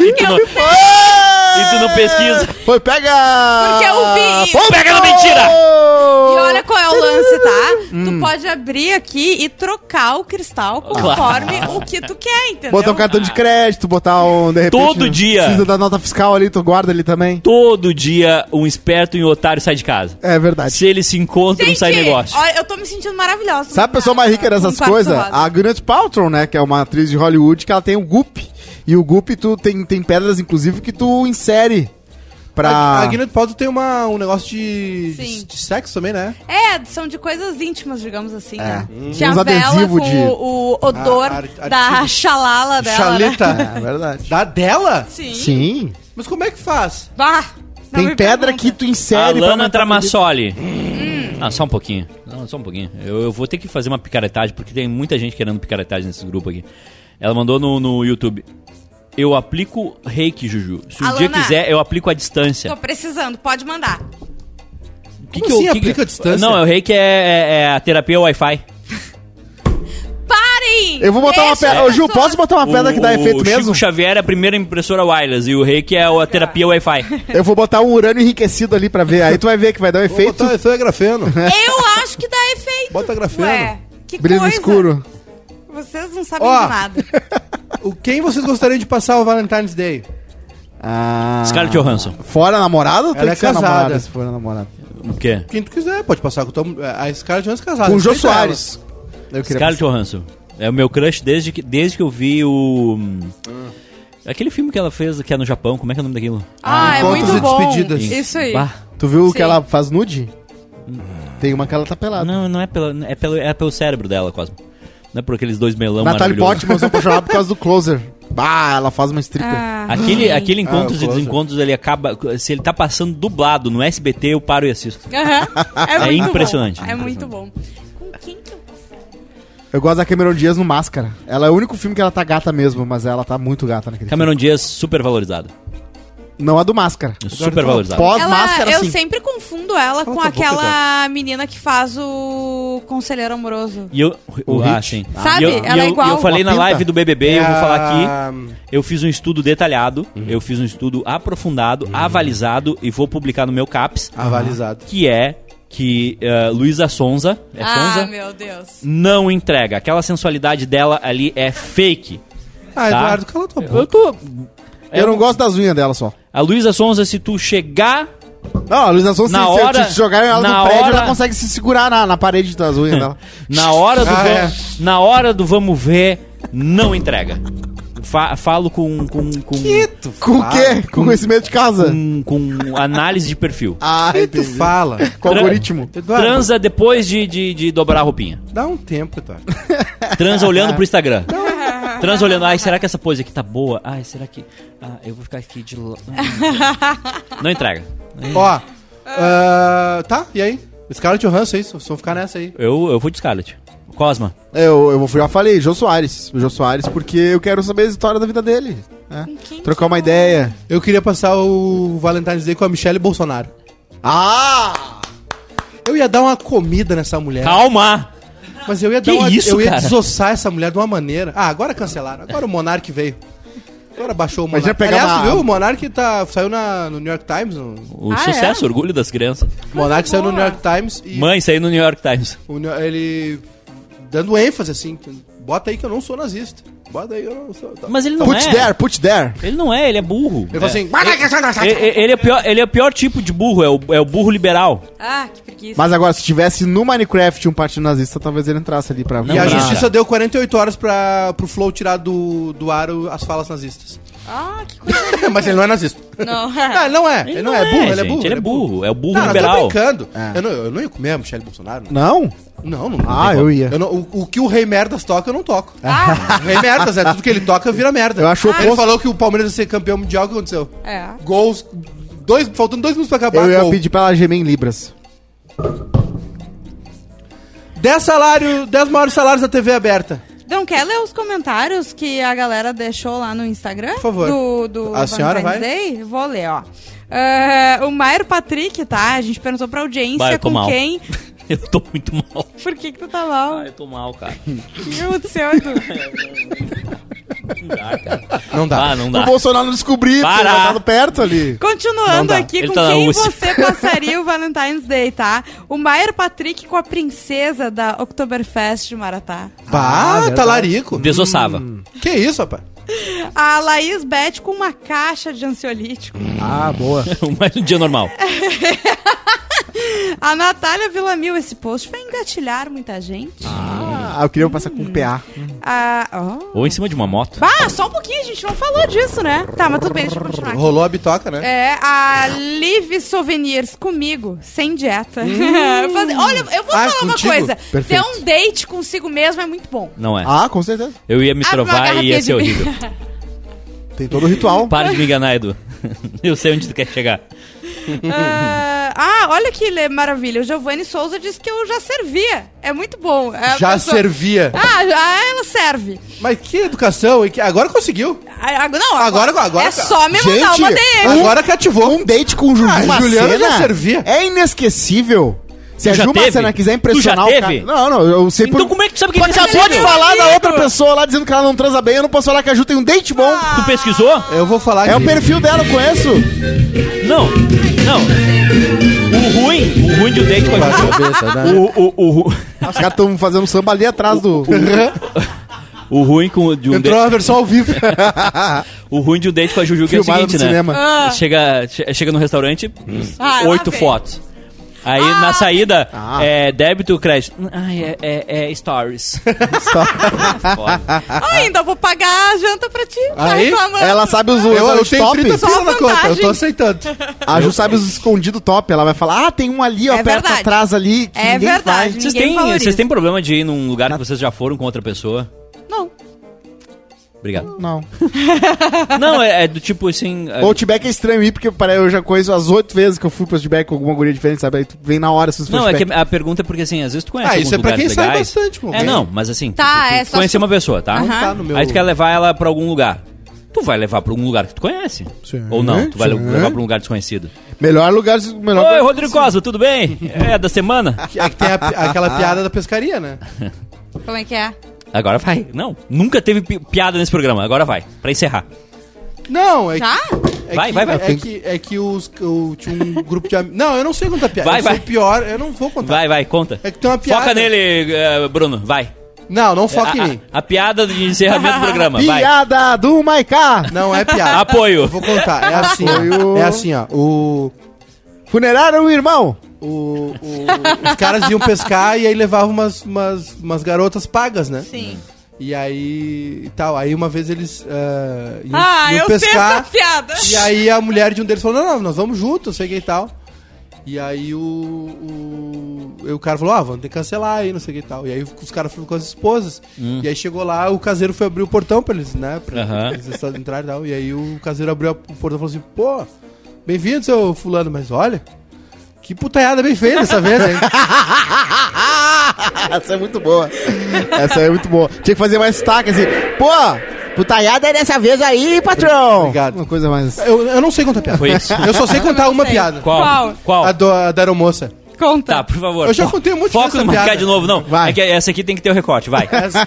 Speaker 1: e, tu não, e tu não pesquisa.
Speaker 3: Foi, pega!
Speaker 4: Porque eu vi-
Speaker 3: Ponto!
Speaker 1: Pega na mentira!
Speaker 4: E olha qual é o lance, tá?
Speaker 1: Hum.
Speaker 4: Tu pode abrir aqui e trocar o cristal conforme o que tu quer, entendeu?
Speaker 3: Botar um cartão de crédito, botar um. De repente,
Speaker 1: Todo dia.
Speaker 3: Precisa da nota fiscal ali, tu guarda ali também.
Speaker 1: Todo dia um esperto e um otário sai de casa.
Speaker 3: É verdade.
Speaker 1: Se eles se encontram,
Speaker 4: Gente,
Speaker 1: sai negócio.
Speaker 4: olha, eu tô me sentindo maravilhosa.
Speaker 3: Sabe a pessoa mais rica dessas
Speaker 4: Com um quarto
Speaker 3: coisas?
Speaker 4: rosa.
Speaker 3: A Gwyneth Paltrow, né? Que é uma atriz de Hollywood, que ela tem o Goop. E o Goop, tu tem, tem pedras, inclusive, que tu insere
Speaker 2: A, a
Speaker 3: pra...
Speaker 2: Gwyneth Paltrow tem uma, um negócio de, de,
Speaker 4: Sim.
Speaker 2: de sexo também, né?
Speaker 4: É, são de coisas íntimas, digamos assim, né? Tinha
Speaker 3: É. Hum. Uns
Speaker 4: a vela
Speaker 3: adesivo
Speaker 4: com
Speaker 3: de-
Speaker 4: o, o odor
Speaker 2: Ah, ar-
Speaker 4: da
Speaker 2: artigo.
Speaker 4: xalala dela, né?
Speaker 2: Chaleta.
Speaker 3: É verdade.
Speaker 2: Da dela?
Speaker 4: Sim.
Speaker 3: Sim.
Speaker 2: Mas como é que faz?
Speaker 4: Bah, não
Speaker 3: tem
Speaker 4: me
Speaker 3: pedra
Speaker 4: pergunta.
Speaker 3: que tu insere
Speaker 1: Alana tá
Speaker 3: aumentar-
Speaker 1: Tramassoli. Ah, só um pouquinho. Não, só um pouquinho. Eu, eu vou ter que fazer uma picaretagem, porque tem muita gente querendo picaretagem nesse grupo aqui. Ela mandou no, no YouTube. Eu aplico reiki, Juju. Se um dia
Speaker 4: Alana.
Speaker 1: quiser, eu aplico à distância.
Speaker 4: Tô precisando, pode mandar.
Speaker 1: O
Speaker 2: Como
Speaker 1: eu-
Speaker 2: assim, aplica à distância?
Speaker 1: Não, o reiki é, é- é a terapia Wi-Fi.
Speaker 4: Parem!
Speaker 3: Eu vou botar uma
Speaker 4: Deixa
Speaker 3: pedra... Ô,
Speaker 4: as
Speaker 3: Ju,
Speaker 4: pessoas-
Speaker 3: posso botar uma pedra
Speaker 1: O-
Speaker 3: que dá efeito
Speaker 1: o Chico
Speaker 3: mesmo?
Speaker 1: Xavier é a primeira impressora wireless e o reiki é a terapia Wi-Fi.
Speaker 3: Eu vou botar um urânio enriquecido ali pra ver. Aí tu vai ver que vai dar um
Speaker 2: Vou
Speaker 3: efeito.
Speaker 2: botar isso é grafeno.
Speaker 4: Eu acho que dá efeito.
Speaker 2: Bota grafeno.
Speaker 4: Ué, que
Speaker 3: Brilho no
Speaker 4: coisa.
Speaker 3: escuro.
Speaker 4: Vocês não sabem
Speaker 2: Ó.
Speaker 4: de nada.
Speaker 2: O, quem vocês gostariam de passar o Valentine's Day?
Speaker 3: Ah.
Speaker 1: Scarlett Johansson.
Speaker 3: Fora namorado ou
Speaker 2: Ela é casada.
Speaker 3: namorada? Se for namorada.
Speaker 1: O quê?
Speaker 2: Quem tu quiser, pode passar com o Tom, a Scarlett Johansson é casada.
Speaker 3: Com o Jô
Speaker 2: respeita
Speaker 3: Soares. Eu queria
Speaker 1: Scarlett Johansson. É o meu crush desde que, desde que eu vi o... hum, Aquele filme que ela fez, que é no Japão, como é que é o nome daquilo?
Speaker 4: Ah, é
Speaker 2: Encontros
Speaker 4: muito
Speaker 2: e
Speaker 4: bom.
Speaker 2: despedidas.
Speaker 4: Isso aí.
Speaker 1: Bah.
Speaker 3: Tu viu
Speaker 4: Sim.
Speaker 3: que ela faz nude?
Speaker 1: Hum.
Speaker 3: Tem uma que ela tá pelada.
Speaker 1: Não, não é pelo, é pelo, é pelo cérebro dela, Cosmo. Não é por aqueles dois melão
Speaker 3: Natalie
Speaker 1: maravilhosos.
Speaker 3: Portman, eu sou apaixonado por causa do Closer. Bah, ela faz uma stripper.
Speaker 4: Ah,
Speaker 1: Aquele,
Speaker 4: sim.
Speaker 1: aquele encontros
Speaker 2: Ah,
Speaker 1: e
Speaker 2: o Closer.
Speaker 1: desencontros, ele acaba... Se ele tá passando dublado no SBT, eu paro e assisto.
Speaker 4: Aham.
Speaker 1: É
Speaker 4: muito bom.
Speaker 1: impressionante.
Speaker 4: É muito bom. Com quem que eu passei?
Speaker 3: Eu gosto da Cameron Diaz no Máscara. Ela é o único filme que ela tá gata mesmo, mas ela tá muito gata naquele
Speaker 1: Cameron Diaz, super valorizado.
Speaker 3: filme. Não a do Máscara.
Speaker 1: Super valorizado.
Speaker 3: Pós-Máscara,
Speaker 4: eu
Speaker 3: sim.
Speaker 4: sempre confundo ela com
Speaker 2: assim. tua boca,
Speaker 4: aquela menina que faz o conselheiro amoroso.
Speaker 1: E eu,
Speaker 3: O
Speaker 1: ah,
Speaker 3: hit.
Speaker 1: sim.
Speaker 4: Sabe?
Speaker 1: E eu,
Speaker 4: Ela
Speaker 1: e eu,
Speaker 4: é igual.
Speaker 1: e eu falei
Speaker 3: Uma
Speaker 1: na
Speaker 3: pinta.
Speaker 1: live do BBB, eu vou falar aqui.
Speaker 2: aqui.
Speaker 1: Eu fiz um estudo detalhado,
Speaker 2: Uhum.
Speaker 1: eu fiz um estudo aprofundado, avalizado e vou publicar no meu CAPS,
Speaker 2: Ah. Avalizado.
Speaker 1: que é que eh, Luísa Sonza, é
Speaker 4: ah,
Speaker 1: Sonza?
Speaker 4: meu Deus.
Speaker 1: Não entrega. Aquela sensualidade dela ali é fake. Tá.
Speaker 2: Ah, Eduardo, cala tua boca.
Speaker 1: Eu tô.
Speaker 3: Eu não gosto das unhas dela só.
Speaker 1: A Luísa Sonza, se tu chegar
Speaker 3: Não, a Luísa Sonza,
Speaker 1: Na
Speaker 3: se
Speaker 1: hora-
Speaker 3: te jogar ela
Speaker 1: na
Speaker 3: no prédio,
Speaker 1: hora-
Speaker 3: ela consegue se segurar na, na parede das unhas dela.
Speaker 1: na hora do,
Speaker 2: Ah,
Speaker 1: va-
Speaker 2: é.
Speaker 1: na hora do vamos ver, não entrega. Fa- falo com. com, com
Speaker 2: Quieto.
Speaker 3: Com o quê? Com conhecimento de casa?
Speaker 1: com, com análise de perfil.
Speaker 3: Ah,
Speaker 2: que tu
Speaker 3: entendi.
Speaker 2: fala?
Speaker 3: Com o algoritmo.
Speaker 2: Eduardo,
Speaker 1: Transa depois de, de, de dobrar a roupinha.
Speaker 2: dá um tempo, Eduardo.
Speaker 1: Transa olhando pro Instagram. Transa olhando. Ai, será que essa pose aqui tá boa? Ai, será que. Ah, eu vou ficar aqui de lado. Não entrega.
Speaker 2: Ó, ah, tá, e aí? Scarlett Johansson, é isso? Só ficar nessa aí.
Speaker 1: Eu, eu vou de Scarlett. Cosma.
Speaker 3: É, Eu, eu já falei, Jô Soares. O Jô Soares, porque eu quero saber a história da vida dele. né?
Speaker 4: Com quem
Speaker 3: Trocar uma ideia.
Speaker 2: Eu queria passar o Valentine's Day com a Michelle Bolsonaro.
Speaker 3: Ah!
Speaker 2: Eu ia dar uma comida nessa mulher.
Speaker 1: Calma!
Speaker 2: Mas eu ia dar
Speaker 1: Que
Speaker 2: uma,
Speaker 1: isso,
Speaker 2: Eu ia
Speaker 1: cara?
Speaker 2: desossar essa mulher de uma maneira. Ah, agora cancelaram. Agora o Monark veio. Agora baixou o
Speaker 3: Mas já
Speaker 2: Monark.
Speaker 3: pegar
Speaker 2: Aliás,
Speaker 3: uma-
Speaker 2: tu viu? O Monark tá, saiu na, no New York Times. O
Speaker 1: O
Speaker 4: Ah,
Speaker 1: sucesso, orgulho das crianças.
Speaker 2: Monark saiu no New
Speaker 4: boa.
Speaker 2: York Times e
Speaker 1: Mãe, isso aí no New York Times.
Speaker 2: o New- ele dando ênfase assim. que Bota aí que eu não sou nazista. Bota aí que eu não sou. tá.
Speaker 1: Mas ele não
Speaker 3: Put
Speaker 1: é.
Speaker 3: there, put there.
Speaker 1: Ele não é, ele é burro.
Speaker 2: Ele falou assim,
Speaker 1: É. E- e- Ele é, o pior, ele é o pior tipo de burro, é o, é o burro liberal.
Speaker 4: Ah, que preguiça.
Speaker 3: Mas agora, se tivesse no Minecraft um partido nazista, talvez ele entrasse ali pra...
Speaker 1: Não,
Speaker 2: e a
Speaker 1: cara.
Speaker 2: justiça deu 48 horas pra, pro Flow tirar do, do ar o- as falas nazistas.
Speaker 4: Ah, que coisa.
Speaker 2: Mas ele não é nazista.
Speaker 4: não.
Speaker 2: Não, ele não é. Ele, não, é, burro, ele é
Speaker 1: gente,
Speaker 2: burro.
Speaker 1: Ele é burro, é o burro
Speaker 2: Não, não, eu tô
Speaker 1: liberal.
Speaker 2: brincando. Eu, não, eu não ia comer a Michelle Bolsonaro.
Speaker 3: Não?
Speaker 2: É. Não, não.
Speaker 3: Ah, eu
Speaker 2: tem como.
Speaker 3: ia.
Speaker 2: não- o, o que o Rei Merdas toca, eu não toco.
Speaker 4: Ah,
Speaker 2: O Rei Merdas, é tudo que ele toca vira merda.
Speaker 3: Eu acho o
Speaker 2: Ele
Speaker 3: oposto.
Speaker 2: falou que o Palmeiras ia ser campeão mundial, o que aconteceu?
Speaker 4: é.
Speaker 2: Gols, dois, faltando dois minutos pra acabar,
Speaker 3: Eu ia
Speaker 2: gol.
Speaker 3: pedir pra ela gemer em libras.
Speaker 2: 10 salários, 10 maiores salários da TV aberta.
Speaker 4: Não quer ler os comentários que a galera deixou lá no Instagram? Por
Speaker 2: favor.
Speaker 4: Do, do
Speaker 2: A senhora vai?
Speaker 4: Day? Vou ler, ó. Ah, o Mairo Patrick, tá? A gente perguntou pra audiência
Speaker 1: Bah, eu tô
Speaker 4: com
Speaker 1: mal.
Speaker 4: quem.
Speaker 1: Eu tô muito mal.
Speaker 4: Por que, que tu tá mal?
Speaker 1: Ah, eu tô mal, cara.
Speaker 4: O que aconteceu, Edu?
Speaker 1: Não dá, cara.
Speaker 2: Não dá.
Speaker 1: Ah, não
Speaker 3: O
Speaker 1: dá.
Speaker 3: Bolsonaro descobrir, porque
Speaker 1: Para.
Speaker 3: ele tava perto ali.
Speaker 2: Não
Speaker 4: Continuando
Speaker 2: dá.
Speaker 4: aqui
Speaker 1: Ele
Speaker 4: com
Speaker 1: tá na
Speaker 4: quem
Speaker 1: USP.
Speaker 4: você passaria o Valentine's Day, tá? O Maier Patrick com a princesa da Oktoberfest de Maratá.
Speaker 1: Ah,
Speaker 2: Bah,
Speaker 3: verdade.
Speaker 2: talarico.
Speaker 1: Desossava.
Speaker 2: Que isso, rapaz?
Speaker 4: Tá A Laís Beth com uma caixa de ansiolítico.
Speaker 3: Ah, boa.
Speaker 1: Mas um dia normal.
Speaker 4: A Natália Villamil, esse post vai engatilhar muita gente.
Speaker 3: Ah, eu queria passar com um PA.
Speaker 1: Hum.
Speaker 4: Ah, ó.
Speaker 1: Ou em cima de uma moto.
Speaker 4: Ah, só um pouquinho, a gente não falou disso, né? Tá, mas tudo bem, deixa eu continuar. aqui.
Speaker 2: Rolou a bitoca, né?
Speaker 4: É, a Live Souvenirs comigo, sem dieta. Fazer- Olha, eu vou
Speaker 2: Ah,
Speaker 4: falar uma
Speaker 2: contigo?
Speaker 4: coisa. Ter
Speaker 3: Perfeito.
Speaker 4: um date consigo mesmo é muito bom.
Speaker 1: Não é.
Speaker 3: Ah, com certeza.
Speaker 1: Eu ia me
Speaker 4: Abre uma
Speaker 1: trovar e
Speaker 4: garrafinha
Speaker 1: ia
Speaker 4: de
Speaker 1: ser
Speaker 4: bi-
Speaker 1: horrível.
Speaker 3: Tem todo o ritual.
Speaker 1: Para de me enganar, Edu. Eu sei onde tu quer chegar.
Speaker 4: Ah, ah, olha que le- maravilha. O Giovanni Souza disse que eu já servia. É muito bom. É, a
Speaker 2: Já
Speaker 4: pessoa-
Speaker 2: servia.
Speaker 4: Ah, já ela serve.
Speaker 2: Mas que educação, e que- agora conseguiu.
Speaker 4: Ah, ah, Não,
Speaker 2: Agora- agora- tá-
Speaker 4: É só me
Speaker 3: Gente,
Speaker 4: mandar uma DM.
Speaker 2: Agora cativou.
Speaker 3: Um date com o Ju
Speaker 2: Ah,
Speaker 3: Macena
Speaker 2: Juliana já servia.
Speaker 3: É inesquecível. Se a
Speaker 1: já
Speaker 3: Ju
Speaker 1: teve?
Speaker 3: Macena quiser impressionar
Speaker 1: Tu já
Speaker 3: o cara.
Speaker 1: teve?
Speaker 3: Não, não, eu sei
Speaker 1: Então
Speaker 3: por.
Speaker 1: como é que tu sabe que
Speaker 3: Tu
Speaker 1: ele
Speaker 3: acabou de
Speaker 1: recebeu?
Speaker 3: falar da outra pessoa lá dizendo que ela não transa bem, eu não posso falar que a Ju tem um date bom.
Speaker 4: Ah.
Speaker 1: Tu pesquisou?
Speaker 2: Eu vou falar
Speaker 3: É o
Speaker 2: aqui.
Speaker 3: perfil dela, eu conheço.
Speaker 1: Não, não. O ruim, o ruim de um date com a Ju. O, o, o, ru-
Speaker 3: Os caras estão fazendo samba ali atrás do.
Speaker 1: o ruim com, de um
Speaker 2: Entrou
Speaker 1: date,
Speaker 2: a versão ao vivo.
Speaker 1: o ruim de um date com a Juju que é o
Speaker 3: Filmado no
Speaker 1: seguinte, né?
Speaker 3: cinema.
Speaker 4: Ah.
Speaker 1: Chega, che- chega no restaurante,
Speaker 4: Ah, lá
Speaker 1: oito
Speaker 4: vem.
Speaker 1: fotos. Aí na saída,
Speaker 3: Ah.
Speaker 1: é débito ou crédito? Ah, é, é, é stories. Foda.
Speaker 4: Ah, ainda vou pagar a janta pra ti. tá
Speaker 2: Aí,
Speaker 4: reclamando.
Speaker 3: Ela sabe os,
Speaker 2: Eu,
Speaker 3: os,
Speaker 2: eu
Speaker 3: os
Speaker 2: tenho 30
Speaker 3: tops.
Speaker 4: Só
Speaker 2: pila na conta, eu tô assim.
Speaker 4: vantagem.
Speaker 2: aceitando.
Speaker 3: A Ju sabe os escondidos top. Ela vai falar, ah, tem um ali, ó,
Speaker 4: É
Speaker 3: perto
Speaker 4: verdade.
Speaker 3: atrás ali. Que
Speaker 4: É
Speaker 3: ninguém
Speaker 4: verdade.
Speaker 3: Vai.
Speaker 1: vocês,
Speaker 4: Ninguém
Speaker 1: têm,
Speaker 4: valoriza.
Speaker 1: vocês têm problema de ir num lugar que vocês já foram com outra pessoa?
Speaker 4: Não.
Speaker 1: Obrigado.
Speaker 3: Não.
Speaker 1: Não, é, é do tipo assim. é-
Speaker 3: O Outback é estranho ir, porque para, eu já conheço as oito vezes que eu fui pro Outback com alguma guria diferente, sabe? Aí tu vem na hora se você for
Speaker 1: Não, é
Speaker 3: Outback.
Speaker 1: que a pergunta é porque assim, às vezes tu conhece
Speaker 2: Ah,
Speaker 1: alguns
Speaker 2: isso é pra quem
Speaker 1: lugares
Speaker 2: sai
Speaker 1: legais.
Speaker 2: bastante com
Speaker 1: É,
Speaker 2: alguém.
Speaker 1: não, mas assim,
Speaker 4: Tá,
Speaker 1: tu, tu
Speaker 4: é só
Speaker 1: conhecer
Speaker 4: se-
Speaker 1: uma pessoa, tá?
Speaker 4: Aham. Não
Speaker 2: tá no meu-
Speaker 1: Aí tu quer levar ela pra algum lugar. Tu vai levar pra algum lugar que tu conhece.
Speaker 3: Sim,
Speaker 1: Ou não, tu vai
Speaker 3: sim.
Speaker 1: levar pra um lugar desconhecido.
Speaker 3: Melhor lugar,
Speaker 2: Tá
Speaker 3: melhor
Speaker 1: Oi, Rodrigo Costa, tudo bem? É da semana?
Speaker 2: É que tem a pi-
Speaker 1: Ah.
Speaker 2: aquela piada da pescaria, né?
Speaker 4: Como é que é?
Speaker 1: Agora vai. Não, nunca teve pi- piada nesse programa. Agora vai, pra encerrar.
Speaker 2: Não, é que...
Speaker 4: Tá?
Speaker 2: É
Speaker 1: Vai,
Speaker 2: que,
Speaker 1: vai, vai.
Speaker 2: É que, é que os, eu tinha um grupo de amigos... Não, eu não sei contar piada.
Speaker 1: Vai,
Speaker 2: eu sou
Speaker 1: vai.
Speaker 2: pior, eu não vou contar.
Speaker 1: Vai, vai, conta.
Speaker 2: É que tem uma piada.
Speaker 1: Foca nele, Ah, eh, Bruno, vai.
Speaker 2: Não, não foca em
Speaker 1: a,
Speaker 2: mim.
Speaker 1: a, a piada de encerramento do programa, vai.
Speaker 3: Piada do Maiká.
Speaker 2: Não é piada.
Speaker 1: Apoio.
Speaker 2: Eu vou contar. É assim, ó.
Speaker 3: Apoio.
Speaker 2: É assim, ó. O...
Speaker 3: Funerário, irmão.
Speaker 2: o- o- os caras iam pescar e aí levavam umas, umas, umas garotas pagas, né?
Speaker 4: Sim.
Speaker 2: E aí. e tal. Aí uma vez eles ah, iam,
Speaker 4: Ah,
Speaker 2: iam
Speaker 4: eu
Speaker 2: pescar.
Speaker 4: sei essa piada.
Speaker 2: E aí a mulher de um deles falou: não, não, nós vamos juntos, sei o que e tal. E aí o. o, e o cara falou: ah, vamos ter que cancelar aí, não sei o que e tal. E aí os caras foram com as esposas. E aí chegou lá, o caseiro foi abrir o portão pra eles, né? Pra
Speaker 1: Hum. Aham.
Speaker 2: eles só entrarem e tal. E aí o caseiro abriu o portão e falou assim: pô, bem-vindo, seu Fulano, mas olha. Que putaiada bem feia dessa vez, hein?
Speaker 3: Essa é muito boa. Essa é muito boa. Tinha que fazer mais sotaque assim. Pô, putaiada é dessa vez aí, patrão.
Speaker 2: Obrigado.
Speaker 3: Uma coisa mais.
Speaker 2: Eu, eu não sei contar piada.
Speaker 1: Foi isso.
Speaker 2: Eu só sei contar
Speaker 4: não
Speaker 2: uma
Speaker 4: sei.
Speaker 2: piada.
Speaker 1: Qual?
Speaker 4: Qual?
Speaker 2: A, do, a da aeromoça.
Speaker 4: Conta.
Speaker 1: Tá, por favor.
Speaker 2: Eu já
Speaker 1: Fo-
Speaker 2: contei um monte de
Speaker 1: Foco
Speaker 2: essa
Speaker 1: no Marcar
Speaker 2: piada.
Speaker 1: de novo, não.
Speaker 3: Vai.
Speaker 1: É que essa aqui tem que ter o recorte, vai.
Speaker 2: Essa,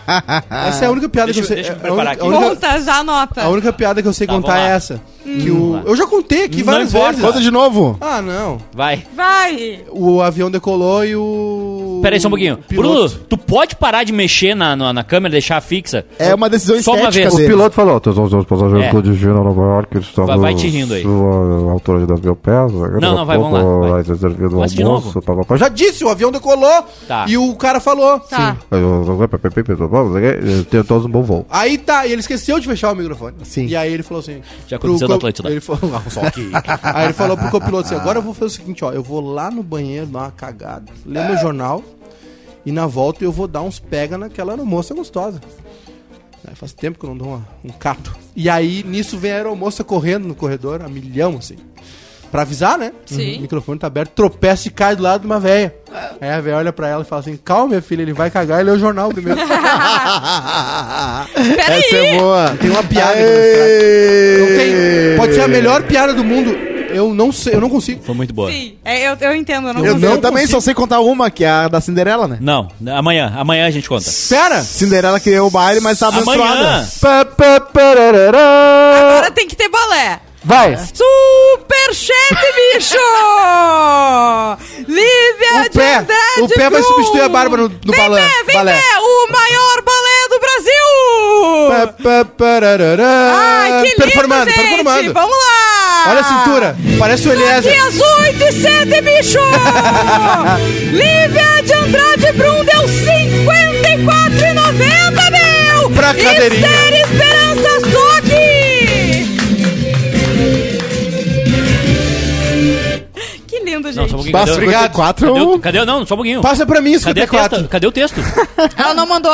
Speaker 2: essa é a única piada
Speaker 1: Deixa eu-
Speaker 2: que eu sei.
Speaker 1: deixa eu
Speaker 2: a
Speaker 1: preparar
Speaker 2: única-
Speaker 1: aqui.
Speaker 2: a única-
Speaker 4: Conta, já anota.
Speaker 2: A única piada que eu sei
Speaker 1: Tá,
Speaker 2: contar
Speaker 1: vamos
Speaker 2: é
Speaker 1: lá. Hum.
Speaker 2: essa. Que o... Eu já contei aqui
Speaker 1: Não
Speaker 2: várias
Speaker 1: importa.
Speaker 2: vezes.
Speaker 3: Conta de novo.
Speaker 2: Ah, não.
Speaker 1: Vai.
Speaker 4: Vai.
Speaker 2: O avião decolou e o.
Speaker 1: Pera aí só um pouquinho.
Speaker 2: o piloto-
Speaker 1: Bruno, tu pode parar de mexer na, na, na câmera, deixar fixa?
Speaker 3: É uma decisão
Speaker 1: Só uma
Speaker 3: estética
Speaker 1: vez.
Speaker 6: O
Speaker 3: dele.
Speaker 6: piloto falou: atenção, seus passageiros
Speaker 1: É.
Speaker 6: que dirigiram a Nova York, estão
Speaker 1: Vai- vai te rindo aí.
Speaker 6: sua altura das mil pés.
Speaker 1: Não, não, vai, vamos lá, vai.
Speaker 6: Vai ser servido o
Speaker 1: Mas de
Speaker 6: almoço.
Speaker 1: novo.
Speaker 6: pá, pá, pá.
Speaker 2: Já disse, o avião decolou
Speaker 1: Tá.
Speaker 2: e o cara falou.
Speaker 4: Tá.
Speaker 6: Já. Tenho todos um bom voo.
Speaker 2: Aí tá, e ele esqueceu de fechar o microfone.
Speaker 3: Sim.
Speaker 2: E aí ele falou assim.
Speaker 1: Já aconteceu no
Speaker 2: pro co-
Speaker 1: Atlântida.
Speaker 2: Ele falou, não, só que. aí ele falou pro copiloto assim: agora eu vou fazer o seguinte, ó. Eu vou lá no banheiro dar uma cagada, ler meu jornal e na volta eu vou dar uns pega naquela aeromoça gostosa. Aí faz tempo que eu não dou uma- um cato. E aí nisso vem a aeromoça correndo no corredor, a milhão assim. Pra avisar, né?
Speaker 4: Sim.
Speaker 2: O microfone tá aberto, tropeça e cai do lado de uma véia. Aí a véia olha pra ela e fala assim: calma, minha filha, ele vai cagar e lê o jornal primeiro.
Speaker 4: Peraí!
Speaker 5: Essa é boa.
Speaker 2: Tem uma
Speaker 1: tá
Speaker 2: piada que Não tem- Pode ser a melhor piada do mundo. Eu não sei, eu não consigo.
Speaker 1: Foi muito boa.
Speaker 4: Sim, é, eu, eu entendo, eu não
Speaker 3: Eu,
Speaker 4: consigo.
Speaker 3: eu também só sei contar uma, que é a da Cinderela, né?
Speaker 1: Não, amanhã, amanhã a gente conta.
Speaker 2: Pera!
Speaker 3: Cinderela criou o baile, mas tá
Speaker 1: Amanhã!
Speaker 3: menstruada.
Speaker 4: Agora tem que ter balé.
Speaker 2: Vai!
Speaker 4: Superchat, bicho! Lívia
Speaker 2: O
Speaker 4: de
Speaker 2: pé,
Speaker 4: Andrade
Speaker 2: o pé vai
Speaker 4: Brum.
Speaker 2: substituir a Bárbara no- no
Speaker 4: vem
Speaker 2: balé,
Speaker 4: pé, vem
Speaker 2: balé.
Speaker 4: pé, o maior balé do Brasil! Ai, que
Speaker 2: Performando,
Speaker 4: lindo, gente!
Speaker 2: performando.
Speaker 4: Vamos lá!
Speaker 2: Olha a cintura, parece o Eliezer.
Speaker 4: Dias 8 e 7, bicho! Lívia de Andrade Brum deu 54,90, meu!
Speaker 2: Pra cadeirinha.
Speaker 4: Esther Esperança Soque! Que lindo, gente.
Speaker 1: Não, só um pouquinho.
Speaker 3: Bah,
Speaker 1: Cadê, o-
Speaker 2: obrigado.
Speaker 3: 54 é
Speaker 1: cadê,
Speaker 3: um-
Speaker 1: o- cadê o- Não, só um pouquinho.
Speaker 2: Passa pra mim,
Speaker 1: Cadê o
Speaker 2: 54.
Speaker 1: texto? Cadê o texto?
Speaker 4: Ela não mandou.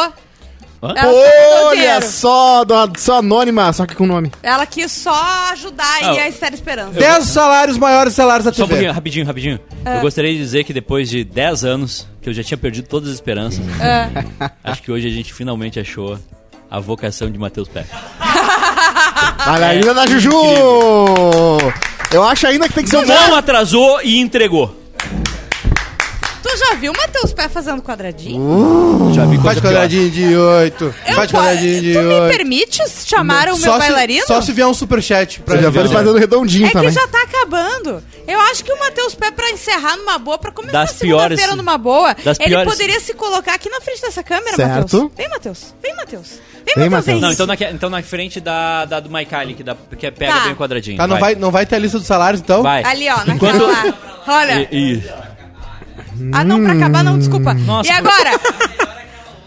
Speaker 4: Ela, só mandou
Speaker 3: Olha
Speaker 4: dinheiro.
Speaker 3: só, do- só anônima, só que com nome.
Speaker 4: Ela quis só ajudar e
Speaker 1: Ah,
Speaker 4: a Esther Esperança.
Speaker 2: 10 salários maiores salários da
Speaker 1: Só um pouquinho,
Speaker 2: TV.
Speaker 1: rapidinho, rapidinho.
Speaker 4: Ah.
Speaker 1: Eu gostaria de dizer que depois de 10 anos, que eu já tinha perdido todas as esperanças,
Speaker 4: Ah.
Speaker 1: acho que hoje a gente finalmente achou a vocação de Matheus Pé.
Speaker 4: Ah,
Speaker 3: Bailarina da Juju! Eu acho ainda que tem
Speaker 2: Então
Speaker 3: que ser um
Speaker 1: Não
Speaker 3: bom.
Speaker 1: atrasou e entregou.
Speaker 4: Tu já viu o Matheus Pé fazendo quadradinho?
Speaker 1: Já vi
Speaker 2: Faz
Speaker 1: coisa pior.
Speaker 2: quadradinho de 8. Faz
Speaker 4: po-
Speaker 2: quadradinho de
Speaker 4: tu me
Speaker 2: 8.
Speaker 4: permites chamar o meu
Speaker 2: Só se,
Speaker 4: bailarino?
Speaker 2: só se vier um superchat pra
Speaker 3: Eu já
Speaker 2: gente.
Speaker 3: vou ele fazendo redondinho
Speaker 1: Então,
Speaker 4: É
Speaker 3: também.
Speaker 4: que já tá acabando. Eu acho que o Matheus Pé, pra encerrar numa boa, pra começar a
Speaker 1: Das
Speaker 4: segunda-feira
Speaker 1: piores-
Speaker 4: numa boa,
Speaker 1: das
Speaker 4: ele
Speaker 1: piores-
Speaker 4: poderia se colocar aqui na frente dessa câmera,
Speaker 3: Certo.
Speaker 4: Matheus. Vem, Matheus. Vem, Matheus. Vem,
Speaker 3: Vem,
Speaker 4: Matheus.
Speaker 3: Matheus.
Speaker 1: Não, então na, que- então na frente da, da do Maikali, que, dá- que é pega
Speaker 4: Tá.
Speaker 1: bem o quadradinho.
Speaker 2: Tá, não vai, não vai ter a lista dos salários, então?
Speaker 1: Vai.
Speaker 4: Ali, ó, naquela
Speaker 1: Enquanto-
Speaker 4: lá. Olha.
Speaker 1: E- e-
Speaker 4: Ah, não, pra acabar, não, desculpa.
Speaker 1: Nossa,
Speaker 4: e agora?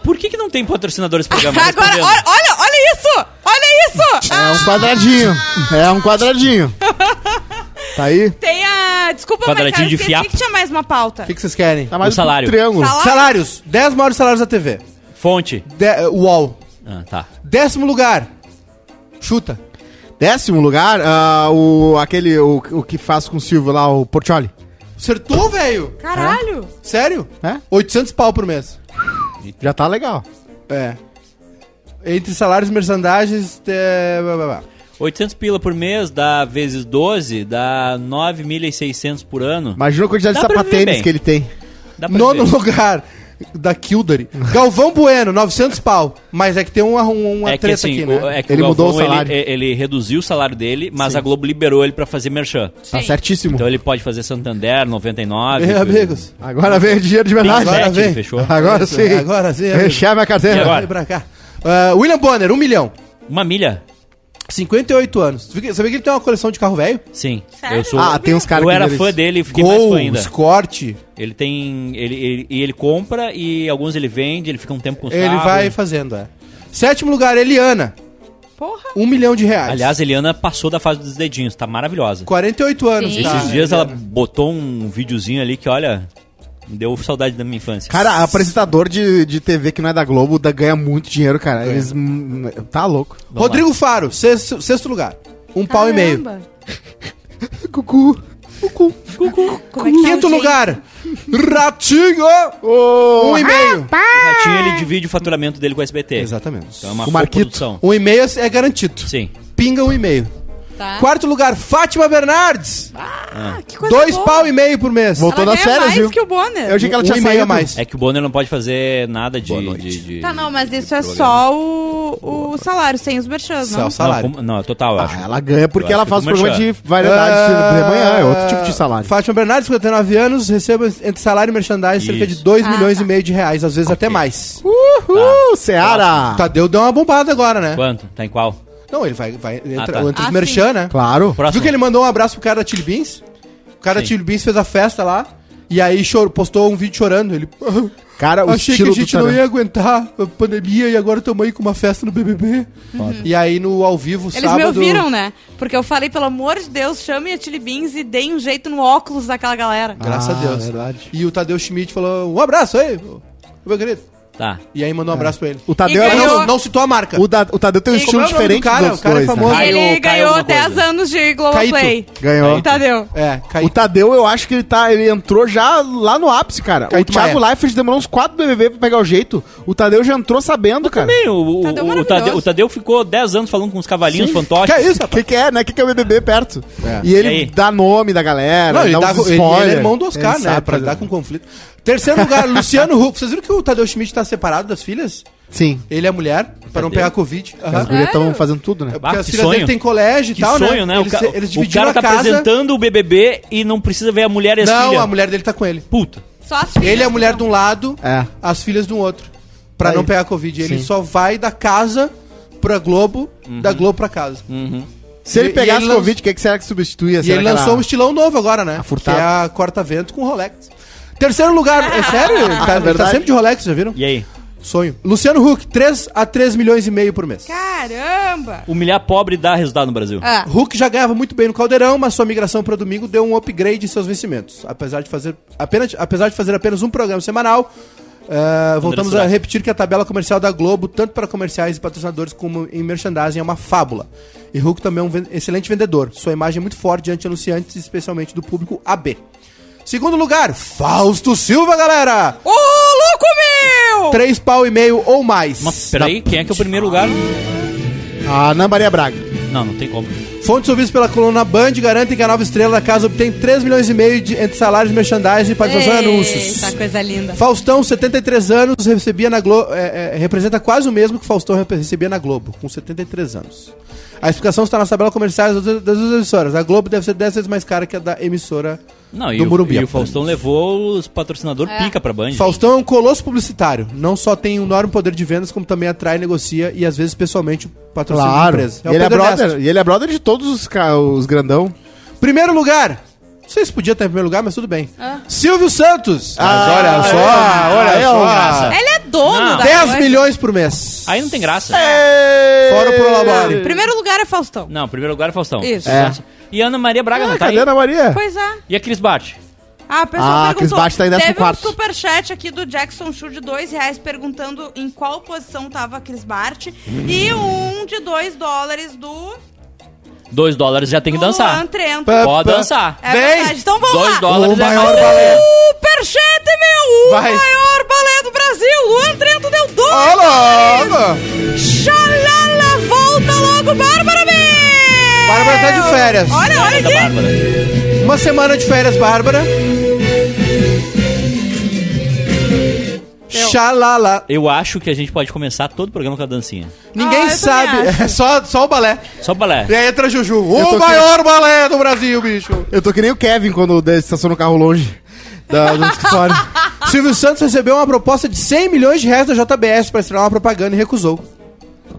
Speaker 1: Por que, que não tem patrocinador esse programa?
Speaker 4: agora,
Speaker 1: Respondendo.
Speaker 4: olha, olha, olha isso! Olha isso!
Speaker 3: É um
Speaker 4: Ah,
Speaker 3: quadradinho. É um quadradinho. Tá aí?
Speaker 4: tem a. Desculpa,
Speaker 1: Quadradinho
Speaker 4: Maicon, eu
Speaker 1: de
Speaker 4: esqueci
Speaker 1: fiapo.
Speaker 4: que tinha mais uma pauta.
Speaker 2: O que, que vocês querem?
Speaker 3: Tá
Speaker 1: O salário.
Speaker 3: um triângulo.
Speaker 4: Salário.
Speaker 2: Salários. 10 maiores salários da TV.
Speaker 1: Fonte.
Speaker 2: De, eh, UOL.
Speaker 1: Ah, tá.
Speaker 2: Décimo lugar. Chuta.
Speaker 3: Décimo lugar, ah, o, aquele, o, o que faz com o Silvio lá, o Portioli.
Speaker 2: Acertou, velho?
Speaker 4: Caralho!
Speaker 2: Sério?
Speaker 3: É?
Speaker 2: 800 pau por mês.
Speaker 3: Já tá legal.
Speaker 2: É. Entre salários e merchandises. É... blá, blá, blá.
Speaker 1: 800 pila por mês, dá vezes 12, dá 9.600 por ano.
Speaker 3: Imagina a quantidade
Speaker 1: Dá
Speaker 3: de
Speaker 1: pra viver
Speaker 3: sapatênis
Speaker 1: bem.
Speaker 3: que ele tem.
Speaker 1: Dá pra
Speaker 2: Nono
Speaker 1: viver.
Speaker 2: lugar da Kildare. Galvão Bueno, 900 pau. Mas é que tem uma, uma
Speaker 1: é que
Speaker 2: treta
Speaker 1: assim,
Speaker 2: aqui, né?
Speaker 1: o- é que
Speaker 3: Ele
Speaker 1: o
Speaker 3: mudou
Speaker 1: Galvão,
Speaker 3: o salário.
Speaker 1: Ele, ele reduziu o salário dele, mas a Globo liberou ele pra fazer merchan.
Speaker 3: Tá
Speaker 4: Sim.
Speaker 3: certíssimo.
Speaker 1: Então ele pode fazer Santander, 99.
Speaker 2: Bem, amigos.
Speaker 3: Agora vem o dinheiro de verdade.
Speaker 2: Agora
Speaker 1: Agora
Speaker 2: vem.
Speaker 1: Fechou.
Speaker 3: Agora
Speaker 2: Isso,
Speaker 3: sim.
Speaker 2: Agora sim. amigo.
Speaker 3: Fechar minha
Speaker 1: E
Speaker 3: carteira.
Speaker 1: agora?
Speaker 2: Vem pra cá. Ah, William Bonner, 1 milhão.
Speaker 1: Uma milha?
Speaker 2: 58 anos. Tu fica- Sabia que ele tem uma coleção de carro velho?
Speaker 1: Sim.
Speaker 4: Sério?
Speaker 1: Eu sou.
Speaker 3: Ah, tem uns caras
Speaker 1: eu
Speaker 3: que
Speaker 1: era
Speaker 3: eles-
Speaker 1: fã dele e fiquei mais fã
Speaker 2: Gol,
Speaker 1: ainda.
Speaker 2: Escort.
Speaker 1: Ele tem. Ele, ele, e ele compra e alguns ele vende, ele fica um tempo com os
Speaker 2: Ele
Speaker 1: carros.
Speaker 2: vai fazendo, é. Sétimo lugar, Eliana.
Speaker 4: Porra!
Speaker 2: 1 milhão de reais.
Speaker 1: Aliás, Eliana passou da fase dos dedinhos, tá maravilhosa.
Speaker 2: 48 anos.
Speaker 4: Sim.
Speaker 2: tá?
Speaker 1: Esses dias ela botou um videozinho ali que, olha, me deu saudade da minha infância.
Speaker 3: Cara, apresentador de, de TV que não é da Globo da, ganha muito dinheiro, cara. Eles. hum, Tá louco.
Speaker 1: Vamos lá.
Speaker 2: Rodrigo Faro, sexto, sexto lugar. Um pau e meio.
Speaker 4: Caramba.
Speaker 3: Cucu. Cucu.
Speaker 4: Como é que tá
Speaker 2: Quinto
Speaker 4: o dia?
Speaker 2: lugar, Ratinho. um e meio.
Speaker 1: O Ratinho, ele divide o faturamento dele com o SBT.
Speaker 2: Exatamente.
Speaker 1: Então é uma
Speaker 3: Com o Marquito.
Speaker 1: produção.
Speaker 2: Um e meio é garantido.
Speaker 1: Sim.
Speaker 2: Pinga um e meio.
Speaker 4: Tá.
Speaker 2: Quarto lugar, Fátima Bernardes.
Speaker 4: Ah, que coisa
Speaker 2: Dois
Speaker 4: boa.
Speaker 2: pau e meio por mês.
Speaker 3: Voltou.
Speaker 4: Ela
Speaker 3: Toda
Speaker 4: ganha
Speaker 3: série,
Speaker 4: mais
Speaker 3: viu?
Speaker 4: que o Bonner.
Speaker 3: Eu achei que ela
Speaker 2: Um
Speaker 3: tinha
Speaker 2: e meio
Speaker 3: saído.
Speaker 2: a mais.
Speaker 1: É que o Bonner não pode fazer nada de.
Speaker 3: Boa noite.
Speaker 1: de- de-
Speaker 4: Tá, não, mas isso é
Speaker 1: programa.
Speaker 4: só o, o salário, sem os merchans,
Speaker 2: Só
Speaker 4: não?
Speaker 2: o salário.
Speaker 1: Não, como- não, é total, eu acho.
Speaker 3: Ah, ela ganha porque
Speaker 1: Eu
Speaker 3: ela
Speaker 1: acho
Speaker 3: faz
Speaker 1: que é
Speaker 3: programa de
Speaker 1: merchan.
Speaker 3: variedade
Speaker 2: Ah,
Speaker 3: de manhã, é outro tipo de salário.
Speaker 2: Fátima Bernardes, 59 anos, recebe entre salário e merchandising cerca de
Speaker 1: Isso.
Speaker 2: 2
Speaker 4: Ah,
Speaker 2: milhões
Speaker 4: tá.
Speaker 2: e meio de reais, às vezes até mais.
Speaker 3: Uh. Uhul, Seara!
Speaker 2: Tadeu deu uma bombada agora, né?
Speaker 1: Quanto? Tá em qual?
Speaker 2: Não, ele vai, vai entra,
Speaker 1: Ah, tá.
Speaker 2: entra os
Speaker 4: Ah,
Speaker 2: merchan,
Speaker 4: sim.
Speaker 2: né?
Speaker 3: Claro.
Speaker 1: Próximo.
Speaker 2: Viu que ele mandou um abraço pro cara da Chili Beans? O cara da
Speaker 1: Sim.
Speaker 2: Chili Beans fez a festa lá. E aí chorou, postou um vídeo chorando. Ele.
Speaker 3: Cara, o
Speaker 2: Achei que a
Speaker 3: estilo
Speaker 2: gente
Speaker 3: do
Speaker 2: não
Speaker 3: Taran-
Speaker 2: ia aguentar a pandemia e agora estamos aí com uma festa no BBB. E aí no ao vivo,
Speaker 4: Eles
Speaker 2: sábado.
Speaker 4: me ouviram, né? Porque eu falei, pelo amor de Deus, chamem a Tilly Beans e deem um jeito no óculos daquela galera.
Speaker 2: Graças a
Speaker 3: Ah,
Speaker 2: Deus.
Speaker 3: verdade.
Speaker 2: E o Tadeu Schmidt falou: um abraço aí, meu querido.
Speaker 1: Tá.
Speaker 2: E aí mandou um abraço pra ele.
Speaker 3: O Tadeu
Speaker 4: E
Speaker 3: é
Speaker 2: Mas
Speaker 4: ganhou-
Speaker 3: muito...
Speaker 2: não, não citou a marca.
Speaker 3: O, da, o Tadeu tem um
Speaker 2: E como
Speaker 3: estilo
Speaker 2: é o nome do
Speaker 3: diferente
Speaker 2: cara?
Speaker 3: dos outros
Speaker 2: O cara é
Speaker 3: dois, né?
Speaker 2: famoso.
Speaker 1: Caiu-
Speaker 4: ele
Speaker 1: caiu
Speaker 4: ganhou
Speaker 1: alguma
Speaker 4: 10
Speaker 1: coisa.
Speaker 4: anos de Globoplay. Tá,
Speaker 3: Ganhou.
Speaker 4: Tadeu.
Speaker 2: É,
Speaker 3: O
Speaker 2: caiu.
Speaker 3: Tadeu, eu acho que ele tá. Ele entrou já lá no ápice, cara.
Speaker 2: Kaique
Speaker 3: o Thiago
Speaker 2: Maia.
Speaker 3: Leifert demorou uns 4 BBB pra pegar o jeito. O Tadeu já entrou sabendo, cara.
Speaker 1: Também, o, o- o
Speaker 4: Tadeu Tá, maravilhoso.
Speaker 1: Tadeu, o Tadeu ficou 10 anos falando com os cavalinhos
Speaker 3: Sim.
Speaker 1: fantoches.
Speaker 3: Que é isso? O que, que é, né? O que, que é o BBB perto? E
Speaker 1: E
Speaker 3: ele
Speaker 1: aí?
Speaker 3: dá nome da galera,
Speaker 2: Não, ele,
Speaker 3: dá
Speaker 2: dá,
Speaker 3: uns
Speaker 2: ele,
Speaker 3: spoiler.
Speaker 2: ele é irmão do Oscar,
Speaker 3: Ele
Speaker 2: né?
Speaker 3: sabe
Speaker 2: Pra
Speaker 3: fazer.
Speaker 2: lidar com conflito. Terceiro lugar, Luciano Huck. Vocês viram que o Tadeu Schmidt tá separado das filhas?
Speaker 3: Sim.
Speaker 2: Ele é mulher, pra não
Speaker 1: Tadeu?
Speaker 2: pegar Covid. Aham.
Speaker 3: As gurias estão
Speaker 4: Sério?
Speaker 3: fazendo tudo, né?
Speaker 2: É
Speaker 1: Ah,
Speaker 2: Porque
Speaker 1: que
Speaker 2: as filhas
Speaker 1: sonho.
Speaker 2: dele têm colégio e
Speaker 1: Que
Speaker 2: tal,
Speaker 1: sonho, né?
Speaker 2: Eles,
Speaker 1: o, ca-
Speaker 2: eles
Speaker 1: o
Speaker 2: dividiram
Speaker 1: cara tá
Speaker 2: a casa.
Speaker 1: apresentando o BBB e não precisa ver a mulher e as
Speaker 2: Não,
Speaker 1: filhas.
Speaker 2: a mulher dele tá com ele.
Speaker 1: Puta.
Speaker 4: Só as filhas.
Speaker 2: Ele é a mulher de um lado,
Speaker 3: É.
Speaker 2: as filhas do outro. Pra
Speaker 3: Aí.
Speaker 2: não pegar Covid. Ele
Speaker 3: Sim.
Speaker 2: só vai da casa pra Globo, da Globo pra casa.
Speaker 3: Se ele
Speaker 2: E- e
Speaker 3: pegasse
Speaker 2: ele lanç-
Speaker 3: Covid, o que, que Uhum. será que substituía?
Speaker 2: E ele lançou um estilão novo agora, né?
Speaker 3: A Furtado.
Speaker 2: Que é a corta-vento com Rolex. Terceiro lugar, é sério? Ele tá, ele tá
Speaker 3: verdade.
Speaker 2: sempre de Rolex, já viram?
Speaker 1: E aí?
Speaker 2: Sonho. Luciano Huck, 3 a 3 milhões e meio por mês.
Speaker 4: Caramba!
Speaker 1: Humilhar pobre dá resultado no Brasil.
Speaker 4: Ah,
Speaker 2: Hulk já ganhava muito bem no Caldeirão, mas sua migração para domingo deu um upgrade em seus vencimentos. Apesar de fazer apenas, apesar de fazer apenas um programa semanal, ah, voltamos a
Speaker 1: Surak.
Speaker 2: repetir que a tabela comercial da Globo, tanto para comerciais e patrocinadores como em merchandising, é uma fábula. E Hulk também é um ven- excelente vendedor. Sua imagem é muito forte diante de anunciantes, especialmente do público AB. Segundo lugar, Fausto Silva, galera!
Speaker 1: Oh.
Speaker 4: Ô, louco meu!
Speaker 2: Três pau e meio ou mais.
Speaker 1: Mas peraí, quem é que é o primeiro lugar?
Speaker 3: A Ana Ah, Maria Braga.
Speaker 1: Não, não tem como.
Speaker 2: Fontes ouvidas pela coluna Band garantem que a nova estrela da casa obtém 3 milhões e meio de, entre salários, merchandising e participação em anúncios.
Speaker 4: Eita, coisa linda.
Speaker 2: Faustão, 73 anos, recebia na Globo. representa quase o mesmo que Faustão rep- recebia na Globo, com 73 anos. A explicação está na tabela comercial das duas das duas emissoras. A Globo deve ser 10 vezes mais cara que a da emissora.
Speaker 1: Não, e,
Speaker 2: Do
Speaker 1: o,
Speaker 2: Morumbi, é
Speaker 1: e o
Speaker 2: apenas.
Speaker 1: Faustão levou os patrocinador pica pra Band.
Speaker 2: Faustão é um colosso publicitário. Não só tem um enorme poder de vendas, como também atrai, negocia e às vezes pessoalmente patrocina
Speaker 3: Claro.
Speaker 2: empresas.
Speaker 3: E ele é
Speaker 2: Pedro
Speaker 3: brother.
Speaker 2: Ernesto.
Speaker 3: E ele é brother de todos os, ca- os grandão.
Speaker 2: Primeiro lugar. Não sei se podia estar em primeiro lugar, mas tudo bem.
Speaker 4: Ah.
Speaker 2: Silvio Santos.
Speaker 3: Ah.
Speaker 2: Mas olha só, olha
Speaker 3: é um graça.
Speaker 2: só.
Speaker 4: Ele é dono
Speaker 1: Não.
Speaker 4: da
Speaker 2: 10
Speaker 4: coisa.
Speaker 2: milhões por mês.
Speaker 1: Aí não tem graça.
Speaker 2: É. Fora o Prolabore.
Speaker 4: Primeiro lugar é Faustão.
Speaker 1: Não, primeiro lugar é Faustão.
Speaker 4: Isso.
Speaker 3: É.
Speaker 1: E Ana Maria
Speaker 2: É,
Speaker 1: Braga não tá
Speaker 3: Cadê
Speaker 1: aí?
Speaker 3: a Ana Maria?
Speaker 4: Pois é.
Speaker 1: E a Cris Bart?
Speaker 4: Ah, a pessoa
Speaker 3: Ah,
Speaker 4: perguntou.
Speaker 3: Cris Bate tá em
Speaker 4: Teve
Speaker 3: 14º.
Speaker 4: um superchat aqui do Jackson Chu de dois reais perguntando em qual posição tava a Cris Bart. E um de dois dólares do,
Speaker 1: Dois dólares já tem que
Speaker 4: do
Speaker 1: dançar.
Speaker 4: Luan Trento.
Speaker 2: Pã,
Speaker 1: Pode
Speaker 2: pã.
Speaker 1: dançar.
Speaker 4: É
Speaker 2: Vem!
Speaker 4: verdade. Então vamos
Speaker 1: Dois
Speaker 4: lá.
Speaker 1: dólares
Speaker 2: O
Speaker 1: é
Speaker 2: maior
Speaker 1: mais-
Speaker 2: balé.
Speaker 4: Superchat, meu! O
Speaker 2: Vai.
Speaker 4: maior balé do Brasil! Luan Trento deu dois!
Speaker 2: Olá!
Speaker 4: Xalala, volta logo, Bárbara, meu!
Speaker 2: Bárbara tá de férias.
Speaker 4: Olha, olha
Speaker 1: Da
Speaker 4: aqui!
Speaker 1: Bárbara.
Speaker 2: Uma semana de férias, Bárbara. Xalala.
Speaker 1: Eu acho que a gente pode começar todo o programa com a dancinha.
Speaker 2: Ninguém
Speaker 4: Ah, eu
Speaker 2: sabe.
Speaker 4: também acho.
Speaker 2: É só, só o balé.
Speaker 1: Só balé.
Speaker 2: E aí entra Juju.
Speaker 3: Eu
Speaker 2: O
Speaker 3: tô
Speaker 2: maior balé do Brasil, bicho.
Speaker 3: Eu tô que nem o Kevin quando de- estaciona o carro longe da, do escritório.
Speaker 4: Ah.
Speaker 2: Silvio Santos recebeu uma proposta de 100 milhões de reais da JBS pra estrear uma propaganda e recusou.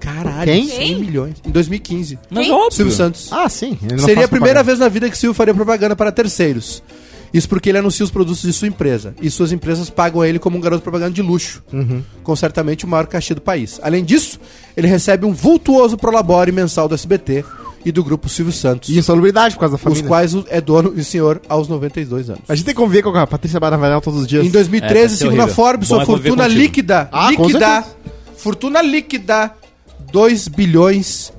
Speaker 2: Caralho.
Speaker 3: Quem?
Speaker 2: 100 milhões. Em 2015.
Speaker 1: Mas
Speaker 4: Quem?
Speaker 1: óbvio.
Speaker 2: Silvio Santos.
Speaker 3: Ah, sim. ele não
Speaker 2: Seria
Speaker 3: faz
Speaker 2: a primeira
Speaker 3: propaganda.
Speaker 2: vez na vida que Silvio faria propaganda para terceiros. Isso porque ele anuncia os produtos de sua empresa. E suas empresas pagam a ele como um garoto propaganda de luxo.
Speaker 3: Uhum.
Speaker 2: Com certamente o maior cachê do país. Além disso, ele recebe um vultuoso prolabore mensal do SBT e do grupo Silvio Santos.
Speaker 3: E insalubridade por causa da
Speaker 2: os
Speaker 3: família. É,
Speaker 2: quais o- é dono e senhor aos 92 anos.
Speaker 3: A gente tem que conviver com a Patrícia Baravanel todos os dias.
Speaker 2: Em 2013,
Speaker 1: É, deve ser
Speaker 2: segundo a
Speaker 1: horrível.
Speaker 2: Forbes,
Speaker 1: Bom
Speaker 2: sua
Speaker 1: é conviver
Speaker 2: fortuna
Speaker 1: contigo.
Speaker 2: líquida,
Speaker 3: Ah, com
Speaker 2: líquida,
Speaker 3: certeza.
Speaker 2: fortuna líquida, 2 bilhões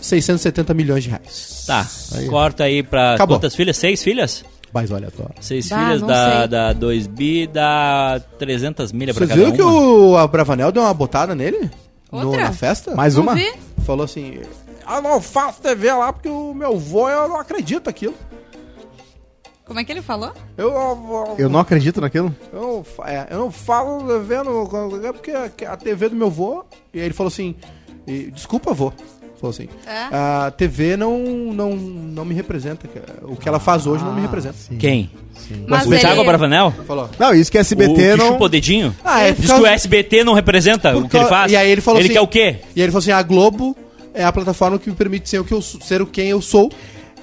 Speaker 2: 670 milhões de reais.
Speaker 1: Tá. Corta aí pra
Speaker 2: Acabou.
Speaker 1: quantas filhas? Seis filhas?
Speaker 2: Mas olha só.
Speaker 1: Seis
Speaker 4: Bah,
Speaker 1: filhas
Speaker 4: não
Speaker 1: da,
Speaker 4: sei.
Speaker 1: da 2 bi, dá 300 milha pra
Speaker 2: Vocês
Speaker 1: cada
Speaker 2: viram
Speaker 1: uma.
Speaker 2: que o a Bravanel deu uma botada nele? No-
Speaker 4: Outra?
Speaker 2: na festa?
Speaker 3: Mais
Speaker 4: Não
Speaker 3: uma?
Speaker 4: vi?
Speaker 2: Falou assim, eu não faço TV lá porque o meu vô, eu não acredito naquilo.
Speaker 4: Como é que ele falou?
Speaker 2: Eu, eu,
Speaker 3: Eu não acredito naquilo.
Speaker 2: eu não fa- é, eu não falo TV no, é porque a- a TV do meu vô... E aí ele falou assim, e, desculpa vô. Falou assim,
Speaker 4: É.
Speaker 2: a TV não, não, não me representa. cara. O que ela faz hoje não
Speaker 1: Ah,
Speaker 2: me representa.
Speaker 1: Quem?
Speaker 4: Mas
Speaker 1: o Thiago
Speaker 4: ele- é-
Speaker 1: Abravanel?
Speaker 2: Falou.
Speaker 3: Não, isso que SBT
Speaker 1: o que
Speaker 3: não...
Speaker 1: chupa o dedinho?
Speaker 2: Ah, é por
Speaker 1: Diz que o
Speaker 2: causa-
Speaker 1: SBT não representa
Speaker 2: Por
Speaker 1: o que ele
Speaker 2: causa-
Speaker 1: faz?
Speaker 2: E aí ele falou assim-
Speaker 1: quer o quê?
Speaker 2: E aí ele falou assim, a Globo
Speaker 4: Tá.
Speaker 2: é a plataforma que me permite ser o que eu sou- ser o quem eu sou,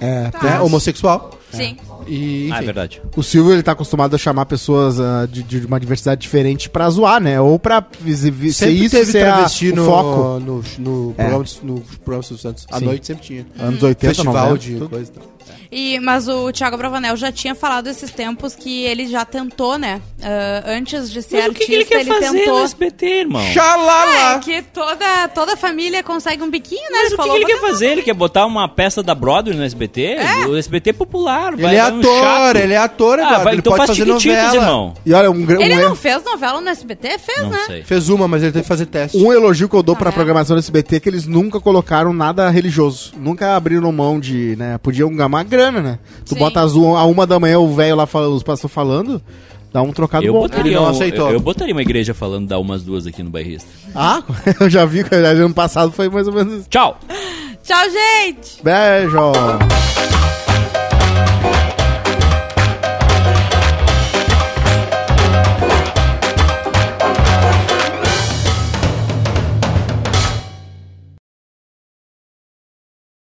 Speaker 3: É,
Speaker 2: né, homossexual.
Speaker 4: Sim.
Speaker 3: E, enfim.
Speaker 1: Ah, é verdade.
Speaker 3: O Silvio, ele tá acostumado a chamar pessoas ah, de, de uma diversidade diferente pra zoar, né? Ou pra visi- vi- ser
Speaker 2: Sempre
Speaker 3: isso,
Speaker 2: teve
Speaker 3: ser a-
Speaker 2: travesti
Speaker 3: o
Speaker 2: no,
Speaker 3: foco. É.
Speaker 2: no, no, programa, de- no programa Silvio Santos. À
Speaker 3: Sim. é
Speaker 2: noite sempre tinha.
Speaker 3: Anos 80,
Speaker 2: Festival
Speaker 3: não
Speaker 2: de coisa. e tal.
Speaker 4: E, mas o Thiago Bravanel já tinha falado esses tempos que ele já tentou, né? Ah, antes de ser
Speaker 1: Mas o
Speaker 4: artista,
Speaker 1: que, que ele quer fazer
Speaker 4: tentou.
Speaker 1: no SBT, irmão?
Speaker 2: Xalala!
Speaker 4: É que toda, toda família consegue um biquinho, né?
Speaker 1: Mas o que, que ele
Speaker 4: "Vou
Speaker 1: quer fazer? Ele quer botar uma peça da Broadway no SBT? O SBT popular.
Speaker 2: É.
Speaker 1: um
Speaker 2: Ele é ator, ele é ator,
Speaker 1: Ah,
Speaker 2: Eduardo.
Speaker 1: vai,
Speaker 2: ele
Speaker 1: então
Speaker 2: pode
Speaker 1: faz
Speaker 2: fazer
Speaker 1: tiquititos,
Speaker 2: novela.
Speaker 1: irmão.
Speaker 3: E olha, um, gr- um,
Speaker 4: Ele
Speaker 3: er-
Speaker 4: não fez novela no SBT? Fez,
Speaker 1: Não
Speaker 4: né?
Speaker 1: sei.
Speaker 2: Fez uma, mas ele teve que fazer teste.
Speaker 3: um elogio que eu dou pra
Speaker 4: Ah, é.
Speaker 3: programação do SBT é que eles nunca colocaram nada religioso. Nunca abriram mão de, né? Podiam gamar grana, né? Tu
Speaker 4: Sim.
Speaker 3: bota às um- a uma da manhã o velho lá, fala, os pastores falando, dá um trocado
Speaker 1: Eu
Speaker 3: bom.
Speaker 1: botaria,
Speaker 2: não
Speaker 1: um-
Speaker 2: aceitou.
Speaker 1: eu- eu botaria uma igreja falando da umas duas aqui no bairrista.
Speaker 3: Ah, eu já vi, que ano passado foi mais ou menos isso.
Speaker 1: Tchau!
Speaker 4: Tchau, gente!
Speaker 3: Beijo!